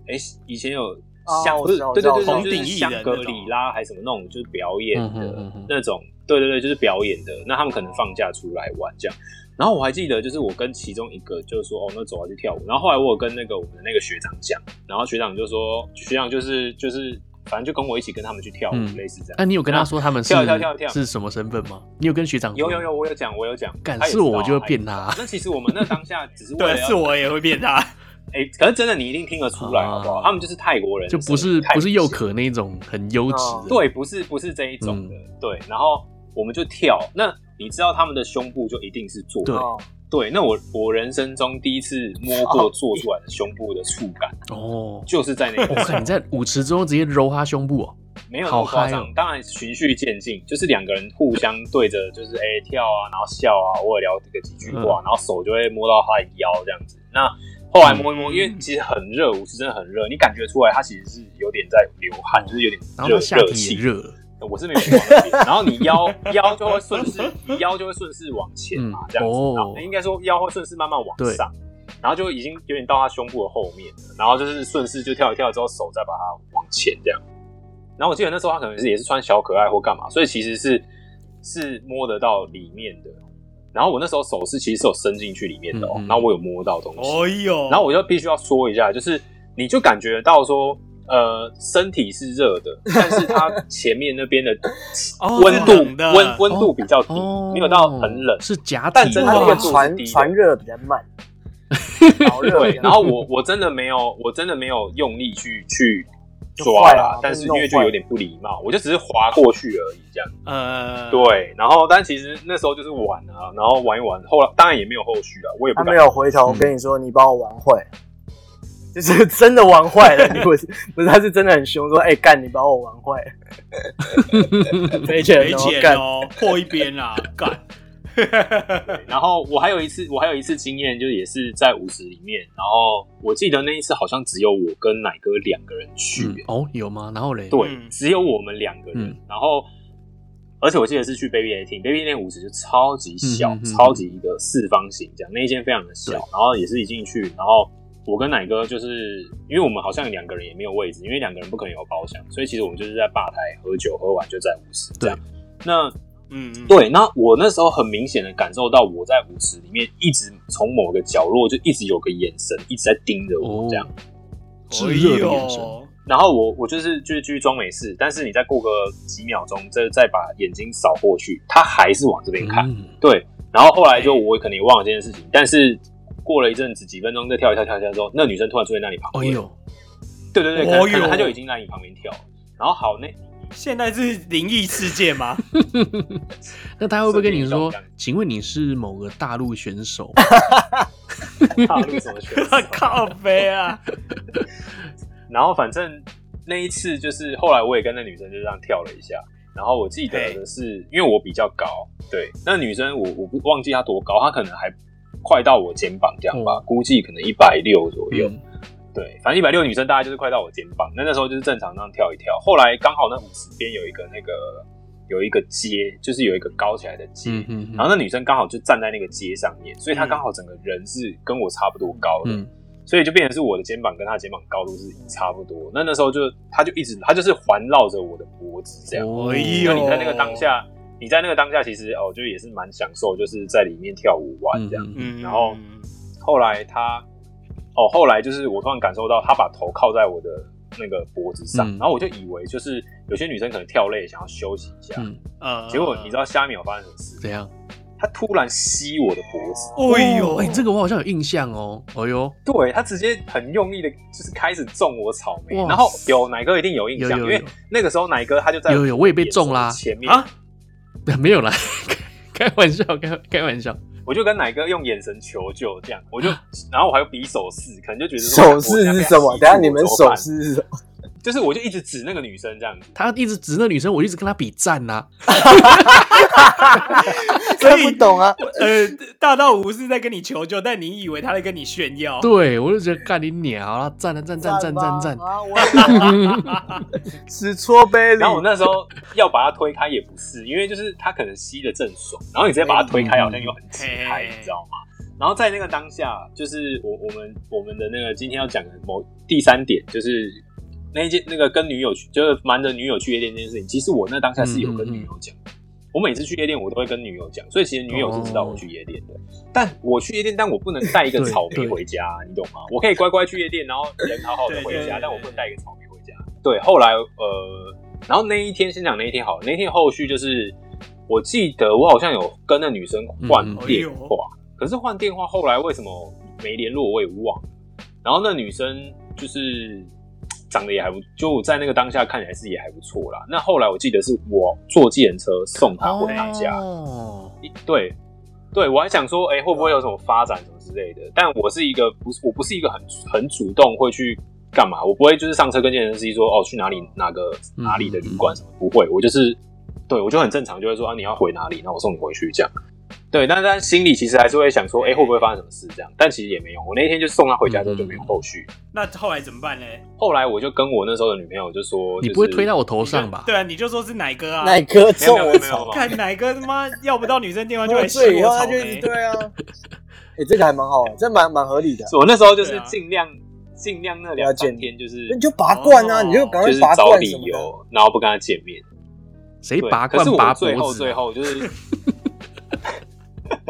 Speaker 4: 哎、以前有
Speaker 3: 哦
Speaker 4: 香、
Speaker 3: 我
Speaker 4: 不是
Speaker 3: 知道
Speaker 4: 对对
Speaker 3: 我
Speaker 4: 对，
Speaker 3: 知道
Speaker 4: 对
Speaker 2: 红顶
Speaker 4: 就是
Speaker 2: 艺
Speaker 4: 香
Speaker 2: 人
Speaker 4: 格
Speaker 2: 那种
Speaker 4: 里拉还是什么那种就是表演
Speaker 1: 嗯
Speaker 4: 的
Speaker 1: 嗯嗯嗯
Speaker 4: 那种，对对对，就是表演的。那他们可能放假出来玩这样。然后我还记得，就是我跟其中一个就是说，哦，那走啊去跳舞。然后后来我有跟那个我们的那个学长讲，然后学长就说，学长就是就是反正就跟我一起跟他们去跳舞，
Speaker 1: 嗯
Speaker 4: 类似这样。
Speaker 1: 那你有跟他说他们是
Speaker 4: 跳跳跳跳
Speaker 1: 是什么身份吗？你有跟学长说
Speaker 4: 有有有，我有讲，我有讲，
Speaker 1: 干
Speaker 4: 他也
Speaker 1: 是
Speaker 4: 知道
Speaker 1: 我就会
Speaker 4: 他也
Speaker 1: 骗
Speaker 4: 知道
Speaker 1: 他
Speaker 4: 那其实我们那当下只是为
Speaker 2: 对，
Speaker 3: 啊
Speaker 4: 了要
Speaker 2: 是我也会变他。
Speaker 4: 哎、可是真的你一定听得出来，好不好？
Speaker 1: 啊
Speaker 4: 他们就是泰国人
Speaker 1: 就
Speaker 4: 的声音，
Speaker 1: 不是
Speaker 4: 泰
Speaker 1: 不是
Speaker 4: 语
Speaker 1: 佑
Speaker 4: 系
Speaker 1: 可那种很优质
Speaker 3: 哦
Speaker 1: 的，
Speaker 4: 对，不是不是这一种的，
Speaker 1: 嗯
Speaker 4: 对。然后我们就跳，那你知道他们的胸部就一定是做
Speaker 1: 对
Speaker 3: 哦
Speaker 4: 对，那我我人生中第一次摸过做出来的胸部的触感，
Speaker 1: 哦。
Speaker 4: 就是在那
Speaker 1: 我
Speaker 4: 个时
Speaker 1: 看
Speaker 4: 候
Speaker 1: 你在舞池之后直接揉他胸部哦，
Speaker 4: 没有那么夸张，
Speaker 1: 好嗨哦
Speaker 4: 当然循序渐进，就是两个人互相对着，就是哎、跳啊，然后笑啊，偶尔聊这个几句
Speaker 1: 嗯
Speaker 4: 话，然后手就会摸到他的腰这样子。那后来摸一
Speaker 1: 嗯
Speaker 4: 摸，因为其实很热，舞池真的很热，你感觉出来他其实是有点在流汗，就是有点
Speaker 1: 然后
Speaker 4: 热
Speaker 1: 他下
Speaker 4: 热
Speaker 1: 体
Speaker 4: 气
Speaker 1: 也。热了，
Speaker 4: 我是没有去往那边，然后你腰腰就会顺势，你腰就会顺势往前嘛，
Speaker 1: 嗯
Speaker 4: 这样子，
Speaker 1: 哦
Speaker 4: 然后应该说腰会顺势慢慢往
Speaker 1: 对
Speaker 4: 上，然后就已经有点到他胸部的后面了，然后就是顺势就跳一跳之后，手再把它往前这样。然后我记得那时候他可能是也是穿小可爱或干嘛，所以其实是是摸得到里面的。然后我那时候手是其实是有伸进去里面的、哦，
Speaker 1: 嗯嗯
Speaker 4: 然后我有摸到东西，
Speaker 2: 哦哟，
Speaker 4: 然后我就必须要说一下，就是你就感觉到说，呃，身体是热的，但是它前面那
Speaker 3: (laughs)
Speaker 4: 边的
Speaker 2: 哦
Speaker 4: 温度
Speaker 2: 是冷的
Speaker 4: 温温度比较低，
Speaker 1: 哦，
Speaker 4: 没有到很冷。
Speaker 1: 是假体，哦
Speaker 4: 但真的那
Speaker 3: 那
Speaker 4: 个
Speaker 3: 个
Speaker 4: 做
Speaker 3: 传
Speaker 4: 是低的
Speaker 3: 传热比较慢，导热比
Speaker 4: 对，
Speaker 3: 较慢
Speaker 4: 然后我我真的没有，我真的没有用力去去
Speaker 3: 就
Speaker 4: 抓
Speaker 3: 坏了嗯
Speaker 4: 啦，但是因为就有点不礼貌，我就只是划过去而已，这样。
Speaker 2: 呃，
Speaker 4: 对，然后但其实那时候就是玩啊，然后玩一玩，后来当然也没有后续了，我也不
Speaker 3: 他
Speaker 4: 敢
Speaker 3: 没有回头跟你说你把我玩坏， (laughs) 就是真的玩坏了，你不是不是他是真的很凶说哎干你把我玩坏，赔钱
Speaker 2: 赔
Speaker 3: 哦
Speaker 2: 钱
Speaker 3: 干
Speaker 2: 哦，破一边啦，
Speaker 1: (laughs)
Speaker 2: 干。
Speaker 4: 然后我还有一次，我还有一次经验，就也是在舞池里面。然后我记得那一次好像只有我跟奶哥两个人去
Speaker 1: 嗯
Speaker 4: 耶，
Speaker 1: 哦，有吗？然后嘞，
Speaker 4: 对，
Speaker 2: 嗯
Speaker 4: 只有我们两个人。
Speaker 1: 嗯
Speaker 4: 然后，而且我记得是去 Baby Eighteen，Baby Eighteen 舞池就超级小，
Speaker 1: 嗯嗯嗯
Speaker 4: 超级一个四方形这样，那一间非常的小。
Speaker 1: 对
Speaker 4: 然后也是一进去，然后我跟奶哥就是因为我们好像两个人也没有位置，因为两个人不可能有包厢，所以其实我们就是在吧台喝酒，喝完就在舞池这样。那
Speaker 2: 嗯，嗯，
Speaker 1: 哎
Speaker 4: 对，那我那时候很明显的感受到，我在舞池里面一直从某个角落就一直有个眼神一直在盯着我
Speaker 1: 哦
Speaker 4: 这样，，
Speaker 1: 炙热的眼神
Speaker 2: 哎，呦
Speaker 4: 然后我我就是就是继续装没事，但是你再过个几秒钟，再再把眼睛扫过去，他还是往这边看，
Speaker 1: 嗯，
Speaker 4: 对，然后后来就我可能也忘了这件事情，但是过了一阵子几分钟再跳一跳跳一跳之后，那女生突然出现在你旁
Speaker 1: 哦
Speaker 4: 边，
Speaker 1: 呦，
Speaker 4: 对对对，可
Speaker 2: 哦
Speaker 4: 能
Speaker 2: 哟
Speaker 4: 可能她就已经在你旁边跳了。然后好，那
Speaker 2: 现在是灵异世界吗？ (laughs)
Speaker 1: 那他会不会跟你
Speaker 4: 顺便
Speaker 1: 说
Speaker 4: 一道杠？
Speaker 1: 请问你是某个大陆选
Speaker 4: (laughs)
Speaker 1: 手？
Speaker 4: 大陆什么学
Speaker 1: (laughs)
Speaker 2: 靠背啊！
Speaker 4: 然后反正那一次就是后来我也跟那女生就这样跳了一下。然后我记得的是，因为我比较高，对，那女生我我不忘记她多高，她可能还快到我肩膀这样吧，
Speaker 1: 嗯
Speaker 4: 估计可能一百六左右。
Speaker 1: 嗯
Speaker 4: 对，反正一百六女生大概就是快到我肩膀，那那时候就是正常那样跳一跳。后来刚好那舞池边有一个那个有一个阶，就是有一个高起来的阶，
Speaker 1: 嗯嗯，
Speaker 4: 然后那女生刚好就站在那个阶上面，所以她
Speaker 2: 嗯
Speaker 4: 刚好整个人是跟我差不多高的，
Speaker 1: 嗯
Speaker 4: 所以就变成是我的肩膀跟她肩膀高度是差不多。那那时候就她就一直她就是环绕着我的脖子这样。
Speaker 1: 哦
Speaker 2: 哎
Speaker 4: 那
Speaker 2: 呦
Speaker 4: 你在那个当下，你在那个当下其实哦，就也是蛮享受，就是在里面跳舞玩
Speaker 1: 嗯
Speaker 4: 这样。
Speaker 1: 嗯
Speaker 2: 嗯，
Speaker 4: 然后后来他，哦，后来就是我突然感受到他把头靠在我的那个脖子上，
Speaker 1: 嗯
Speaker 4: 然后我就以为就是有些女生可能跳累想要休息一下，
Speaker 1: 嗯，
Speaker 2: 呃，
Speaker 4: 结果你知道下一秒发生什么事？
Speaker 1: 怎样？
Speaker 4: 他突然吸我的脖子，
Speaker 2: 哎呦
Speaker 1: 哦哎，这个我好像有印象哦。哎呦， (laughs)
Speaker 4: 对他直接很用力的，就是开始中我草莓，
Speaker 1: 哇
Speaker 4: 然后有奶哥一定有印
Speaker 1: 有
Speaker 4: 象，
Speaker 1: 有
Speaker 4: 因为
Speaker 1: 有
Speaker 4: 那个时候奶哥他就在
Speaker 1: 有有我也被中啦
Speaker 4: 前面
Speaker 2: 啊，
Speaker 1: 没有啦，开玩笑，开开玩笑。
Speaker 4: 我就跟奶哥用眼神求救，这样，我
Speaker 1: 啊
Speaker 4: 就，然后我还有比手势，可能就觉得说
Speaker 3: 手势是什么？等一下你们手，势是什么？
Speaker 4: 就是我就一直指那个女生这样子，
Speaker 1: 他一直指那女生，我一直跟他比赞啊呐。
Speaker 2: 所
Speaker 3: 看
Speaker 2: 以
Speaker 3: 不懂啊！
Speaker 2: 呃，大道无是在跟你求救，但你以为他在跟你炫
Speaker 4: 哦
Speaker 2: 耀。
Speaker 1: 对，我就觉得干你鸟啊！赞啊赞赞赞赞
Speaker 3: (laughs)
Speaker 1: 赞！
Speaker 3: 啊！我只搓杯里
Speaker 4: 然，后我那时候要把他推开也不是，因为就是他可能吸的正爽，然后你直接把他推开，好像又很奇怪，
Speaker 2: 嗯
Speaker 4: 你知道吗？然后在那个当下，就是我我们我们的那个今天要讲的某第三点，就是那一件那个跟女友去，就是瞒着女友去夜店这件事情，其实我那当下是有跟女友讲。
Speaker 2: 嗯
Speaker 4: 我每次去夜店，我都会跟女友讲，所以其实女友是知道我去夜店的。但我去夜店，但我不能带一个
Speaker 1: 对
Speaker 4: 草莓
Speaker 1: 对
Speaker 4: 回家，你懂吗？我可以乖乖去夜店，然后人好好的
Speaker 2: 对
Speaker 4: 回
Speaker 2: 对
Speaker 4: 家，
Speaker 2: 对
Speaker 4: 但我不能带一个草莓回家。对，后来呃，然后那一天先讲那一天好了，那一天后续就是，我记得我好像有跟那女生换
Speaker 1: 嗯
Speaker 2: 嗯
Speaker 4: 电话，可是换电话后来为什么没联络我也忘了。然后那女生就是长得也还不，就我在那个当下看起来是也还不错啦。那后来我记得是我坐计程车送她回她家，
Speaker 1: 哦，
Speaker 4: 对，对我还想说，哎、会不会有什么发展什么之类的？但我是一个不是，我不是一个很很主动会去干嘛，我不会就是上车跟健身司机说，哦，去哪里哪个
Speaker 1: 嗯
Speaker 4: 哪里的旅馆什么，不会，我就是对我就很正常，就会说啊，你要回哪里，那我送你回去这样。对，但但心里其实还是会想说，哎、会不会发生什么事这样？但其实也没有，我那一天就送她回家之后就没
Speaker 1: 嗯
Speaker 4: 有后续。
Speaker 2: 那后来怎么办嘞？
Speaker 4: 后来我就跟我那时候的女朋友就说，
Speaker 1: 你不会
Speaker 4: 就是
Speaker 1: 推到我头上吧？
Speaker 2: 对啊，你就说是奶哥啊，
Speaker 3: 奶哥
Speaker 4: 没有
Speaker 3: 中
Speaker 4: 没有没
Speaker 3: 我
Speaker 4: 有没有
Speaker 3: 草，
Speaker 2: 看奶哥他妈要不到女生电话就
Speaker 3: 喝
Speaker 2: 来
Speaker 3: 醉
Speaker 2: 吸
Speaker 3: 以
Speaker 2: 我
Speaker 3: 后他
Speaker 2: 草
Speaker 3: 就一直
Speaker 2: 莓。
Speaker 3: 对啊。 (laughs) 哎，这个还蛮好玩，这蛮蛮合理的。
Speaker 4: 我那时候就是
Speaker 2: 对啊
Speaker 4: 尽量尽量那两三天就是
Speaker 3: 你就拔罐啊，
Speaker 2: 哦
Speaker 3: 你就赶
Speaker 4: 就
Speaker 3: 快
Speaker 4: 是
Speaker 3: 拔
Speaker 4: 找
Speaker 3: 罐
Speaker 4: 理
Speaker 3: 什么的。
Speaker 4: 由，然后不跟她见面。
Speaker 1: 谁
Speaker 4: 对
Speaker 1: 拔
Speaker 4: 可
Speaker 1: 罐
Speaker 4: 是我
Speaker 1: 拔
Speaker 4: 最
Speaker 1: 脖
Speaker 4: 后
Speaker 1: 子
Speaker 4: 最
Speaker 1: 啊？
Speaker 4: 后就是， (laughs)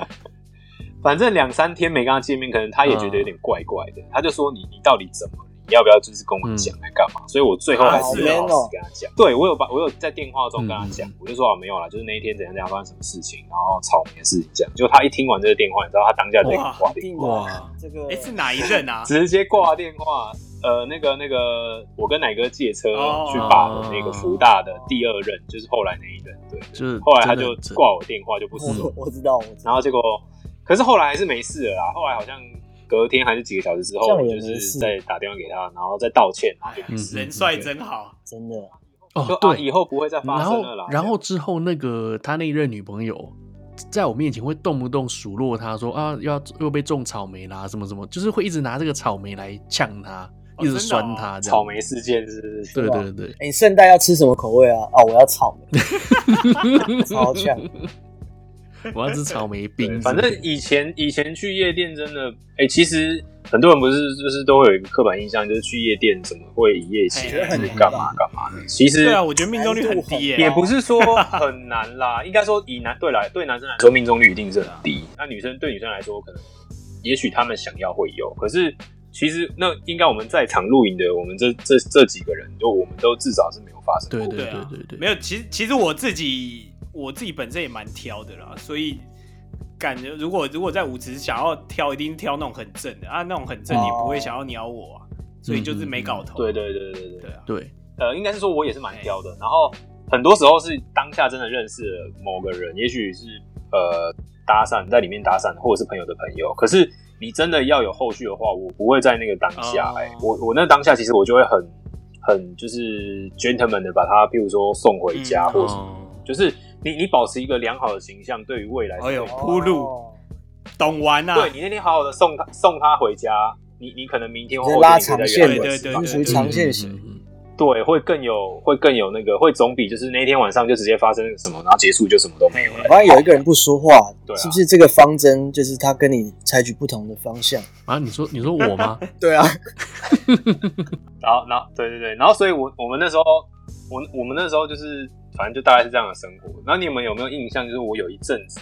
Speaker 4: 反正两三天没跟他见面，可能他也觉得有
Speaker 1: 嗯
Speaker 4: 点怪怪的，他就说你你到底怎么了？你要不要就是跟
Speaker 1: 嗯
Speaker 4: 我讲来干嘛？所以我最后还是没有
Speaker 3: 啊是
Speaker 4: 老
Speaker 3: 哦
Speaker 4: 实跟他讲。对我有把我有在电话中跟他
Speaker 1: 嗯
Speaker 4: 讲，我就说啊没有啦，就是那一天怎样怎样发生什么事情，然后草莓的事情这样。就他一听完这个电话，你知道他当下直接
Speaker 2: 哇
Speaker 4: 挂
Speaker 3: 一
Speaker 4: 电
Speaker 3: 定
Speaker 4: 话
Speaker 3: 的
Speaker 1: 哇
Speaker 3: 啊，这个
Speaker 2: 哎，是哪一任啊？
Speaker 4: 直接挂电话。呃，那个那个，我跟奶哥借车
Speaker 2: 哦
Speaker 4: 去把的那个福大的第二任，就是后来那一任，对。
Speaker 1: 就是
Speaker 4: 后来他
Speaker 1: 真
Speaker 4: 就
Speaker 1: 的很
Speaker 4: 挂我电话就不说
Speaker 3: 我我知道，我知
Speaker 4: 然
Speaker 3: 道。
Speaker 4: 后结果，可是后来还是没事了啦。后来好像隔天还是几个小时之后，
Speaker 3: 这样
Speaker 4: 我
Speaker 3: 也
Speaker 4: 就
Speaker 3: 没
Speaker 4: 是
Speaker 3: 事
Speaker 4: 再打电话给他，然后再道歉，然后
Speaker 2: 哎
Speaker 4: 就
Speaker 2: 呀
Speaker 1: 嗯嗯
Speaker 2: 人帅真好，
Speaker 3: 真的，
Speaker 1: 哦
Speaker 4: 说，啊，
Speaker 1: 对
Speaker 4: 以，后不会再发
Speaker 1: 然
Speaker 4: 生
Speaker 1: 后
Speaker 4: 了啦。
Speaker 1: 然后之后那个他那一任女朋友。在我面前会动不动数落他说啊，要又被种草莓啦，什么什么，就是会一直拿这个草莓来呛他，一
Speaker 2: 哦
Speaker 1: 直
Speaker 2: 真的哦
Speaker 1: 酸他这样。
Speaker 4: 草莓事件是不是？
Speaker 1: 对
Speaker 3: 是吧
Speaker 1: 对对，
Speaker 3: 哎，你圣诞要吃什么口味啊？啊，我要草莓，超呛。
Speaker 1: 我要吃草莓冰
Speaker 4: 对
Speaker 1: 之类的。
Speaker 4: 反正以前以前去夜店真的，哎、其实很多人不是就是都会有一个刻板印象，就是去夜店怎么会一夜情，
Speaker 2: 哎
Speaker 4: 还是干嘛干嘛的。其实
Speaker 2: 对啊，我觉得命中率很低耶。
Speaker 4: 也不是说很难啦， (laughs) 应该说以男对来对男生来说命中率一定是很低，那女生对女生来说可能，也许他们想要会有，可是其实那应该我们在场录影的，我们这这这几个人，就我们都至少是没有发生过。
Speaker 1: 对对
Speaker 2: 对啊
Speaker 1: 对对，
Speaker 2: 没有，其实其实我自己我自己本身也蛮挑的啦，所以感觉如果如果在舞池想要挑，一定是挑那种很正的啊，那种很正
Speaker 3: 哦
Speaker 1: 嗯
Speaker 2: 也不会想要鸟我啊，所以就是没搞头。
Speaker 4: 对对对对对对
Speaker 2: 对啊，
Speaker 1: 对，
Speaker 4: 呃，应该是说我也是蛮
Speaker 2: 哎
Speaker 4: 挑的。然后很多时候是当下真的认识了某个人，也许是呃搭讪，在里面搭讪，或者是朋友的朋友。可是你真的要有后续的话，我不会在那个当下、
Speaker 2: 哦
Speaker 4: 哎，我我那当下其实我就会很很就是 gentleman 的把他，譬如说送回家，
Speaker 2: 嗯
Speaker 4: 或者是
Speaker 1: 哦，
Speaker 4: 就是你你保持一个良好的形象，对于未来是
Speaker 2: 哎呦
Speaker 4: 可以
Speaker 2: 铺路
Speaker 3: 哦
Speaker 2: 懂玩啊呐、
Speaker 4: 对你那天好好的送他送他回家，你你可能明天或
Speaker 3: 直接
Speaker 4: 后
Speaker 3: 拉
Speaker 4: 天你
Speaker 3: 长
Speaker 4: 可以
Speaker 3: 线
Speaker 4: 再
Speaker 3: 的，
Speaker 4: 约
Speaker 2: 对
Speaker 4: 认识
Speaker 2: 对
Speaker 4: 吧
Speaker 3: 你属于长线
Speaker 1: 型
Speaker 3: 型，，
Speaker 1: 嗯
Speaker 4: 对，会更有会更有那个，会总比就是那一天晚上就直接发生什么，然后结束就什么都没有了。
Speaker 3: 好像有一个人不说话
Speaker 4: 对，啊
Speaker 3: 是不是这个方针就是他跟你采取不同的方向？
Speaker 1: 啊，你说你说我
Speaker 4: (laughs)
Speaker 1: 吗？
Speaker 3: 对啊，
Speaker 4: 然后，然后，对对对，然后，所以我我们那时候，我我们那时候就是，反正就大概是这样的生活。然后你们有没有印象？就是我有一阵子，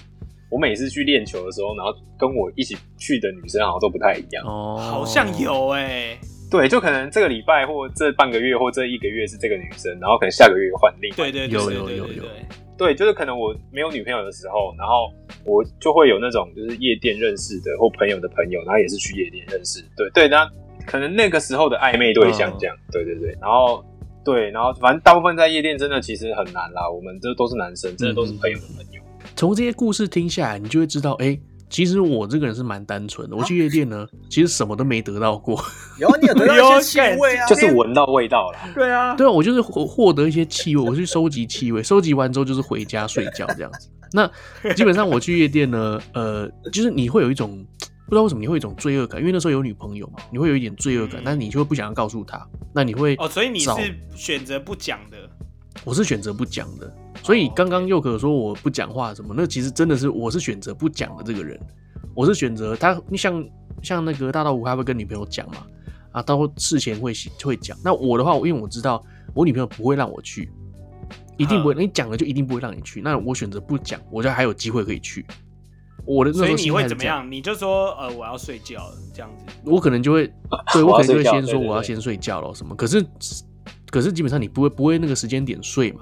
Speaker 4: 我每次去练球的时候，然后跟我一起去的女生好像都不太一样。
Speaker 1: 哦，
Speaker 2: 好像有哎、
Speaker 4: 对，就可能这个礼拜或这半个月或这一个月是这个女生，然后可能下个月换另外
Speaker 2: 对
Speaker 4: 一个
Speaker 2: 对对
Speaker 1: 有
Speaker 2: 对
Speaker 1: 有
Speaker 2: 对
Speaker 1: 有
Speaker 2: 对
Speaker 1: 有
Speaker 2: 对，
Speaker 4: 对，就是可能我没有女朋友的时候，然后我就会有那种就是夜店认识的或朋友的朋友，然后也是去夜店认识。对对，那可能那个时候的暧昧对
Speaker 1: 嗯
Speaker 4: 象这样。对对对，然后对，然后反正大部分在夜店真的其实很难啦，我们这都是男生，真的都是
Speaker 1: 嗯
Speaker 4: 朋友的朋友。
Speaker 1: 从这些故事听下来，你就会知道，哎、其实我这个人是蛮单纯的。我去夜店呢，其实什么都没得到过。
Speaker 3: (laughs) 有啊，你有得到一些气 (laughs) 味啊，
Speaker 4: 就是闻到味道啦。
Speaker 2: 对啊，
Speaker 1: 对啊，我就是获获得一些气味，我去收集气味，收集完之后就是回家睡觉这样子。那基本上我去夜店呢，呃，就是你会有一种不知道为什么你会有一种罪恶感，因为那时候有女朋友嘛，你会有一点罪恶感
Speaker 2: 嗯，
Speaker 1: 但你就会不想要告诉她。那你会
Speaker 2: 哦，所以你
Speaker 1: 找
Speaker 2: 是选择不讲的，
Speaker 1: 我是选择不讲的。所
Speaker 2: 哦
Speaker 1: 以刚刚佑可说我不讲话什么，那其实真的是我是选择不讲的这个人，我是选择他像像那个大道五他会跟女朋友讲嘛，啊，到事前会会讲。那我的话，因为我知道我女朋友不会让我去，一定不
Speaker 2: 嗯
Speaker 1: 会，你讲了就一定不会让你去。那我选择不讲，我觉得还有机会可以去。我的那
Speaker 2: 所
Speaker 1: 时
Speaker 2: 以
Speaker 1: 候
Speaker 2: 你
Speaker 1: 心
Speaker 2: 会
Speaker 1: 态
Speaker 2: 怎
Speaker 1: 是
Speaker 2: 么
Speaker 1: 这样，
Speaker 2: 样？你就说呃，我要睡觉了，这样子。
Speaker 1: 我可能就会，对
Speaker 4: 我
Speaker 1: 我
Speaker 4: 要
Speaker 1: 可能就会
Speaker 4: 睡觉
Speaker 1: 先
Speaker 4: 对
Speaker 1: 说
Speaker 4: 对
Speaker 1: 我要
Speaker 4: 对
Speaker 1: 先睡觉了什么。可是可是基本上你不会不会那个时间点睡嘛？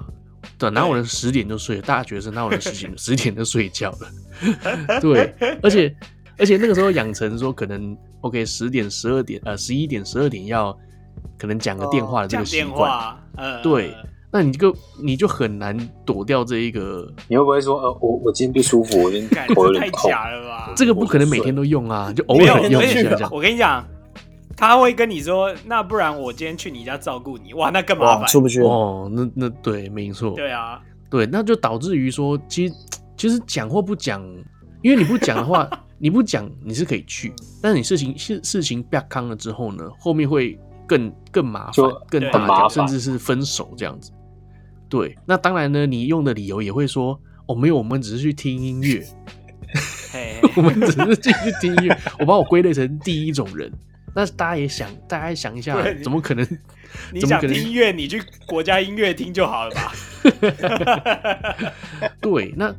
Speaker 1: 对，哪有人十点就睡？大学生哪有人十点十点就睡觉了？ (laughs) 对，而且而且那个时候养成说可能 OK 十点十二点呃十一点十二点要可能讲个电话的这
Speaker 2: 哦讲
Speaker 1: 个习
Speaker 2: 电
Speaker 1: 惯，
Speaker 2: 话，呃，
Speaker 1: 对那你就你就很难躲掉这一个，
Speaker 4: 你会不会说，呃，我我今天不舒服，我今
Speaker 1: (laughs)
Speaker 2: 干
Speaker 4: 天头有
Speaker 2: 这
Speaker 4: 点
Speaker 2: 太
Speaker 4: 痛？
Speaker 2: 假了吧？
Speaker 1: 这个不可能每天都用啊，就偶
Speaker 2: 没有，
Speaker 1: 尔
Speaker 2: 而
Speaker 1: 用一
Speaker 2: 且
Speaker 1: 下这样。
Speaker 2: 我跟你讲，他会跟你说，那不然我今天去你家照顾你，哇，那更麻
Speaker 3: 哇，
Speaker 2: 烦。
Speaker 3: 出不去了。
Speaker 1: 哦，那那对，没错，
Speaker 2: 对啊，
Speaker 1: 对，那就导致于说，其实其实讲或不讲，因为你不讲的话，你不讲你是可以去，但是你事情事事情被康了之后呢，后面会更更麻烦
Speaker 4: 就、
Speaker 1: 更
Speaker 2: 对
Speaker 1: 打
Speaker 4: 很麻
Speaker 1: 架，
Speaker 4: 烦
Speaker 1: 甚至是分手这样子。对，那当然呢，你用的理由也会说，哦，没有，我们只是去听音
Speaker 2: (laughs)
Speaker 1: 乐，
Speaker 2: 嘿，
Speaker 1: 我们只是进去听音乐，我把我归类成第一种人。那大家也想，大家想一下
Speaker 2: 对，你
Speaker 1: 怎么可能？
Speaker 2: 你
Speaker 1: 怎么
Speaker 2: 想
Speaker 1: 可
Speaker 2: 听
Speaker 1: 能
Speaker 2: 音乐，你去国家音乐厅就好了吧？
Speaker 1: 对，那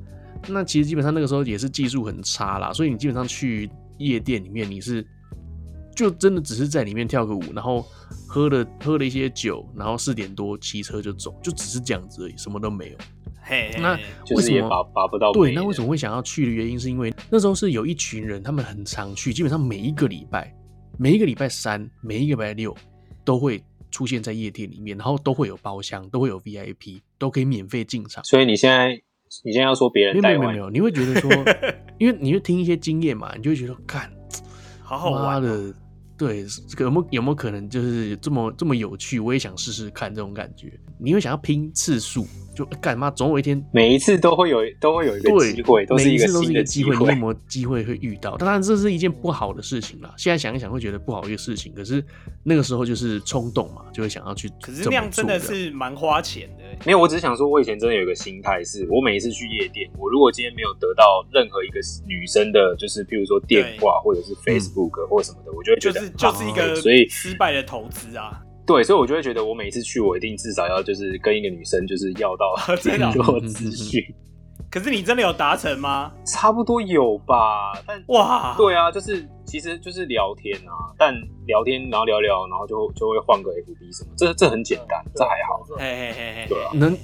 Speaker 1: 那其实基本上那个时候也是技术很差啦，所以你基本上去夜店里面，你是就真的只是在里面跳个舞，然后喝了喝了一些酒，然后四点多骑车就走，就只是这样子而已，什么都没有。
Speaker 2: 嘿，嘿
Speaker 1: 那
Speaker 2: 嘿
Speaker 4: 就
Speaker 1: 为
Speaker 4: 是
Speaker 1: 什
Speaker 4: 也
Speaker 1: 么
Speaker 4: 拔拔不到
Speaker 1: 对，
Speaker 4: 妹
Speaker 1: 那
Speaker 4: 的
Speaker 1: 为什么会想要去的原因，是因为那时候是有一群人，他们很常去，基本上每一个礼拜，每一个礼拜三，每一个礼拜六都会出现在夜店里面，然后都会有包厢，都会有 VIP，都可以免费进场。
Speaker 4: 所以你现在你现在要说 (laughs)
Speaker 1: 没
Speaker 4: 别人
Speaker 1: 有没
Speaker 4: 带
Speaker 1: 有没有
Speaker 4: 坏
Speaker 1: 没，有，你会觉
Speaker 4: (laughs)
Speaker 1: 得说，因为你会听一些经验嘛，你就会觉得，看，
Speaker 2: 好好
Speaker 1: 妈
Speaker 2: 玩哦。
Speaker 1: 的，对，这个有没有有没有可能就是这么这么有趣？我也想试试看这种感觉。你会想要拼次数，就干嘛？总有一天，
Speaker 4: 每一次都会有都会有一个
Speaker 1: 对，
Speaker 4: 机会，都是
Speaker 1: 每一
Speaker 4: 个
Speaker 1: 次都是
Speaker 4: 新
Speaker 1: 一
Speaker 4: 的
Speaker 1: 个机会，。
Speaker 4: 会
Speaker 1: 你有没有机会会遇到？当然，这是一件不好的事情啦。现在想一想会觉得不好的事情，可是那个时候就是冲动嘛，就会想要去这么做。
Speaker 2: 可是那样真的
Speaker 1: 这样
Speaker 2: 是蛮花钱的欸。
Speaker 4: 没有，我只是想说，我以前真的有一个心态是，我每一次去夜店，我如果今天没有得到任何一个女生的，就是譬如说电话或者是 Facebook 或什么的，我就会觉
Speaker 2: 就
Speaker 4: 得
Speaker 2: 是就是一个
Speaker 4: 啊所以
Speaker 2: 失败的投资啊，
Speaker 4: 对，所以我就会觉得，我每一次去，我一定至少要就是跟一个女生就是要到
Speaker 2: 真的哦
Speaker 4: 联络资讯，
Speaker 2: 可是你真的有达成吗？
Speaker 4: 差不多有吧？但
Speaker 2: 哇，
Speaker 4: 对啊，就是其实就是聊天啊，但聊天然后聊聊，然后就就会换个 FB 什么，这这很简单，这还好。
Speaker 3: 哦
Speaker 2: 嘿嘿嘿嘿，
Speaker 4: 对啊
Speaker 1: 能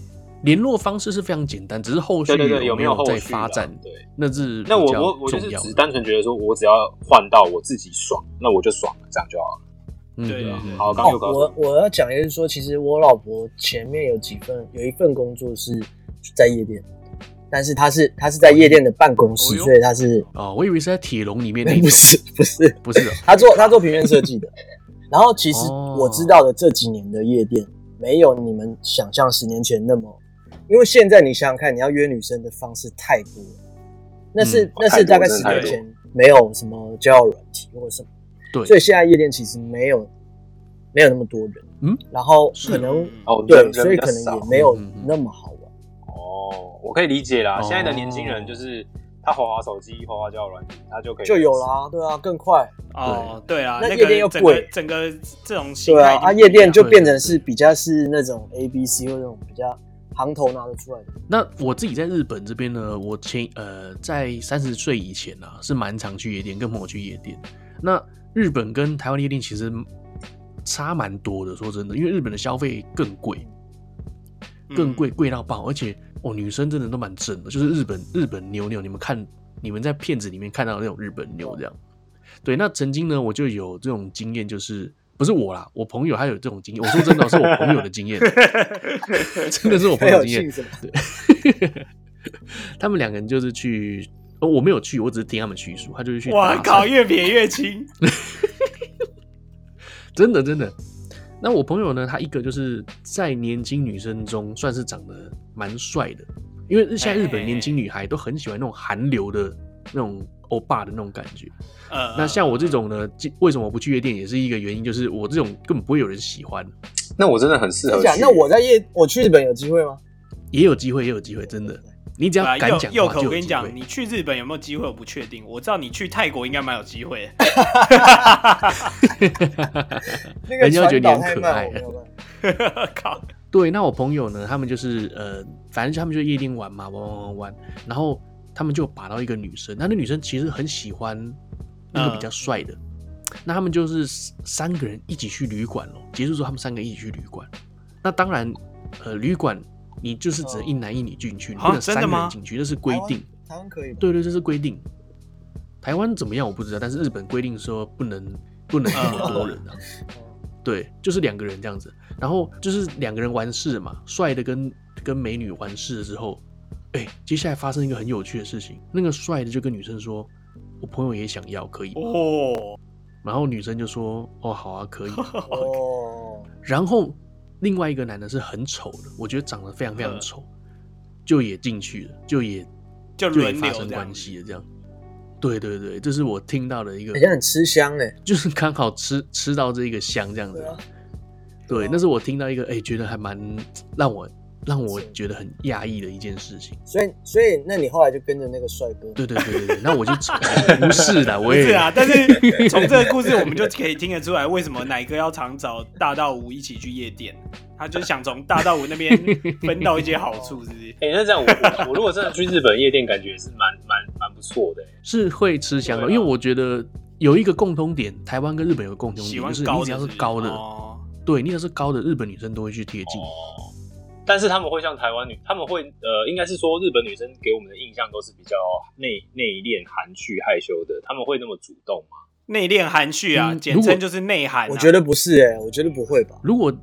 Speaker 1: 联络方式是非常简单，只是后续
Speaker 4: 对对对，有
Speaker 1: 没
Speaker 4: 没有后
Speaker 1: 在
Speaker 4: 续
Speaker 1: 发
Speaker 4: 啦
Speaker 1: 展？
Speaker 4: 对。
Speaker 1: 那是
Speaker 4: 那我
Speaker 1: 比较
Speaker 4: 我我
Speaker 1: 重
Speaker 4: 就是
Speaker 1: 要
Speaker 4: 只
Speaker 1: 的
Speaker 4: 单纯觉得说，我只要换到我自己爽，那我就爽了，这样就好了。
Speaker 1: 嗯
Speaker 2: 对对对
Speaker 4: 好，刚
Speaker 3: 哦
Speaker 4: 刚有，搞
Speaker 3: 我我要讲的是说，其实我老婆前面有几份，有一份工作是在夜店，但是她是她是在夜店的办公室，
Speaker 2: 哦哟
Speaker 3: 所以她是 (laughs)
Speaker 1: 哦，我以为是在铁笼里面那种，
Speaker 3: 不是不是，
Speaker 1: 不是哦，
Speaker 3: 她做她做平面设计
Speaker 4: (laughs)
Speaker 3: 的。然后其实
Speaker 1: 哦
Speaker 3: 我知道的这几年的夜店，没有你们想象十年前那么，因为现在你想想看，你要约女生的方式太多了，那是、
Speaker 1: 嗯
Speaker 3: 那
Speaker 4: 太
Speaker 3: 是
Speaker 4: 多
Speaker 3: 大概
Speaker 4: 真
Speaker 3: 十
Speaker 4: 的太
Speaker 3: 年
Speaker 4: 多
Speaker 3: 前没有什么交友软体或者什么。
Speaker 1: 对
Speaker 3: 所以现在夜店其实没有没有那么多人，
Speaker 1: 嗯，
Speaker 3: 然后
Speaker 1: 是
Speaker 3: 可能
Speaker 4: 哦，
Speaker 3: 对，
Speaker 4: 人
Speaker 3: 所以可能也没有
Speaker 1: 嗯嗯嗯
Speaker 3: 那么好玩。
Speaker 4: 哦，我可以理解啦。
Speaker 1: 哦
Speaker 4: 现在的年轻人就是他滑滑手机、滑滑交友软体，他就可以
Speaker 3: 就有啦，对啊，更快，
Speaker 2: 哦，对啊，
Speaker 3: 那
Speaker 2: 那
Speaker 3: 夜店又
Speaker 2: 个整个
Speaker 3: 贵
Speaker 2: 整个这种心
Speaker 3: 对
Speaker 2: 态
Speaker 3: 啊，
Speaker 2: 一定不
Speaker 3: 啊，夜
Speaker 2: 一
Speaker 3: 店
Speaker 2: 样
Speaker 3: 就
Speaker 1: 对
Speaker 3: 变成是比较是那种 A B C 或那种比较行头拿得出来的，
Speaker 1: (laughs) 那我自己在日本这边呢，我前呃在三十岁以前啊，是蛮常去夜店，跟朋友去夜店。那日本跟台湾的夜店其实差蛮多的，说真的，因为日本的消费更贵，
Speaker 2: 嗯
Speaker 1: 更贵，贵到爆，而且哦，女生真的都蛮正的，就是日本日本妞妞，你们看你们在片子里面看到的那种日本妞这样。对，那曾经呢，我就有这种经验，就是不是我啦，我朋友他有这种经验。我说真的，是我朋友的经验， (laughs) 真的是我朋
Speaker 3: 很
Speaker 1: 友
Speaker 3: 有
Speaker 1: 的经验
Speaker 3: 趣。什么？
Speaker 1: 他们两个人就是去，哦，我没有去，我只是听他们叙述，他就是去
Speaker 2: 嗯。
Speaker 1: 搭
Speaker 2: 哇
Speaker 1: 讪。
Speaker 2: 靠，越撇越轻。
Speaker 1: 真的真的。那我朋友呢，他一个就是在年轻女生中算是长得蛮帅的，因为现在日本年轻女孩都很喜欢那种韩流的那种欧巴的那种感觉。
Speaker 2: 呃，
Speaker 1: 那像我这种呢，既为什么我不去夜店，也是一个原因，就是我这种根本不会有人喜欢。
Speaker 4: 那我真的很适合
Speaker 3: 真
Speaker 4: 去
Speaker 3: 假？。那我在夜我去日本有机会吗？
Speaker 1: 也有机会，也有机会，真的，你只
Speaker 2: 对
Speaker 1: 要
Speaker 2: 啊
Speaker 1: 敢
Speaker 2: 佑
Speaker 1: 讲
Speaker 2: 佑
Speaker 1: 话
Speaker 2: 可，
Speaker 1: 就有
Speaker 2: 我跟你
Speaker 1: 机
Speaker 2: 讲，
Speaker 1: 会。
Speaker 2: 你去日本有没有机会我不确定，我知道你去泰国应该蛮有机会的。
Speaker 3: 那个
Speaker 1: 人家觉得
Speaker 3: 传导
Speaker 1: 你
Speaker 3: 太
Speaker 1: 很可
Speaker 3: 慢，
Speaker 1: 爱
Speaker 3: 我没有办法。
Speaker 2: (laughs) 靠，
Speaker 1: 对，那我朋友呢，他们就是呃，反正他们就夜店玩嘛，玩玩玩玩，然后他们就把到一个女生，那那女生其实很喜欢那个比较帅的，那他们就是三个人一起去旅馆咯，结束之后，他们三个一起去旅馆。那当然，呃，旅馆你就是只能一男一女进去，你不
Speaker 2: 哦啊
Speaker 1: 能三
Speaker 2: 真的
Speaker 1: 个
Speaker 2: 吗
Speaker 1: 人进去，这是规定。
Speaker 3: 台湾可以吧？
Speaker 1: 对对，这是规定。台湾怎么样我不知道，但是日本规定说不能不能那么多人啊。对，就是两个人这样子，然后就是两个人完事嘛，帅的跟跟美女完事了之后，哎、接下来发生一个很有趣的事情，那个帅的就跟女生说：“我朋友也想要，可以吗
Speaker 2: 哦，
Speaker 1: 然后女生就说：“哦，好啊，可以。
Speaker 3: 哦，”
Speaker 1: 然后另外一个男的是很丑的，我觉得长得非常非常
Speaker 2: 嗯
Speaker 1: 丑，就也进去了，就也
Speaker 2: 就
Speaker 1: 就也
Speaker 2: 轮
Speaker 1: 发
Speaker 2: 流
Speaker 1: 生
Speaker 2: 这样
Speaker 1: 关
Speaker 2: 子
Speaker 1: 系了，这样。对对对，这是我听到的一个
Speaker 3: 人，家很吃香欸呢。
Speaker 1: 就是刚好吃吃到这一个香这样子
Speaker 3: 对。啊，
Speaker 1: 对，那是我听到一个，哎、觉得还蛮让我让我
Speaker 3: 是
Speaker 1: 觉得很讶异的一件事情。
Speaker 3: 所以所以那你后来就跟着那个帅哥，
Speaker 1: 对对对对对，那我就 (laughs) 不是的，
Speaker 2: 不
Speaker 1: 我也
Speaker 2: 是啊，
Speaker 1: (laughs)
Speaker 2: 但是从这个故事我们就可以听得出来，为什么奶哥要常找大道吴一起去夜店，他就是想从大道吴那边分到一些好处，是不
Speaker 1: (laughs)
Speaker 2: 是？
Speaker 4: 哎、那这样我我我如果真的去日本夜店，感觉也是蛮蛮蛮不错的、
Speaker 1: 是会吃香的，
Speaker 4: 对啊
Speaker 1: 因为我觉得有一个共通点，台湾跟日本有个共通
Speaker 2: 喜
Speaker 1: 点，
Speaker 2: 欢
Speaker 1: 就是
Speaker 2: 高
Speaker 1: 你
Speaker 2: 的
Speaker 1: 只要
Speaker 2: 是
Speaker 1: 是
Speaker 2: 不是
Speaker 1: 高的，
Speaker 2: 哦
Speaker 1: 对你只要是高的，日本女生都会去贴近。
Speaker 4: 哦，但是他们会像台湾女，他们会呃，应该是说日本女生给我们的印象都是比较内内敛、含蓄、害羞的，他们会那么主动吗？
Speaker 2: 内敛含蓄啊，
Speaker 1: 嗯
Speaker 2: 简
Speaker 1: 如果
Speaker 2: 称就是内涵啊。
Speaker 3: 我觉得不是哎，我觉得不会吧？
Speaker 1: 如果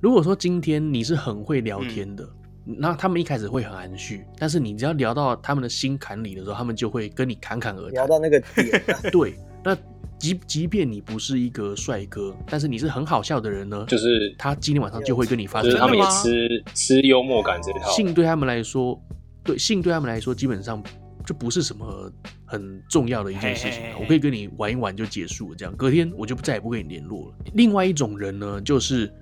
Speaker 1: 如果说今天你是很会聊天的，
Speaker 4: 嗯
Speaker 1: 那他们一开始会很含蓄，但是你只要聊到他们的心坎里的时候，他们就会跟你侃侃而
Speaker 3: 聊
Speaker 1: 谈。
Speaker 3: 到那个点，啊
Speaker 1: (laughs) 对，那即即便你不是一个帅哥，但是你是很好笑的人呢，
Speaker 4: 就是
Speaker 1: 他今天晚上就会跟你发
Speaker 4: 就
Speaker 1: 生
Speaker 4: 是他们也
Speaker 2: 真的吗
Speaker 4: 吃吃幽默感这一套。
Speaker 1: 性对他们来说，对性对他们来说，基本上就不是什么很重要的一件事情了。啊
Speaker 2: 嘿嘿嘿
Speaker 1: 我可以跟你玩一玩就结束了，这样隔天我就再也不跟你联络了。另外一种人呢，就是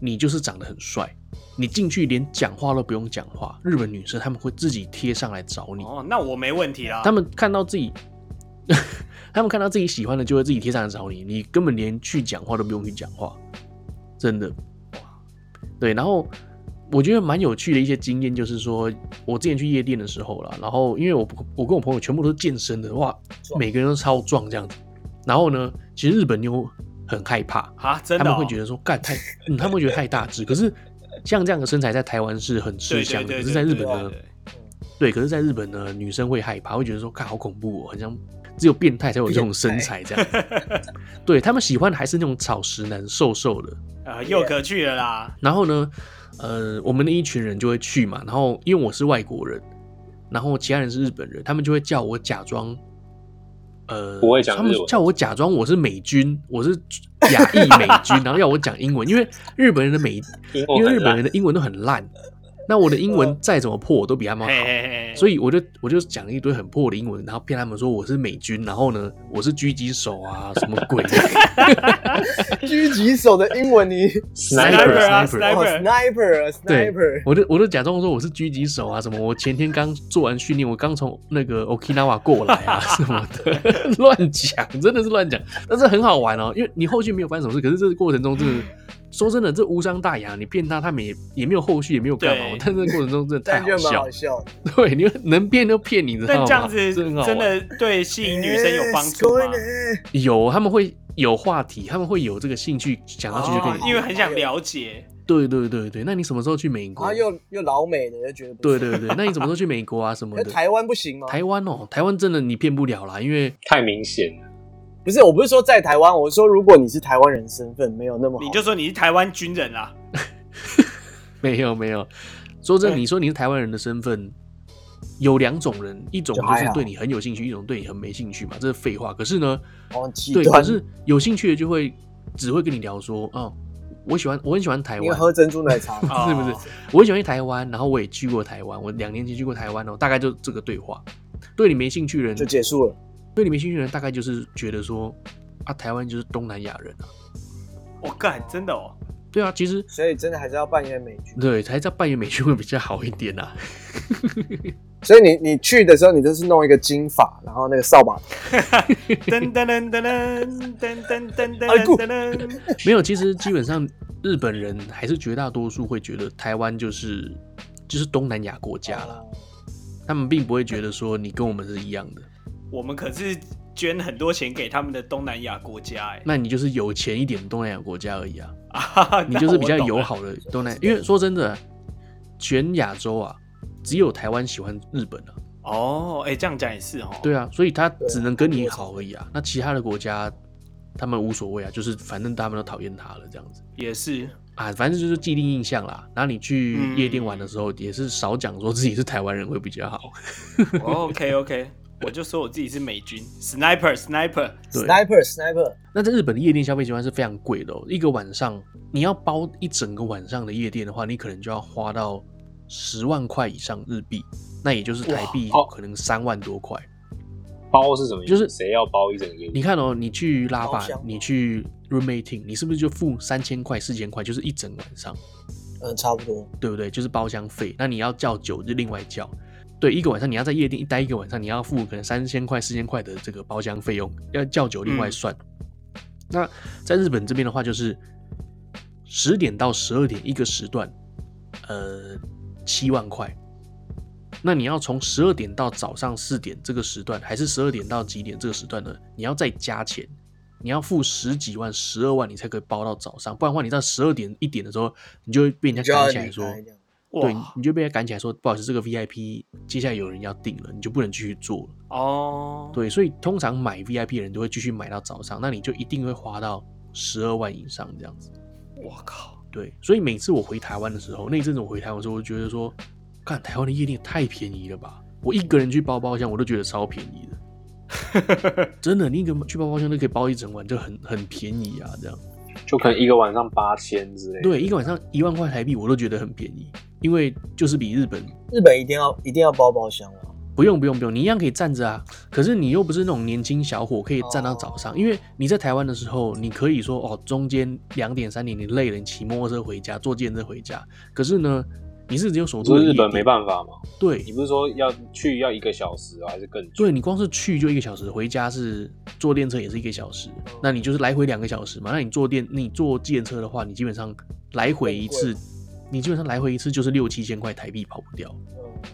Speaker 1: 你就是长得很帅，你进去连讲话都不用讲话，日本女生她们会自己贴上来找你，
Speaker 2: 哦，那我没问题啦。
Speaker 1: 她们看到自己。 (laughs) 他们看到自己喜欢的，就会自己贴上来找你，你根本连去讲话都不用去讲话，真的。对，然后我觉得蛮有趣的一些经验，就是说我之前去夜店的时候啦，然后因为我我跟我朋友全部都是健身的，哇，
Speaker 3: 壮
Speaker 1: 每个人都超壮这样子。然后呢，其实日本妞很害怕，
Speaker 2: 啊，真
Speaker 1: 他
Speaker 2: 的
Speaker 1: 们
Speaker 2: 哦
Speaker 1: 会觉得说干太，嗯，他们会觉得太大只。可是像这样的身材在台湾是很吃
Speaker 2: 对
Speaker 1: 香
Speaker 2: 对
Speaker 1: 的，
Speaker 2: (laughs)
Speaker 1: 可
Speaker 2: 对，
Speaker 1: 是在日本
Speaker 2: 对
Speaker 1: 呢，
Speaker 2: 对对
Speaker 3: 嗯
Speaker 1: 对，可是在日本呢，女生会害怕，会觉得说，看好恐怖哦，好像只有变态才有这种身材这样。对他们喜欢的还是那种草食男，瘦瘦的。
Speaker 2: 啊，又可去了啦。
Speaker 1: 然后呢，呃，我们的一群人就会去嘛。然后因为我是外国人，然后其他人是日本人，他们就会叫我假装，呃，
Speaker 4: 不会讲日
Speaker 1: 他
Speaker 4: 文
Speaker 1: 们叫我假装我是美军，我是亚裔美军，然后要我讲英文，因为日本人的
Speaker 4: (laughs)
Speaker 1: 美，
Speaker 4: 因
Speaker 1: 因为
Speaker 4: 很
Speaker 1: 日本
Speaker 4: 烂
Speaker 1: 人的英文都很烂，那我的英文再怎么破，我都比他们好。
Speaker 2: 嘿嘿嘿，
Speaker 1: 所
Speaker 2: 以
Speaker 1: 以我就我就讲了一堆很破的英文，然后骗他们说我是美军，然后呢我是狙击手啊，什么鬼
Speaker 2: (laughs)
Speaker 1: 的
Speaker 3: 狙击手的英文你
Speaker 4: sniper
Speaker 2: 啊
Speaker 1: sniper
Speaker 3: 哦
Speaker 2: sniper，
Speaker 3: sniper 啊
Speaker 1: 对
Speaker 3: sniper，
Speaker 1: 我就我就假装说我是狙击手啊，什么我前天刚做完训练，我刚从那个 Okinawa 过来啊 (laughs) 什么的， (laughs) 乱讲，真的是乱讲，但是很好玩哦，因为你后续没有发生什么事，可是这个过程中真的，说真的，这无伤大雅，你骗他，他们也也没有后续，也没有干嘛
Speaker 2: 对，
Speaker 1: 但是这个过程中真的太
Speaker 3: 但就
Speaker 1: 好
Speaker 3: 蛮
Speaker 1: 笑
Speaker 3: 好，笑的。
Speaker 1: (laughs) 对，你们能骗就骗你，你知道
Speaker 2: 但
Speaker 1: 吗？
Speaker 2: 这样子
Speaker 1: 真的很
Speaker 2: 真
Speaker 1: 好玩
Speaker 2: 的对吸引女生有帮助
Speaker 3: It's
Speaker 2: 吗
Speaker 3: going？in
Speaker 1: 有，他们会有话题，他们会有这个兴趣，想要继续跟你
Speaker 2: 哦因为很想了解，
Speaker 1: 对对对对，那你什么时候去美
Speaker 3: 然
Speaker 1: 国
Speaker 3: 后？又又老美的，就觉得不
Speaker 1: 对
Speaker 3: 错。
Speaker 1: 对对，那你什么时候去美国啊？什么
Speaker 3: 那
Speaker 1: 的？
Speaker 3: 台湾不行吗？
Speaker 1: 台湾哦，台湾真的你骗不了啦，因为
Speaker 4: 太明显了，
Speaker 3: 不是，我不是说在台湾，我是说如果你是台湾人身份，没有那么好，
Speaker 2: 你就说你是台湾军人啊啦。
Speaker 1: 没有没有。说真的，
Speaker 2: 哎，
Speaker 1: 你说你是台湾人的身份，有两种人，一种
Speaker 3: 就
Speaker 1: 就
Speaker 3: 还
Speaker 1: 是
Speaker 3: 好
Speaker 1: 对你很有兴趣，一种对你很没兴趣嘛，这是废话。可是呢，
Speaker 3: 哦极
Speaker 1: 对，可
Speaker 3: 端。
Speaker 1: 是有兴趣的就会只会跟你聊说，哦，我喜欢，我很喜欢台
Speaker 3: 你有
Speaker 1: 湾，啊
Speaker 3: 喝珍珠
Speaker 1: (laughs)
Speaker 3: 奶茶
Speaker 2: 哦
Speaker 1: 是 (laughs) 不是？我很喜欢去台湾，然后我也去过台湾，我两年前去过台湾哦，大概就这个对话。对你没兴趣的人
Speaker 3: 就，结束了。
Speaker 1: 对你没兴趣的人，大概就是觉得说，啊，台湾就是东南亚人啊，
Speaker 2: 我干，真的哦， (laughs)
Speaker 1: 对啊，其实
Speaker 3: 所以真的还是要扮演美剧。
Speaker 1: 对，还是要扮演美军会比较好一点啊。 (laughs)
Speaker 3: 所以你你去的时候，你就是弄一个金发，然后那个扫把。
Speaker 2: 噔噔噔噔噔噔噔噔噔
Speaker 3: 哎
Speaker 2: 噔
Speaker 3: 顾
Speaker 2: 噔，
Speaker 1: 没有，其实基本上日本人还是绝大多数会觉得台湾就是就是东南亚国家
Speaker 4: 啊
Speaker 1: 啦，
Speaker 3: 哦
Speaker 1: 他们并不会觉得说你跟我们是一样的，
Speaker 2: 我们可是捐很多钱给他们的东南亚国家，哎
Speaker 1: 那你就是有钱一点的东南亚国家而已啊，
Speaker 2: 啊哈 (laughs) 哈，
Speaker 1: 你就是比较
Speaker 2: 那我懂了
Speaker 1: 友。好的东南亚，因为说真的，全亚洲啊，只有台湾喜欢日本啊，
Speaker 2: 哦，哎，这样讲也是哦。
Speaker 1: (laughs) 对
Speaker 2: 啊，
Speaker 1: 啊，所以他只能跟你好而已啊，那其他的国家他们无所谓啊，就是反正他们都讨厌他了这样子。(laughs)
Speaker 2: 也是。
Speaker 1: 啊，反正就是既定印象啦。然后你去夜店
Speaker 2: 嗯
Speaker 1: 玩的时候，也是少讲说自己是台湾人会比较好。
Speaker 2: OK OK，我就说我自己是美军，sniper sniper，
Speaker 1: 对
Speaker 3: Sniper Sniper，
Speaker 1: 那在日本的夜店消费习惯是非常贵的、哦，一个晚上你要包一整个晚上的夜店的话，你可能就要花到十万块以上日币，那也就是台币
Speaker 4: 哇哦
Speaker 1: 可能三万多块。
Speaker 4: 包是什么意思？
Speaker 1: 就是
Speaker 4: 谁要包一整个夜
Speaker 1: 你
Speaker 4: 店？
Speaker 1: 看哦，你去拉
Speaker 3: 好
Speaker 1: 法
Speaker 3: 香哦，
Speaker 1: 你去 roommating，你是不是就付三千块、四千块，就是一整晚上？
Speaker 3: 嗯，差不多。
Speaker 1: 对不对？就是包厢费。那你要叫酒就另外叫。对，一个晚上你要在夜店一待一个晚上，你要付可能三千块、四千块的这个包厢费用，要叫酒另
Speaker 3: 嗯
Speaker 1: 外算。那在日本这边的话，就是十点到十二点一个时段，呃，七万块。那你要从十二点到早上四点这个时段，还是十二点到几点这个时段呢？你要再加钱，你要付十几万、十二万，你才可以包到早上，不然的话，你到十二点一点的时候，你就会被人家
Speaker 3: 就要
Speaker 1: 赶起来
Speaker 3: 离
Speaker 1: 说，
Speaker 3: 开这样。
Speaker 1: 对
Speaker 2: 哇，
Speaker 1: 你就被他赶起来说，不好意思，这个 VIP 接下来有人要订了，你就不能继续做了。
Speaker 2: 哦，
Speaker 1: 对，所以通常买 VIP 的人都会继续买到早上，那你就一定会花到十二万以上这样子。
Speaker 2: 我靠，
Speaker 1: 对，所以每次我回台湾的时候，那一阵子我回台湾的时候，我就觉得说，看台湾的夜店太便宜了吧！我一个人去包包厢，我都觉得超便宜的。真的， (laughs) 你一个人去包包厢都可以包一整晚，就很很便宜啊，这样。
Speaker 4: 就可能一个晚上八千之类的。
Speaker 1: 对，一个晚上一万块台币，我都觉得很便宜，因为就是比日本
Speaker 3: 日本一定要一定要包包厢啊！
Speaker 1: 不用不用不用，你一样可以站着啊。可是你又不是那种年轻小伙，可以站到早上。因为你在台湾的时候，你可以说哦，中间两点三点你累了，你骑摩托车回家，坐电车回家。可是呢，你是只有首
Speaker 4: 你
Speaker 1: 都
Speaker 4: 说
Speaker 1: 的
Speaker 4: 日本
Speaker 1: 夜店
Speaker 4: 没办法吗？你
Speaker 1: 对
Speaker 4: 不是说要去要一个小时啊，还是更久？
Speaker 1: 对，你光是去就一个小时，回家是坐电车也是一个小时，那你就是来回两个小时嘛。那你坐电你坐电车的话，你基本上来回一次
Speaker 3: 更贵，
Speaker 1: 你基本上来回一次就是六七千块台币跑不掉。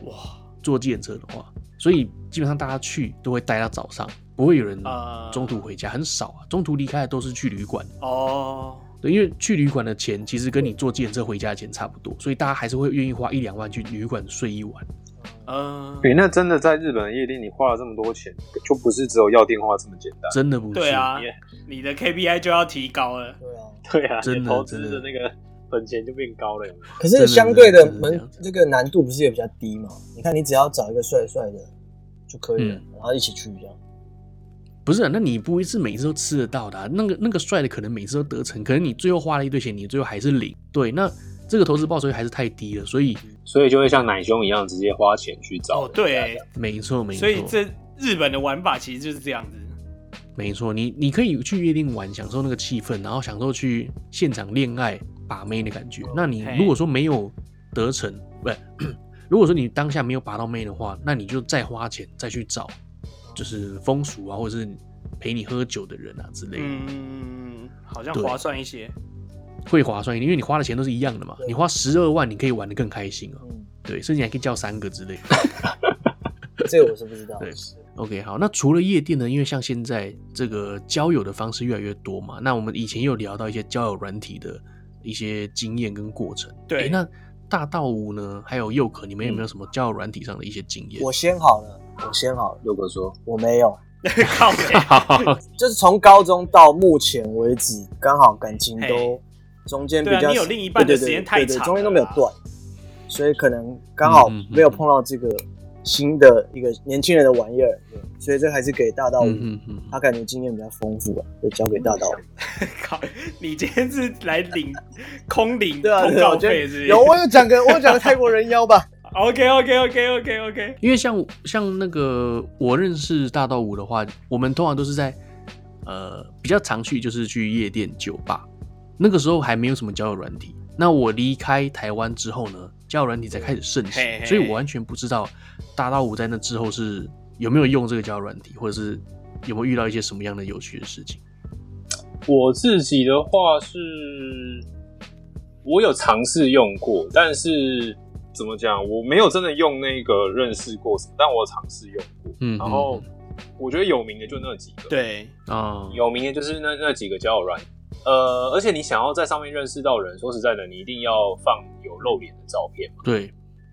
Speaker 3: 嗯
Speaker 2: 哇，
Speaker 1: 坐电车的话，所以基本上大家去都会待到早上，不会有人
Speaker 2: 呃
Speaker 1: 中途回家，很少啊。中途离开的都是去旅馆，
Speaker 2: 哦，
Speaker 1: 对，因为去旅馆的钱其实跟你坐电车回家的钱差不多，所以大家还是会愿意花一两万去旅馆睡一晚。
Speaker 2: 嗯，
Speaker 4: 诶、那真的在日本的夜店，你花了这么多钱，就不是只有要电话这么简单。
Speaker 1: 真的不是。
Speaker 2: 对啊
Speaker 4: 是，
Speaker 2: 你的 KPI 就要提高了。
Speaker 3: 对啊，
Speaker 4: 对啊，
Speaker 1: 真的
Speaker 4: 你投资
Speaker 1: 真的
Speaker 4: 的那个本钱就变高了。有没有
Speaker 3: 可
Speaker 1: 真的
Speaker 3: 是相对的
Speaker 1: 真的真的这
Speaker 3: 门
Speaker 1: 样子
Speaker 3: 这个难度不是也比较低嘛？你看，你只要找一个帅帅的就可以了，
Speaker 1: 嗯
Speaker 3: 然后一起去这样。
Speaker 1: 不是啊、那你不一次每次都吃得到的啊、那个那个帅的可能每次都得逞，可能你最后花了一堆钱，你最后还是零。对，那这个投资报酬率还是太低了，所以
Speaker 4: 所以就会像奶兄一样，直接花钱去找。
Speaker 2: 哦，，对，
Speaker 1: 没错没错。
Speaker 2: 所以这日本的玩法其实就是这样子。
Speaker 1: 没错，你你可以去夜店玩，享受那个气氛，然后享受去现场恋爱把妹的感觉。那你
Speaker 2: 嘿
Speaker 1: 如果说没有得逞，不是， (clears throat) 如果说你当下没有把到妹的话，那你就再花钱再去找，就是风俗啊，或者是陪你喝酒的人啊之类的，
Speaker 2: 嗯，好像
Speaker 1: 对
Speaker 2: 划算一些。
Speaker 1: 会划算一点，因为你花的钱都是一样的嘛。
Speaker 3: 对
Speaker 1: 你花十二万，你可以玩的更开心啊。
Speaker 3: 嗯，
Speaker 1: 对，甚至你还可以叫三个
Speaker 3: (laughs)
Speaker 1: 之类的。
Speaker 3: 这个我是不知道。
Speaker 1: 对 OK，好，那除了夜店呢？因为像现在这个交友的方式越来越多嘛，那我们以前有聊到一些交友软体的一些经验跟过程。
Speaker 2: 对
Speaker 1: 诶那大道五呢，还有佑可，你们有没有什么交友软体上的一些经验？
Speaker 3: 我先好了，我先好了，
Speaker 4: 六哥说，
Speaker 3: 我没有。
Speaker 2: (laughs)
Speaker 1: (laughs)
Speaker 2: 靠北，
Speaker 3: 就是从高中到目前为止，刚好感情都中间比较
Speaker 2: 对啊你有另一半的时间太
Speaker 3: 对对
Speaker 2: 长
Speaker 3: 对对
Speaker 2: 了啊
Speaker 3: 对
Speaker 2: 啦
Speaker 3: 中间都没有断，所以可能刚好
Speaker 1: 嗯嗯嗯
Speaker 3: 没有碰到这个新的一个年轻人的玩意儿，对所以这还是给大道五，
Speaker 1: 嗯嗯
Speaker 3: 他感觉经验比较丰富啊，就交给大道五。
Speaker 2: 嗯靠，你今天是来领空领
Speaker 3: (laughs) 对啊，
Speaker 2: 通
Speaker 3: 对啊，
Speaker 2: 告
Speaker 3: 我觉
Speaker 2: 费
Speaker 3: 得
Speaker 2: 是不是？
Speaker 3: 有我有讲个我有讲个泰国人妖吧，
Speaker 2: OK OK OK OK OK，
Speaker 1: 因为像像那个我认识大道五的话，我们通常都是在呃比较常去就是去夜店酒吧，那个时候还没有什么交友软体。那我离开台湾之后呢，交友软体才开始盛行，
Speaker 2: 嘿嘿
Speaker 1: 所以我完全不知道大道五在那之后是有没有用这个交友软体，或者是有没有遇到一些什么样的有趣的事情。
Speaker 4: 我自己的话是，我有尝试用过，但是怎么讲，我没有真的用那个认识过什么，但我有尝试用过。
Speaker 1: 嗯，
Speaker 4: 然后我觉得有名的就那几个，，
Speaker 2: 对，
Speaker 1: 嗯啊，
Speaker 4: 有名的就是那那几个交友软体。呃，而且你想要在上面认识到人，说实在的，你一定要放有露脸的照片嘛。
Speaker 1: 对，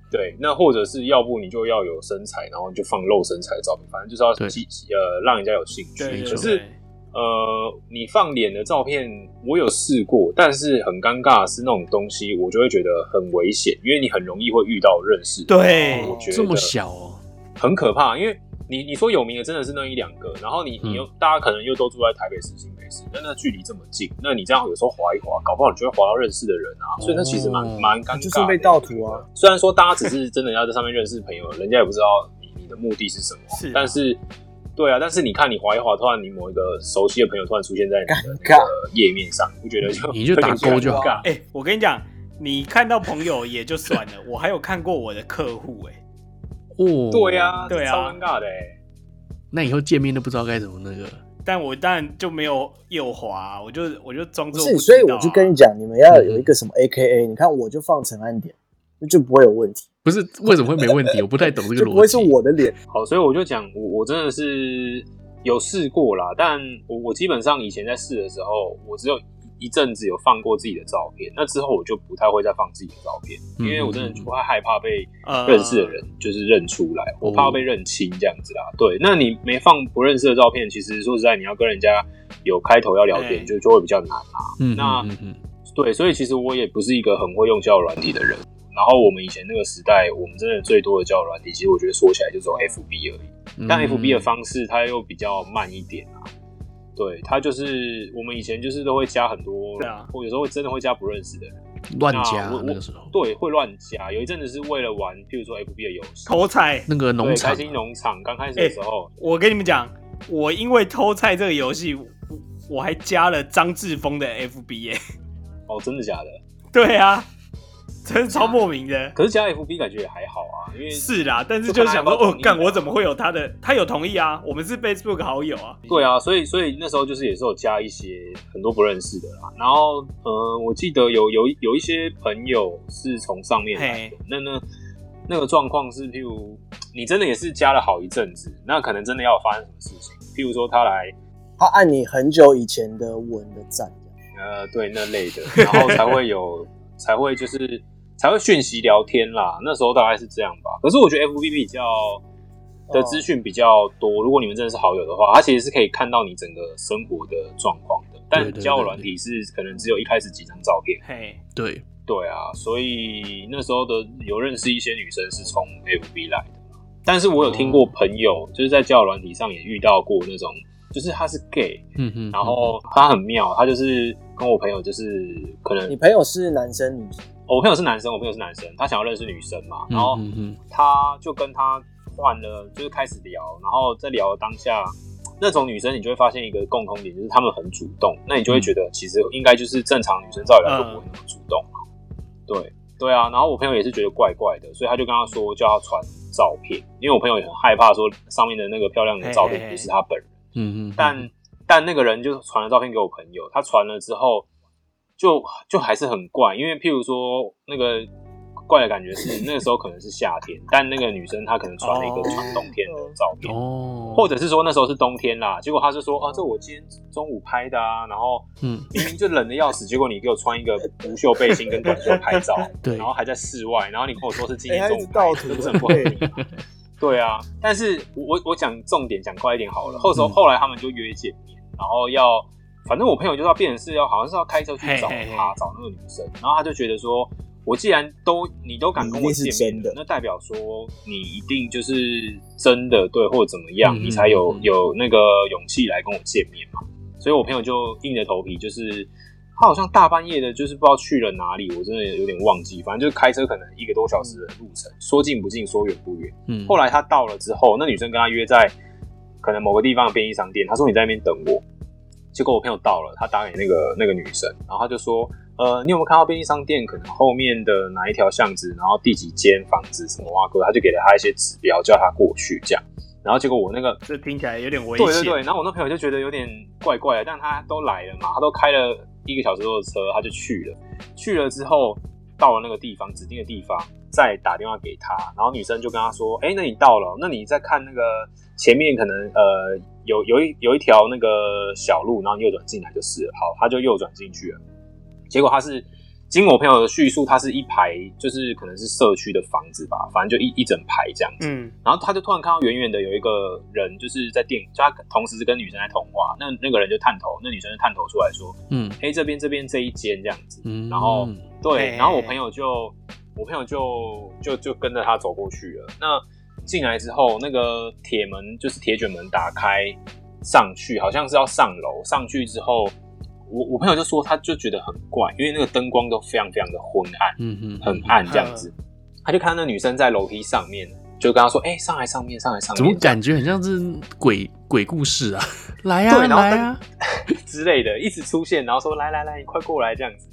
Speaker 4: 对，那或者是要不你就要有身材，然后你就放露身材的照片，反正就是要
Speaker 1: 对
Speaker 4: 激呃让人家有兴趣。
Speaker 2: 对对
Speaker 1: 没错
Speaker 2: 对
Speaker 4: 可是呃，你放脸的照片我有试过，但是很尴尬的是那种东西，我就会觉得很危险，因为你很容易会遇到认识的人，
Speaker 2: 对
Speaker 4: 哎我觉得
Speaker 1: 这么小哦，
Speaker 4: 很可怕。因为你你说有名的真的是那一两个，然后你
Speaker 1: 嗯
Speaker 4: 你又、大家可能又都住在台北市、新北市，那那距离这么近，那你这样有时候滑一滑，搞不好你就会滑到认识的人啊，所以那其实蛮
Speaker 1: 哦
Speaker 4: 蛮尴尬的，
Speaker 3: 就是被盗图啊。
Speaker 4: 虽然说大家只是真的要在上面认识朋友，人家也不知道你你的目的是什么，
Speaker 2: 是啊
Speaker 4: 但是对啊，但是你看你滑一滑，突然你某一个熟悉的朋友突然出现在你的
Speaker 3: 尴
Speaker 4: 那
Speaker 3: 尬
Speaker 4: 个页面上，你不觉得就
Speaker 1: 你就打勾就好
Speaker 4: 有点尴尬
Speaker 2: 哎、我跟你讲，你看到朋友也就算了，我还有看过我的客户、哎，
Speaker 1: 哦，
Speaker 4: 对啊，
Speaker 2: 对啊
Speaker 4: 超尴尬的哎、
Speaker 1: 那以后见面都不知道该怎么那个，
Speaker 2: 但我当然就没有右滑，我就 (laughs) 我就装
Speaker 3: 不
Speaker 2: 作
Speaker 3: 是，
Speaker 2: 不
Speaker 3: 所以
Speaker 2: 知道
Speaker 3: 我
Speaker 2: 啊
Speaker 3: 就跟你讲，你们
Speaker 1: 嗯
Speaker 3: 要有一个什么 A K A，你看我就放陈安点，那就不会有问题，
Speaker 1: 不是为什么会没问题？我不太 (laughs) 懂这个
Speaker 3: 就
Speaker 1: 逻辑，
Speaker 3: 不会是我的脸。
Speaker 4: 好，所以我就讲，我我真的是有试过啦，但我我基本上以前在试的时候，我只有一阵子有放过自己的照片，那之后我就不太会再放自己的照片，因为我真的就会害怕被
Speaker 2: 呃
Speaker 4: 认识的人就是认出来，我怕
Speaker 1: 哦
Speaker 4: 被认清这样子啦。对，那你没放不认识的照片，其实说实在，你要跟人家有开头要聊
Speaker 2: 哎
Speaker 4: 天，就就会比较难啊。
Speaker 1: 嗯，嗯
Speaker 4: 那
Speaker 1: 嗯嗯
Speaker 4: 对，所以其实我也不是一个很会用交友软体的人。然后我们以前那个时代，我们真的最多的交友软体，其实我觉得说起来就只有 FB 而已。
Speaker 1: 嗯
Speaker 4: 但 FB 的方式它又比较慢一点啊。对，它就是我们以前就是都会加很多
Speaker 2: 对啊，
Speaker 4: 或有时候真的会加不认识的人，
Speaker 1: 嗯乱加
Speaker 4: 那我我
Speaker 1: 那个时候，
Speaker 4: 对，会乱加。有一阵子是为了玩，譬如说 FB 的游戏，
Speaker 2: 偷欸菜。
Speaker 1: 那个农
Speaker 4: 对，
Speaker 1: 场
Speaker 4: 开心农场刚开始的时候，
Speaker 2: 我跟你们讲，我因为偷菜这个游戏，我我还加了张志峰的 FB 哎、
Speaker 4: 哦，真的假的？
Speaker 2: (laughs) 对啊，真是超莫名的。
Speaker 4: 可是加 FB 感觉也还好啊，因为
Speaker 2: 是啦，但是就想说，
Speaker 4: 就看他有没有
Speaker 2: 哦
Speaker 4: 同，意
Speaker 2: 干
Speaker 4: 啊
Speaker 2: 我怎么会有他的？他有同意啊，我们是 Facebook 好友啊。
Speaker 4: 对啊，所以所以那时候就是也是有加一些很多不认识的啦。然后呃，我记得有有有一些朋友是从上面来的，那那那个状况是，譬如你真的也是加了好一阵子，那可能真的要有发生什么事情，譬如说他来
Speaker 3: 他按你很久以前的文的赞，
Speaker 4: 呃对那类的，然后才会有才会就是。才会讯息聊天啦。那时候大概是这样吧。可是我觉得 FB 比较
Speaker 1: 嗯
Speaker 3: 哦
Speaker 4: 的资讯比较多，如果你们真的是好友的话，它其实是可以看到你整个生活的状况的。但
Speaker 1: 对对
Speaker 4: 交友软体是可能只有一开始几张照片，
Speaker 2: 嘿，
Speaker 1: 对，
Speaker 4: 对啊，所以那时候的有认识一些女生是从 FB 来的，但是我有听过朋友就是在交友软体上也遇到过那种，就是他是 gay，
Speaker 1: 嗯哼，
Speaker 4: 然后他很妙，他就是跟我朋友就是可能
Speaker 3: 你朋友是男生女生？
Speaker 4: 哦我朋友是男生，我朋友是男生，他想要认识女生嘛，
Speaker 1: 嗯
Speaker 4: 然后
Speaker 1: 嗯嗯
Speaker 4: 他就跟他换了，就是开始聊，然后在聊的当下，那种女生你就会发现一个共同点，就是她们很主动，那你就会觉得其实应该就是正常女生照理来说不会那么主动嘛，
Speaker 2: 嗯
Speaker 4: 对对啊，然后我朋友也是觉得怪怪的，所以他就跟他说叫他传照片，因为我朋友也很害怕说上面的那个漂亮的照
Speaker 2: 嘿嘿
Speaker 4: 片
Speaker 2: 嘿
Speaker 4: 不是他本人。
Speaker 1: 嗯嗯，
Speaker 4: 但但那个人就传了照片给我朋友，他传了之后，就就还是很怪，因为譬如说那个怪的感觉是那个时候可能是夏天，但那个女生她可能传了一个
Speaker 2: 哦
Speaker 4: 穿冬天的照片，
Speaker 1: 哦，
Speaker 4: 或者是说那时候是冬天啦，结果他就说啊，这我今天中午拍的啊，然后
Speaker 1: 嗯，
Speaker 4: 明明就冷的要死，结果你给我穿一个无袖背心跟短袖拍照，
Speaker 1: 对
Speaker 4: 然后还在室外，然后你跟我说是今
Speaker 3: 哎
Speaker 4: 天
Speaker 3: 他
Speaker 4: 中
Speaker 3: 一
Speaker 4: 午
Speaker 3: 直
Speaker 4: 拍
Speaker 3: 盗
Speaker 4: 的，
Speaker 3: 图
Speaker 4: 这不是很不合理吗？对啊，但是我我我讲重点，讲快一点好了。后头后来他们就约见面，然后要，反正我朋友就是要变成是要，好像是要开车去找
Speaker 2: 嘿嘿嘿
Speaker 4: 他，找那个女生。然后他就觉得说，我既然都你都敢跟我见
Speaker 3: 你一定是真
Speaker 4: 面
Speaker 3: 的
Speaker 4: 了，那代表说你一定就是真的对，或者怎么样，
Speaker 1: 嗯
Speaker 4: 你才有
Speaker 1: 嗯嗯
Speaker 4: 有那个勇气来跟我见面嘛。所以我朋友就硬着头皮，就是他好像大半夜的，就是不知道去了哪里，我真的有点忘记。反正就是开车可能一个多小时的路程，说近不近，说远不远。
Speaker 1: 嗯，
Speaker 4: 后
Speaker 1: 来
Speaker 4: 来他到了之后，那女生跟他约在可能某个地方的便利商店，他说你在那边等我。结果我朋友到了，他打给那个那个女生，然后他就说，呃，你有没有看到便利商店可能后面的哪一条巷子，然后第几间房子什么哇哥，他就给了他一些指标，叫他过去这样。然后结果我那个
Speaker 2: 这听起来有点危险。
Speaker 4: 对对对，然后我那朋友就觉得有点怪怪的，但他都来了嘛，他都开了一个小时多的车，他就去了。去了之后，到了那个地方指定的地方，再打电话给他，然后女生就跟他说：“哎、那你到了，那你再看那个前面可能呃有有一有一条那个小路，然后你右转进来就是了。”好，他就右转进去了。结果他是经过我朋友的叙述，他是一排就是可能是社区的房子吧，反正就一一整排这样子。
Speaker 2: 嗯，
Speaker 4: 然后他就突然看到远远的有一个人，就是在电，就他同时是跟女生在通话，那那个人就探头，那女生就探头出来说
Speaker 1: 嗯：“
Speaker 4: 哎、这边这边这一间这样子。
Speaker 1: 嗯，
Speaker 4: 然后对，
Speaker 2: 嘿
Speaker 4: 然后我朋友就我朋友就就就跟着他走过去了。那进来之后，那个铁门就是铁卷门打开上去，好像是要上楼。上去之后，我我朋友就说他就觉得很怪，因为那个灯光都非常非常的昏暗。
Speaker 1: 嗯嗯
Speaker 4: 很暗这样子，他就看到那女生在楼梯上面，就跟他说：“哎、上来上面，上来上面。”
Speaker 1: 怎么感觉很像是鬼鬼故事啊？ (laughs) 来啊
Speaker 4: 对然后
Speaker 1: 来啊，
Speaker 4: 之类的，一直出现，然后说：“来来来，你快过来这样子。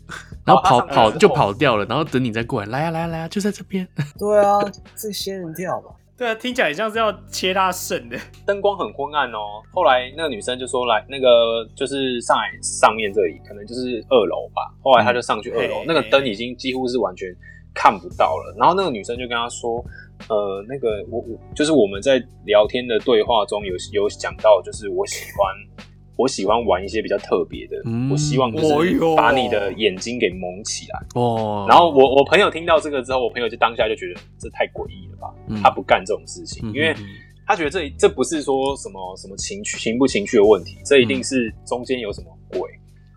Speaker 1: 然后
Speaker 4: 他
Speaker 1: 跑
Speaker 4: 上来
Speaker 1: 跑
Speaker 4: 之后
Speaker 1: 就跑掉了，然后等你再过来，来啊来啊来啊，就在这边。
Speaker 3: 对啊，这个仙人跳吧，
Speaker 2: 对啊，听起来像是要切他肾的。”
Speaker 4: 灯光很昏暗哦。后来那个女生就说：“来，那个就是上海上面这里，可能就是二楼吧。”后来他就上去二楼，
Speaker 2: 嗯
Speaker 4: 那个灯已经几乎是完全看不到了。然后那个女生就跟他说：“呃，那个我我就是我们在聊天的对话中有有讲到，就是我喜欢我喜欢玩一些比较特别的，
Speaker 1: 嗯
Speaker 4: 我希望就
Speaker 2: 哎
Speaker 4: 是
Speaker 2: 呦
Speaker 4: 把你的眼睛给蒙起来。”
Speaker 1: 哦，
Speaker 4: 然后我我朋友听到这个之后，我朋友就当下就觉得这太诡异了吧，
Speaker 1: 嗯
Speaker 4: 他不干这种事情，
Speaker 1: 嗯
Speaker 4: 因为
Speaker 1: 嗯嗯
Speaker 4: 他觉得这这不是说什么什么情绪情不情绪的问题，这一
Speaker 3: 嗯
Speaker 4: 定是中间有什么鬼，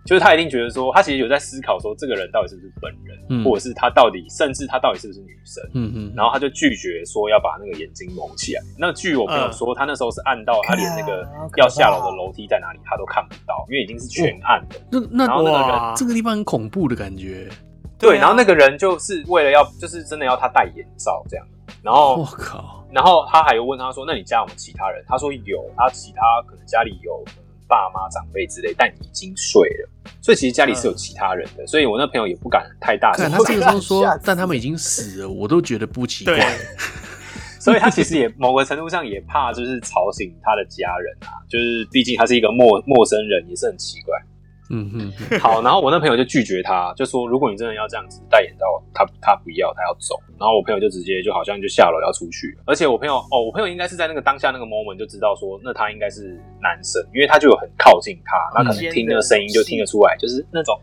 Speaker 4: 就是他一定觉得说他其实有在思考说这个人到底是不是本人，
Speaker 1: 嗯
Speaker 4: 或者是他到底甚至他到底是不是女生。
Speaker 1: 嗯嗯，
Speaker 4: 然后他就拒绝说要把那个眼睛蒙起来。那据我朋友说，他那时候是暗到他连那个
Speaker 3: 嗯啊好可怕啊
Speaker 4: 要下楼的楼梯在哪里他都看不到，因为已经是全暗的。
Speaker 1: 那那
Speaker 4: 然后那个人
Speaker 1: 哦哇这个地方很恐怖的感觉，
Speaker 4: 对，
Speaker 2: 对啊
Speaker 4: 然后那个人就是为了要，就是真的要他戴眼罩这样。然
Speaker 1: 我
Speaker 4: 后，
Speaker 1: 靠，
Speaker 4: 然后他还有问他说：“那你家有没有其他人？”他说有，啊他其他可能家里有可能爸妈、长辈之类，但已经睡了，所以其实家里是有其他人的。所以我那朋友也不敢太大
Speaker 1: 嗯
Speaker 4: 声
Speaker 1: 啊看，他这个时候说，但他们已经死了，我都觉得不奇怪
Speaker 2: 对。
Speaker 4: (laughs) 所以他其实也某个程度上也怕就是吵醒他的家人啊，就是毕竟他是一个陌陌生人，也是很奇怪。
Speaker 1: 嗯嗯嗯
Speaker 4: 好，然后我那朋友就拒绝他，就说如果你真的要这样子戴眼罩，他他不要，他要走。然后我朋友就直接就好像就下楼要出去，而且我朋友哦，我朋友应该是在那个当下那个 moment 就知道说，那他应该是
Speaker 2: 嗯 (laughs)
Speaker 4: 男生，因为他就有很靠近他，那可能听那个声音就听得出来，就是那种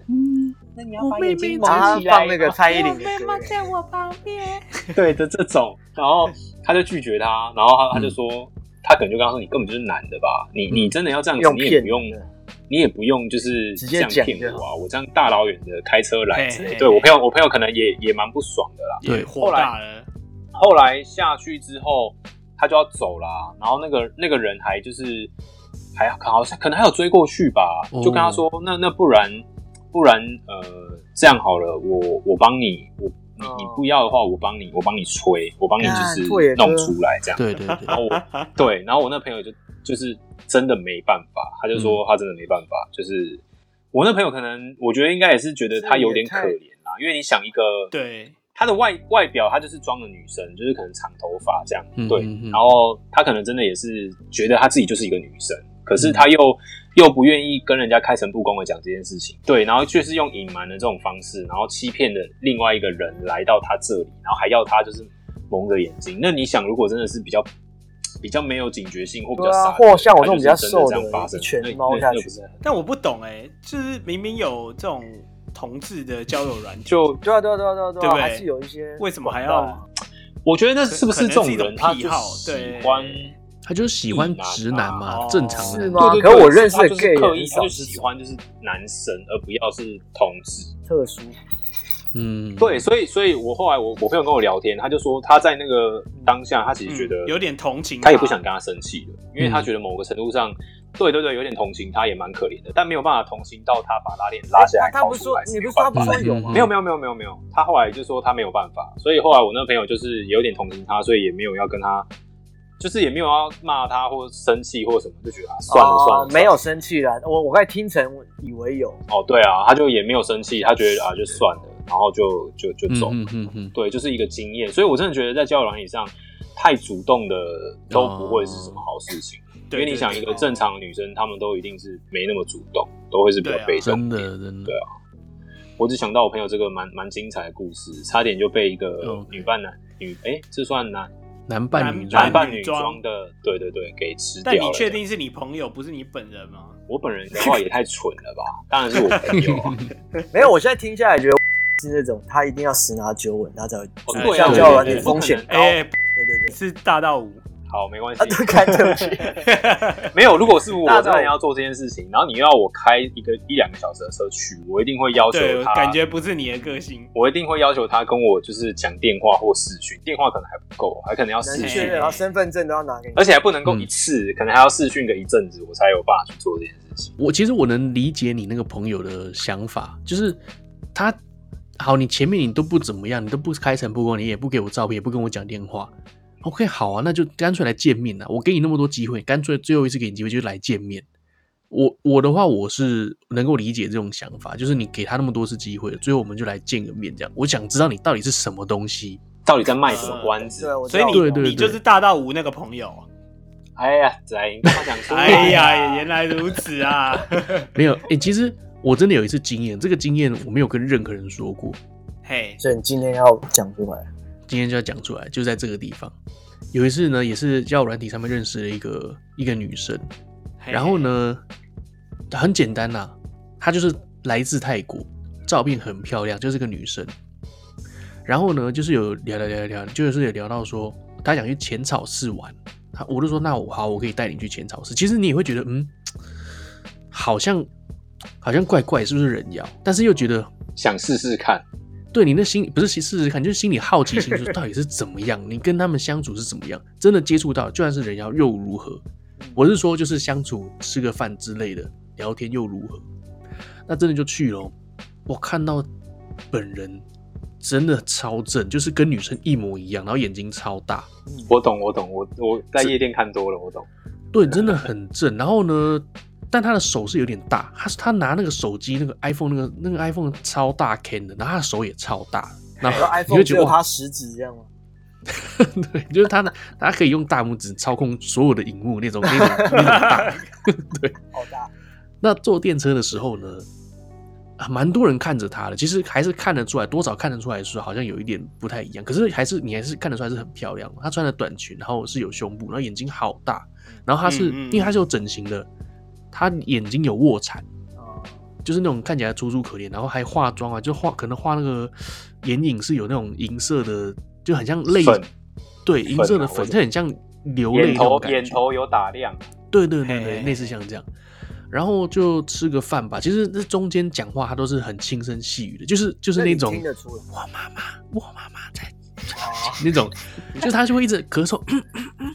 Speaker 4: 那你要把眼睛
Speaker 3: 然后
Speaker 4: 蒙
Speaker 3: 他
Speaker 4: 起来吗，
Speaker 3: 放那个蔡依林的
Speaker 5: 妹
Speaker 3: 歌
Speaker 5: 妈，在我旁边。
Speaker 4: 对的这种，然后他就拒绝他，然后他
Speaker 3: 嗯
Speaker 4: 他就说，他可能就跟他说，你根本就是男的吧，你你真的要这样子，
Speaker 3: 用
Speaker 4: 你也
Speaker 3: 骗
Speaker 4: 不用
Speaker 3: 你的，
Speaker 4: 你也不用就是
Speaker 3: 直
Speaker 4: 这
Speaker 3: 接
Speaker 4: 样
Speaker 3: 讲
Speaker 4: 骗我啊，我这样大老远的开车来
Speaker 2: 嘿
Speaker 4: 之类
Speaker 2: 嘿
Speaker 4: 对我
Speaker 2: 嘿
Speaker 4: 朋友我朋友可能也也蛮不爽的啦。
Speaker 1: 对
Speaker 2: 也火大了，
Speaker 4: 后来下去之后，他就要走啦，然后那个那个人还就是还好像可能还有追过去吧，
Speaker 1: 哦
Speaker 4: 就跟他说，那那不然不然呃这样好了，我我帮你我。你你
Speaker 3: 哦
Speaker 4: 不要的话，我帮你，我帮你吹，我帮你就
Speaker 3: 干
Speaker 4: 是
Speaker 3: 拓也
Speaker 4: 弄
Speaker 3: 哥
Speaker 4: 出来这样。
Speaker 1: 啊对对对
Speaker 4: 然，后我对，然后我那朋友就就是真的没办法，他就说他真的没办
Speaker 1: 嗯
Speaker 4: 法，就是我那朋友可能我觉得应该也是觉得他有点可怜啦，因为你想一个
Speaker 2: 对，
Speaker 4: 她的外外表，她就是装的女生，就是可能长头发这样，
Speaker 1: 嗯
Speaker 4: 对，
Speaker 1: 嗯嗯
Speaker 4: 然后她可能真的也是觉得她自己就是一个女生，可
Speaker 3: 嗯
Speaker 4: 是她又、又不愿意跟人家开诚布公的讲这件事情，对，然后却是用隐瞒的这种方式，然后欺骗的另外一个人来到她这里，然后还要她就是蒙着眼睛。那你想，如果真的是比较比较没有警觉性或比较
Speaker 3: 对啊
Speaker 4: 傻的人，
Speaker 3: 或像我
Speaker 4: 她
Speaker 3: 这种
Speaker 4: 就
Speaker 3: 比较
Speaker 4: 是真
Speaker 3: 瘦
Speaker 4: 这样
Speaker 3: 的
Speaker 4: 发生
Speaker 3: 一拳
Speaker 4: 那那
Speaker 3: 猫下
Speaker 4: 那
Speaker 3: 去
Speaker 4: 不是很
Speaker 2: 但我不懂哎、就是明明有这种同志的交友软件，
Speaker 4: 就
Speaker 3: 对啊，对啊，对啊，对啊，
Speaker 2: 对
Speaker 3: 啊，
Speaker 2: 不对
Speaker 3: 还是有一些
Speaker 2: 为什么还
Speaker 3: 管道
Speaker 2: 要
Speaker 3: 啊？
Speaker 4: 我觉得那是不是这种人，
Speaker 2: 可
Speaker 4: 他
Speaker 2: 能是一种
Speaker 4: 就
Speaker 2: 癖好
Speaker 4: 喜
Speaker 2: 对
Speaker 4: 欢。啊
Speaker 1: 他就是喜欢直男嘛，
Speaker 2: 哦
Speaker 1: 正常的
Speaker 3: 是
Speaker 1: 人
Speaker 3: 吗
Speaker 4: 对对
Speaker 3: 啊可
Speaker 4: 对
Speaker 3: 我认识的
Speaker 4: 他就是
Speaker 3: gay 也
Speaker 4: 刻意
Speaker 3: 很
Speaker 4: 他
Speaker 3: 少
Speaker 4: 就是喜欢就是男生，而不要是同志。
Speaker 3: 特殊，
Speaker 1: 嗯，
Speaker 4: 对，，所以所以我后来我我朋友跟我聊天，他就说他在那个当下，他其实觉得、
Speaker 2: 嗯有点同情
Speaker 4: 他也不
Speaker 2: 他
Speaker 4: 想跟他生气了，因为他
Speaker 1: 嗯
Speaker 4: 觉得某个程度上，对对对，有点同情他也蛮可怜的，但没有办法同情到他把拉链拉下来
Speaker 3: 他哎他
Speaker 4: 掏
Speaker 3: 不是
Speaker 4: 出
Speaker 3: 说
Speaker 4: 来，
Speaker 3: 你
Speaker 4: 没
Speaker 3: 不
Speaker 4: 有
Speaker 3: 是说他
Speaker 4: 办
Speaker 3: 不
Speaker 4: 法
Speaker 1: 嗯
Speaker 3: 是说有
Speaker 1: 嗯
Speaker 3: 吗？
Speaker 4: 没有没有没有没有没有，他后来就说他没有办法，所以后来我那个朋友就是有点同情他，所以也没有要跟他，就是也没有要骂他或生气或什么，就觉得、啊、算了
Speaker 3: 哦
Speaker 4: 算了，
Speaker 3: 没有生气啦。我我刚才听成我以为有，
Speaker 4: 哦，对啊，他就也没有生气，他觉得啊就算了，然后就就就
Speaker 1: 嗯
Speaker 4: 走。
Speaker 1: 嗯嗯嗯，
Speaker 4: 对，就是一个经验，所以我真的觉得在交友软件上，太主动的都不会是什么好事情，
Speaker 2: 哦对哦
Speaker 4: 因为你想一个正常的女生，她们都一定是没那么主动，都会是比较
Speaker 2: 对啊啊
Speaker 4: 被动。
Speaker 1: 真的真的
Speaker 4: 对，啊我只想到我朋友这个蛮蛮精彩的故事，差点就被一个
Speaker 2: 哦
Speaker 1: OK
Speaker 4: 女伴男女哎、这算男
Speaker 1: 男扮女
Speaker 2: 男
Speaker 4: 男
Speaker 1: 装，
Speaker 4: 扮女
Speaker 2: 女装
Speaker 4: 装的，对对对，给吃掉
Speaker 2: 但
Speaker 4: 了。
Speaker 2: 你确定是你朋友，不是你本人吗？
Speaker 4: 我本人的话也太蠢了吧？当然是我朋友
Speaker 2: (laughs)
Speaker 1: (laughs)
Speaker 4: 啊。
Speaker 3: 没有。我现在听下来觉得是那种他一定要十拿九稳，他才会
Speaker 4: 哦
Speaker 3: 做
Speaker 4: 对啊
Speaker 3: 像
Speaker 2: 对
Speaker 3: 交
Speaker 2: 对
Speaker 3: 友软
Speaker 2: 对
Speaker 3: 件
Speaker 2: 不可
Speaker 3: 风险
Speaker 4: 能
Speaker 3: 高。
Speaker 2: 哎、
Speaker 3: 对对对，
Speaker 2: 是大到五，
Speaker 4: 好，没关系
Speaker 3: 啊，。对，看对不起，
Speaker 4: 没有，如果是我真的要做这件事情，然后你要我开一个一两个小时的车去，我一定会要求
Speaker 2: 对，
Speaker 4: 他，
Speaker 2: 感觉不是你的个性。
Speaker 4: 我一定会要求他跟我就是讲电话或视讯，电话可能还不够，还可能要
Speaker 3: 能
Speaker 4: 视
Speaker 3: 确
Speaker 4: 讯
Speaker 3: 认，，然后身份证都要拿给你
Speaker 4: 而。且还不能够一次，可能还要视讯个一阵子，我才有办法去做这件事情。
Speaker 1: 我其实我能理解你那个朋友的想法，就是他好，你前面你都不怎么样，你都不开诚布公，你也不给我照片，也不跟我讲电话。OK，好啊，那就干脆来见面啊！我给你那么多机会，干脆最后一次给你机会就是来见面。我我的话，我是能够理解这种想法，就是你给他那么多次机会，最后我们就来见个面，这样。我想知道你到底是什么东西。
Speaker 4: 到底在卖什么关子
Speaker 3: 对，？我知
Speaker 2: 所以
Speaker 3: 道
Speaker 2: 你
Speaker 1: 对对
Speaker 2: 你就是大到五那个朋友。
Speaker 4: 哎呀，仔，你干嘛讲出来啊
Speaker 2: 哎呀，原来如此啊！
Speaker 1: 没有，诶、其实我真的有一次经验，这个经验我没有跟任何人说过，
Speaker 2: 嘿，
Speaker 3: 所以你今天要讲出来，
Speaker 1: 今天就要讲出来，就在这个地方。有一次呢，也是交友软体上面认识了一个一个女生，
Speaker 2: 嘿
Speaker 1: 然后？呢，很简单啦、她就是来自泰国，照片很漂亮，就是个女生。然后呢，就是有聊聊聊聊，就是有聊到说她想去浅草寺玩，她我就说那我好，我可以带你去浅草寺。其实你也会觉得，嗯，好像好像怪怪，是不是人妖？但是又觉得
Speaker 4: 想试试看，
Speaker 1: 对你那心里不是试试看，就是心里好奇心，就是到底是怎么样，你跟他们相处是怎么样，真的接触到，就算是人妖又如何？我是说，就是相处吃个饭之类的，聊天又如何？那真的就去了哦，我看到本人真的超正，就是跟女生一模一样，然后眼睛超大，
Speaker 4: 我懂，我懂，我我在夜店看多了，我懂。
Speaker 1: 对，真的很正。然后呢，但他的手是有点大，他他拿那个手机那个 iPhone 那个那个 iPhone 超大 can 的，然后他的手也超大，然
Speaker 3: 然
Speaker 1: 后你
Speaker 3: 后
Speaker 1: 会
Speaker 3: iPhone 只
Speaker 1: 觉得
Speaker 3: 有
Speaker 1: 哇
Speaker 3: 他食指这样吗？
Speaker 1: (laughs) 对，就是他的，他可以用大拇指操控所有的荧幕那种那种那种
Speaker 3: (laughs)
Speaker 1: 大。
Speaker 3: 好大，
Speaker 1: 那坐电车的时候呢，啊，蛮多人看着他的，其实还是看得出来，多少看得出来说好像有一点不太一样，可是还是你还是看得出来是很漂亮。她穿的短裙，然后是有胸部，然后眼睛好大，然后她是、
Speaker 2: 嗯嗯嗯
Speaker 1: 因为她是有整形的，她眼睛有卧蚕，
Speaker 3: 哦
Speaker 1: 就是那种看起来楚楚可怜，然后还化妆啊，就画可能画那个眼影是有那种银色的，就很像泪，
Speaker 4: 粉
Speaker 1: 对，银色的
Speaker 4: 粉啊
Speaker 1: 粉，
Speaker 4: 我
Speaker 1: 就很像流泪
Speaker 4: 眼
Speaker 1: 那种
Speaker 4: 头
Speaker 1: 感
Speaker 4: 眼
Speaker 1: 觉。
Speaker 4: 头有打亮，
Speaker 1: 对对对
Speaker 2: 嘿嘿
Speaker 1: 对，
Speaker 2: 嘿
Speaker 1: 类似像这样。然后就吃个饭吧。其实这中间讲话，他都是很轻声细语的，就是就是
Speaker 3: 你
Speaker 1: 那种
Speaker 3: 听得出来
Speaker 1: 我妈妈，我妈妈在
Speaker 3: 啊，
Speaker 1: 那
Speaker 3: (laughs)
Speaker 1: 种，就他就会一直咳嗽，嗯嗯嗯，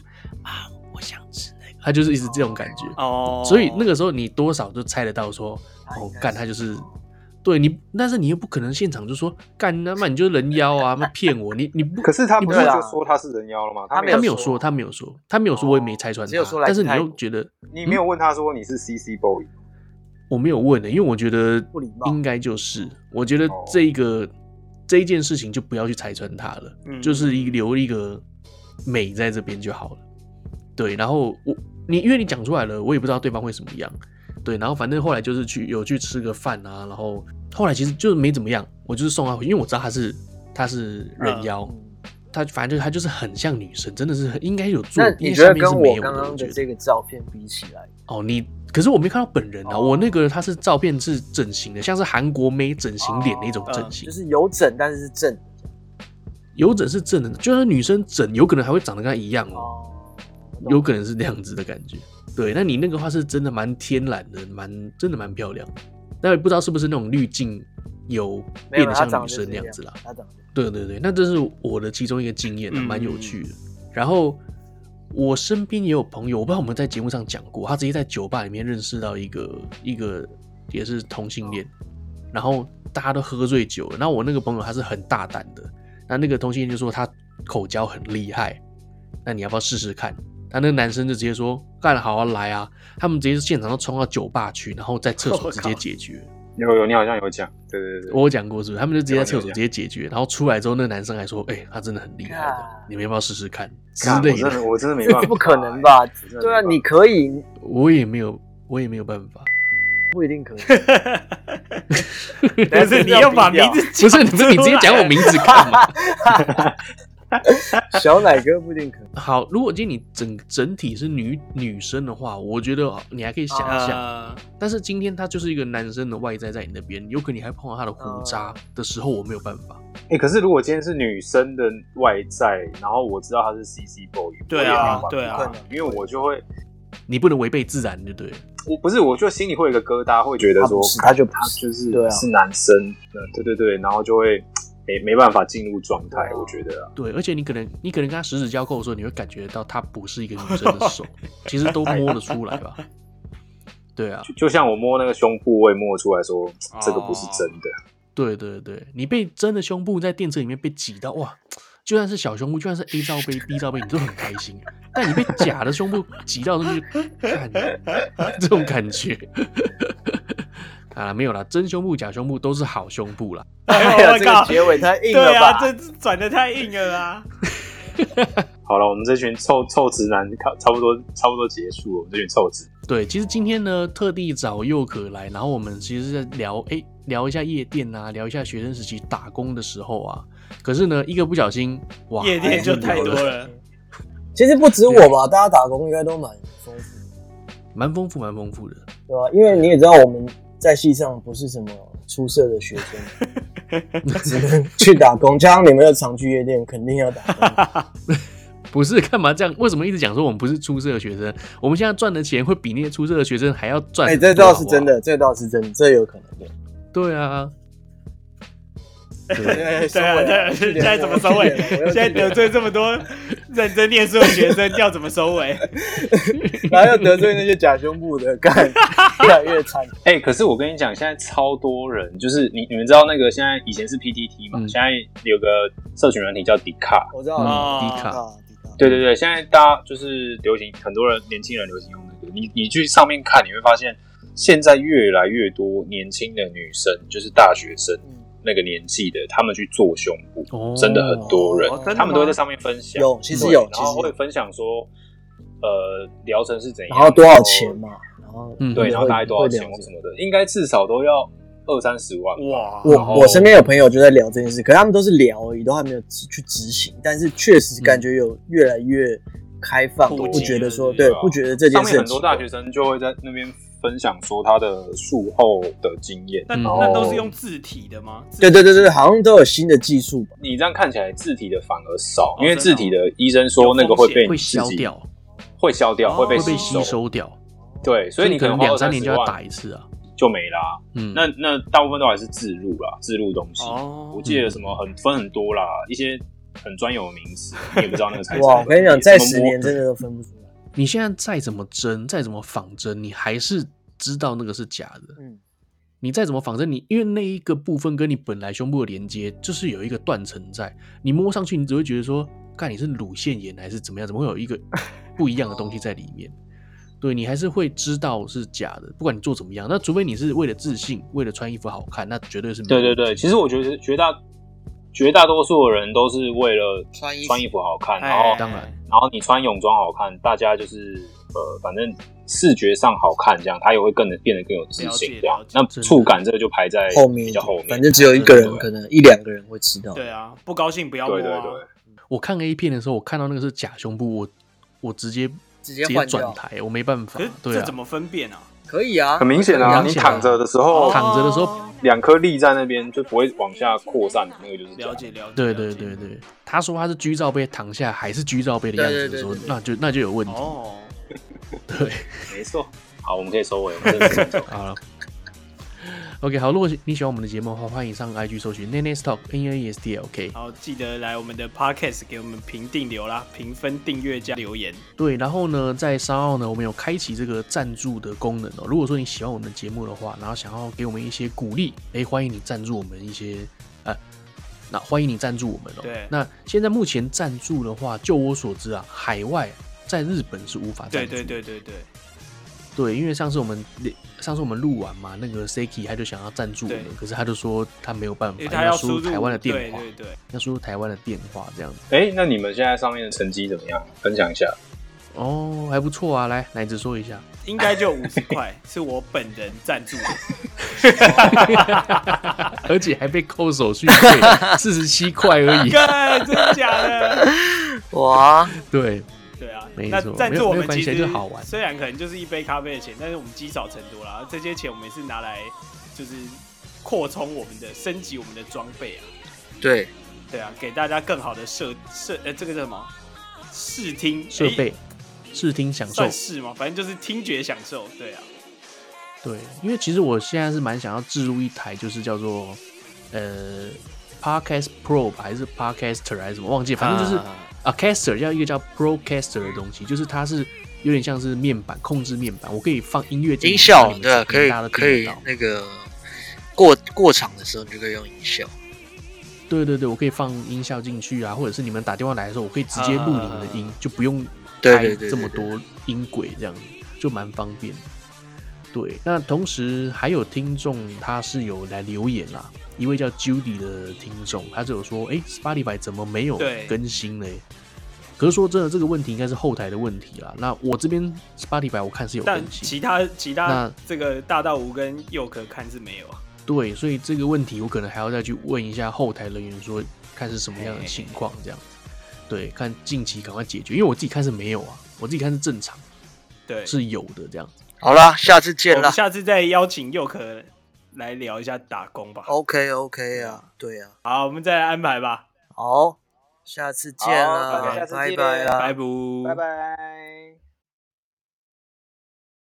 Speaker 1: 啊，我想吃那个，他就是一直这种感觉。
Speaker 2: 哦，
Speaker 1: 所以那个时候你多少就猜得到说，
Speaker 3: 他
Speaker 1: 哦
Speaker 3: 应该，
Speaker 1: 干
Speaker 3: 哎是
Speaker 1: 他就是，对你，但是你又不可能现场就说干他妈你就人妖啊，妈骗我， (laughs) 你你不，
Speaker 4: 可是他不是
Speaker 3: 对啊
Speaker 4: 就说他是人妖了吗？
Speaker 3: 他没
Speaker 1: 他没有
Speaker 3: 有
Speaker 1: 说，
Speaker 3: 说啊哦
Speaker 1: 他没有说，他没有说，我也没拆穿
Speaker 3: 只有
Speaker 1: 他
Speaker 3: 说，来
Speaker 1: 但是
Speaker 3: 自
Speaker 1: 你
Speaker 3: 泰
Speaker 1: 又
Speaker 3: 国
Speaker 1: 觉得
Speaker 4: 你没有问他说你是 CC boy，
Speaker 1: 我没有问的、因为我觉得
Speaker 3: 不礼貌哦
Speaker 1: 应该就是，我觉得这一个、这一件事情就不要去拆穿它了，
Speaker 2: 嗯
Speaker 1: 就是一留一个美在这边就好了。对，然后我你因为你讲出来了，我也不知道对方会怎么样。对，然后反正后来就是去有去吃个饭啊，然后后来其实就是没怎么样，我就是送他回去，因为我知道他是他是人妖，
Speaker 3: 嗯
Speaker 1: 他反正就是他就是很像女生，真的是很应该有做
Speaker 3: 那，
Speaker 1: 因
Speaker 3: 你
Speaker 1: 为
Speaker 3: 觉
Speaker 1: 下
Speaker 3: 得
Speaker 1: 面
Speaker 3: 跟
Speaker 1: 是没
Speaker 3: 我
Speaker 1: 有
Speaker 3: 刚
Speaker 1: 的，
Speaker 3: 刚
Speaker 1: 我觉
Speaker 3: 的
Speaker 1: 得。
Speaker 3: 这个照片比起来，
Speaker 1: 哦，你可是我没看到本人啊，
Speaker 3: 哦
Speaker 1: 我那个他是照片是整形的，像是韩国妹整形脸那种
Speaker 2: 哦
Speaker 1: 整
Speaker 2: 嗯
Speaker 1: 形，
Speaker 3: 就是有整但是是正
Speaker 1: 有整是正的，就算女生整，有可能还会长得跟她一样哦，
Speaker 3: 哦，
Speaker 1: 有可能是那样子的感觉。对，那你那个话是真的蛮天然的，蛮真的蛮漂亮，但也不知道是不是那种滤镜有
Speaker 3: 没有
Speaker 1: 变得
Speaker 3: 他
Speaker 1: 像
Speaker 3: 长
Speaker 1: 女
Speaker 3: 得就是
Speaker 1: 生
Speaker 3: 这
Speaker 1: 那样
Speaker 3: 样
Speaker 1: 子啦。
Speaker 3: 他长得
Speaker 1: 对对对，那这是我的其中一个经验啊，
Speaker 2: 嗯
Speaker 1: 蛮有趣的。然后我身边也有朋友，我不知道我们在节目上讲过，他直接在酒吧里面认识到一个一个也是同性恋，然后大家都喝醉酒了。那我那个朋友他是很大胆的，那那个同性恋就说他口交很厉害，那你要不要试试看？他那个男生就直接说干好啊来啊，他们直接现场都冲到酒吧去，然后在厕所直接解决。
Speaker 4: 有有，你好像有讲，对对对，
Speaker 1: 我有讲过是不是？他们就直接在厕所
Speaker 4: 有有有
Speaker 1: 直接解决，然后出来之后，那个男生还说：“哎、他真的很厉害的
Speaker 3: 干，
Speaker 1: 你们要不要试试看之
Speaker 4: 干我
Speaker 1: 类
Speaker 4: 真
Speaker 1: 的
Speaker 4: 的我
Speaker 3: (laughs)
Speaker 4: 真的没办法，
Speaker 3: 不可
Speaker 1: (laughs)
Speaker 3: 能吧？
Speaker 4: 真的没办法？
Speaker 3: 对啊，你可以，？”
Speaker 1: 我也没有，我也没有办法。
Speaker 3: 不一定
Speaker 1: (laughs)
Speaker 3: 可以。
Speaker 2: (laughs) 但是你要把名字
Speaker 1: 不是，你不是你直接讲我名
Speaker 2: 呃
Speaker 1: 字干嘛？
Speaker 3: 小奶哥不一定可以。
Speaker 1: 好，如果今天你整整体是女女生的话，我觉得哦你还可以想
Speaker 3: 啊
Speaker 1: 象。
Speaker 2: 呃，
Speaker 1: 但是今天他就是一个男生的外在在你那边，有可能你还碰到他的胡渣的时候，我没有办法。
Speaker 4: 哎、可是如果今天是女生的外在，然后我知道她是 CC boy，
Speaker 2: 对啊对
Speaker 3: 不可
Speaker 2: 啊，
Speaker 3: 能
Speaker 4: 因为我就会，
Speaker 1: 你不能违背自然，就对了。
Speaker 4: 我不是，我就心里会有一个疙瘩，会觉得
Speaker 3: 他
Speaker 4: 说
Speaker 3: 啊不是，他就不
Speaker 4: 他
Speaker 3: 是。
Speaker 4: 就是
Speaker 3: 对啊
Speaker 1: (laughs)
Speaker 2: 哦
Speaker 4: 是男生，嗯对对对，然后就会没没办法进入状态
Speaker 3: 对，啊
Speaker 4: 我觉得啊，
Speaker 1: 对，而且你可能你可能跟他十指交扣的时候，你会感觉到他不是一个女生的手，其实都摸得出来吧？对啊，
Speaker 4: 就像我摸那个胸部，我也摸得出来说这个不是真的，
Speaker 1: 对对对，你被真的胸部在电车里面被挤到，哇！就算是小胸部，就算是 A 罩杯、B 罩杯，你都很开心。啊但你被假的胸部挤到的时候就，看这种感觉。 (laughs) 啊，没有啦，真胸部、假胸部都是好胸部啦。
Speaker 3: 哎
Speaker 2: 哎
Speaker 3: 呀，
Speaker 2: 我
Speaker 3: 这个
Speaker 2: 靠，
Speaker 3: 结尾太硬了
Speaker 2: 对啊，
Speaker 3: 吧？
Speaker 2: 这转的太硬了啊！
Speaker 4: 好了，我们这群臭臭直男，差差不多差不多结束了，我们这群臭直。
Speaker 1: 对，其实今天呢，特地找佑可来，然后我们其实是在聊，哎，聊一下夜店啊，聊一下学生时期打工的时候啊。可是呢，一个不小心，哇，
Speaker 2: 夜店就
Speaker 1: 聊
Speaker 2: 太多
Speaker 1: 了
Speaker 2: 了，
Speaker 3: 其实不止我吧，大家打工应该都蛮丰富的，
Speaker 1: 蛮丰富，蛮丰富的。
Speaker 3: 对吧？因为你也知道我们在系上不是什么出色的学生，只能去打工。加上你们又常去夜店，肯定要打 (laughs) 工。
Speaker 1: 不是干嘛这样？为什么一直讲说我们不是出色的学生？我们现在赚的钱会比那些出色的学生还要赚？
Speaker 3: 哎、这倒是真。的，哦这倒是真的，这有可能的。
Speaker 1: 对啊，对，
Speaker 2: 对啊，对啊，现在怎么收尾？现在得罪这么多认真念书的学生，要怎么收尾？
Speaker 3: 然后又得罪那些假胸部的，干越来越惨。
Speaker 4: 哎、可是我跟你讲，现在超多人，就是你你们知道那个现在以前是 PTT 嘛，
Speaker 1: 嗯
Speaker 4: 现在有个社群软体叫迪卡，
Speaker 3: 我知道
Speaker 1: 嗯，
Speaker 3: 了，
Speaker 2: 哦
Speaker 1: 迪
Speaker 3: 迪
Speaker 1: 卡，
Speaker 3: 卡，迪卡
Speaker 4: 对对对，现在大家就是流行，很多人年轻人流行用那个。你你去上面看，你会发现现在越来越多年轻的女生，就是大学生
Speaker 3: 嗯
Speaker 4: 那个年纪的，她们去做胸部，
Speaker 1: 哦
Speaker 4: 真的很多人
Speaker 2: 哦真的，吗
Speaker 4: 她们都会在上面分享。
Speaker 3: 有，其实
Speaker 4: 对
Speaker 3: 有，
Speaker 4: 然
Speaker 3: 其
Speaker 4: 后
Speaker 3: 实
Speaker 4: 会
Speaker 3: 有。
Speaker 4: 分享说，呃，疗程是怎样，
Speaker 3: 然后多少钱？嘛？然后
Speaker 1: 嗯
Speaker 4: 对，
Speaker 3: 会
Speaker 4: 然后大概多少钱
Speaker 3: 会
Speaker 4: 或
Speaker 3: 聊
Speaker 4: 什
Speaker 3: 这个
Speaker 4: 么的，应该至少都要二三十万吧。
Speaker 2: 哇，
Speaker 4: 然后
Speaker 3: 我我身边有朋友就在聊这件事，可是他们都是聊而已，都还没有执去执行。但是确实感觉有越来越开放，
Speaker 2: 普及
Speaker 3: 不觉得说
Speaker 2: 对
Speaker 3: 对
Speaker 4: 啊，
Speaker 3: 不觉得这件
Speaker 4: 上面
Speaker 3: 事
Speaker 4: 很多大学生就会在那边分享说他的术后的经验。
Speaker 2: 那
Speaker 1: 嗯
Speaker 2: 那都是用字体的吗？字
Speaker 3: 对对对对，好像都有新的技术吧？
Speaker 4: 你这样看起来字体的反而少
Speaker 2: 哦，
Speaker 4: 因为字体的医生说那个会被
Speaker 1: 会
Speaker 4: 你自
Speaker 1: 消
Speaker 4: 己
Speaker 1: 掉，
Speaker 4: 会消掉，
Speaker 2: 哦
Speaker 4: 会被
Speaker 1: 会被
Speaker 4: 吸
Speaker 1: 吸收掉，
Speaker 4: 对，所以你
Speaker 1: 可能
Speaker 4: 花
Speaker 1: 两三
Speaker 4: 20
Speaker 1: 年就要
Speaker 4: 万
Speaker 1: 打一次啊。
Speaker 4: 就没啦。
Speaker 1: 嗯，
Speaker 4: 那那大部分都还是自入啦，自入东西。
Speaker 2: 哦，
Speaker 4: 我记得什么很分很多啦，一些很专有的名
Speaker 1: (laughs)
Speaker 4: 词，你也不知道那个材质。
Speaker 3: 哇，我跟你讲，在十年
Speaker 4: 真
Speaker 3: 真
Speaker 4: 的。
Speaker 3: 的都分不出来。
Speaker 1: 你现在再怎么针，再怎么仿真，你还是知道那个是假的。
Speaker 3: 嗯，
Speaker 1: 你再怎么仿真，你因为那一个部分跟你本来胸部的连接，就是有一个断层在，你摸上去，你只会觉得说，看你是乳腺炎还是怎么样，怎么会有一个不一样的东西在里面？对你还是会知道是假的，不管你做怎么样，那除非你是为了自信，为了穿衣服好看，那绝对是没
Speaker 4: 对对
Speaker 1: 问题
Speaker 4: 对，其实我觉得绝大绝大多数的人都是为了
Speaker 3: 穿衣服
Speaker 4: 穿衣服好看，然后
Speaker 2: 哎，
Speaker 1: 当然
Speaker 4: 然后你穿泳装好看，大家就是呃，反正视觉上好看，这样他也会更变得更有自信
Speaker 2: 了解，
Speaker 4: 这样
Speaker 2: 了。解
Speaker 4: 那
Speaker 1: 真的
Speaker 4: 触感这个就排在
Speaker 3: 后面
Speaker 4: 比
Speaker 3: 一
Speaker 4: 较
Speaker 3: 点
Speaker 4: 后面，
Speaker 3: 反正只有一个人，可能一两个人会知
Speaker 1: 嗯
Speaker 3: 道。
Speaker 2: 对啊，不高兴不要摸
Speaker 4: 对对对
Speaker 2: 啊。，
Speaker 1: 我看 A 片的时候，我看到那个是假胸部，我我直接直
Speaker 3: 直接换掉
Speaker 1: 转台，我没办法
Speaker 2: 可是。
Speaker 1: 对
Speaker 2: 这
Speaker 1: 啊
Speaker 2: 怎，么分辨啊？
Speaker 3: 可以啊，
Speaker 4: 很明显啊，
Speaker 1: 很
Speaker 4: 你
Speaker 1: 明显啊
Speaker 4: 躺着的时候，
Speaker 1: 躺着的时候
Speaker 2: 哦
Speaker 4: 两颗粒在那边就不会往下扩散，那个就是假的
Speaker 2: 了解了解，
Speaker 1: 对
Speaker 2: 了
Speaker 1: 对
Speaker 2: 解
Speaker 1: 对对，他说他是居罩杯躺下还是居罩杯的样子的时候
Speaker 3: 对对对，对
Speaker 1: 那就那就有问题。
Speaker 2: 哦，
Speaker 1: 对，
Speaker 4: 没错。好，我们可以收尾了，我们 (laughs) 真的是
Speaker 1: 好了。OK，好，如果你喜欢我们的节目的话，欢迎上 IG 搜寻 Nene Talk N A S T L K。
Speaker 2: 然后记得来我们的 podcast 给我们评定留啦，评分、订阅加留言。
Speaker 1: 对，然后呢，在三号呢，我们有开启这个赞助的功能哦。如果说你喜欢我们的节目的话，然后想要给我们一些鼓励，哎，欢迎你赞助我们一些，呃，那欢迎你赞助我们哦。
Speaker 2: 对
Speaker 1: 那现在目前赞助的话，就我所知啊，海外在日本是无法赞
Speaker 2: 对
Speaker 1: 助的。
Speaker 2: 对对对对
Speaker 1: 对，因为上次我们上次我们录完嘛，那个 Siki 他就想要赞助我们
Speaker 2: 对，
Speaker 1: 可是他就说他没有办法，
Speaker 2: 因为
Speaker 1: 因
Speaker 2: 他
Speaker 1: 为
Speaker 2: 要
Speaker 1: 哎输入
Speaker 2: 入
Speaker 1: 台湾的电话，
Speaker 2: 对对对，
Speaker 1: 要输入台湾的电话这样子。
Speaker 4: 哎，那你们现在上面的成绩怎么样？分享一下。
Speaker 1: 哦，还不错啊，来奶子说一下，
Speaker 2: 应该就五十块，是我本人赞助的。
Speaker 1: 而且还被扣手续
Speaker 2: (laughs)
Speaker 1: 费四十七块而已。
Speaker 2: 干，真的假的？ (laughs)
Speaker 3: 哇，
Speaker 1: 对，
Speaker 2: 对啊，
Speaker 1: 没
Speaker 2: 那
Speaker 1: 错
Speaker 2: 赞
Speaker 1: 没有
Speaker 2: 助我
Speaker 1: 没有
Speaker 2: 们
Speaker 1: 关
Speaker 2: 其
Speaker 1: 系
Speaker 2: 实
Speaker 1: 就好玩
Speaker 2: 虽然可能就是一杯咖啡的钱，但是我们积少成多啦。这些钱我们也是拿来就是扩充我们的、升级我们的装备啊。
Speaker 3: 对，
Speaker 2: 对啊，给大家更好的设设呃，这个叫什么？视听
Speaker 1: 设
Speaker 2: 诶
Speaker 1: 备、视听享受
Speaker 2: 哎算，是吗？反正就是听觉享受，对啊，
Speaker 1: 对，因为其实我现在是蛮想要置入一台，就是叫做呃 Podcast Pro 吧，还是 Podcaster 还是什么，忘记了，反正就是。啊，caster 叫一个叫 broadcaster 的东西，就是它是有点像是面板控制面板，我可以放音乐进去
Speaker 5: 音效
Speaker 1: 让，你们
Speaker 5: 对啊，可以
Speaker 1: 大家都听
Speaker 5: 可
Speaker 1: 得
Speaker 5: 以
Speaker 1: 到。
Speaker 5: 那个过过场的时候，你就可以用音效。
Speaker 1: 对对对，我可以放音效进去啊，或者是你们打电话来的时候，我可以直接录你们的音，
Speaker 2: 啊
Speaker 1: 就不用
Speaker 5: 对
Speaker 1: 开
Speaker 5: 对对
Speaker 1: 这么多音轨，这样子就蛮方便的。对，那同时还有听众他是有来留言啦，一位叫 Judy 的听众，他就有说，哎、s p o t i f y 怎么没有
Speaker 2: 对
Speaker 1: 更新嘞？可是说真的，这个问题应该是后台的问题啦。那我这边 Spotify 我看是有更
Speaker 2: 但
Speaker 1: 新，
Speaker 2: 其他其他
Speaker 1: 那
Speaker 2: 这个大道无跟佑可看是没有啊。
Speaker 1: 对，所以这个问题我可能还要再去问一下后台人员，说看是什么样的情况这样子。对，看近期赶快解决，因为我自己看是没有啊，我自己看是正常，
Speaker 2: 对，
Speaker 1: 是有的这样子。
Speaker 5: 好啦，下次
Speaker 2: 我
Speaker 5: 见
Speaker 2: 们
Speaker 5: 啦。
Speaker 2: 下次再邀请佑可来聊一下打工吧。
Speaker 5: OK OK 啊，对啊，
Speaker 2: 好，我们再来安排吧。
Speaker 5: 好，下次见
Speaker 4: 好
Speaker 5: 啦
Speaker 4: 大家下，次
Speaker 5: 拜
Speaker 4: 见
Speaker 5: 拜啦，
Speaker 2: 拜拜，
Speaker 3: 拜拜。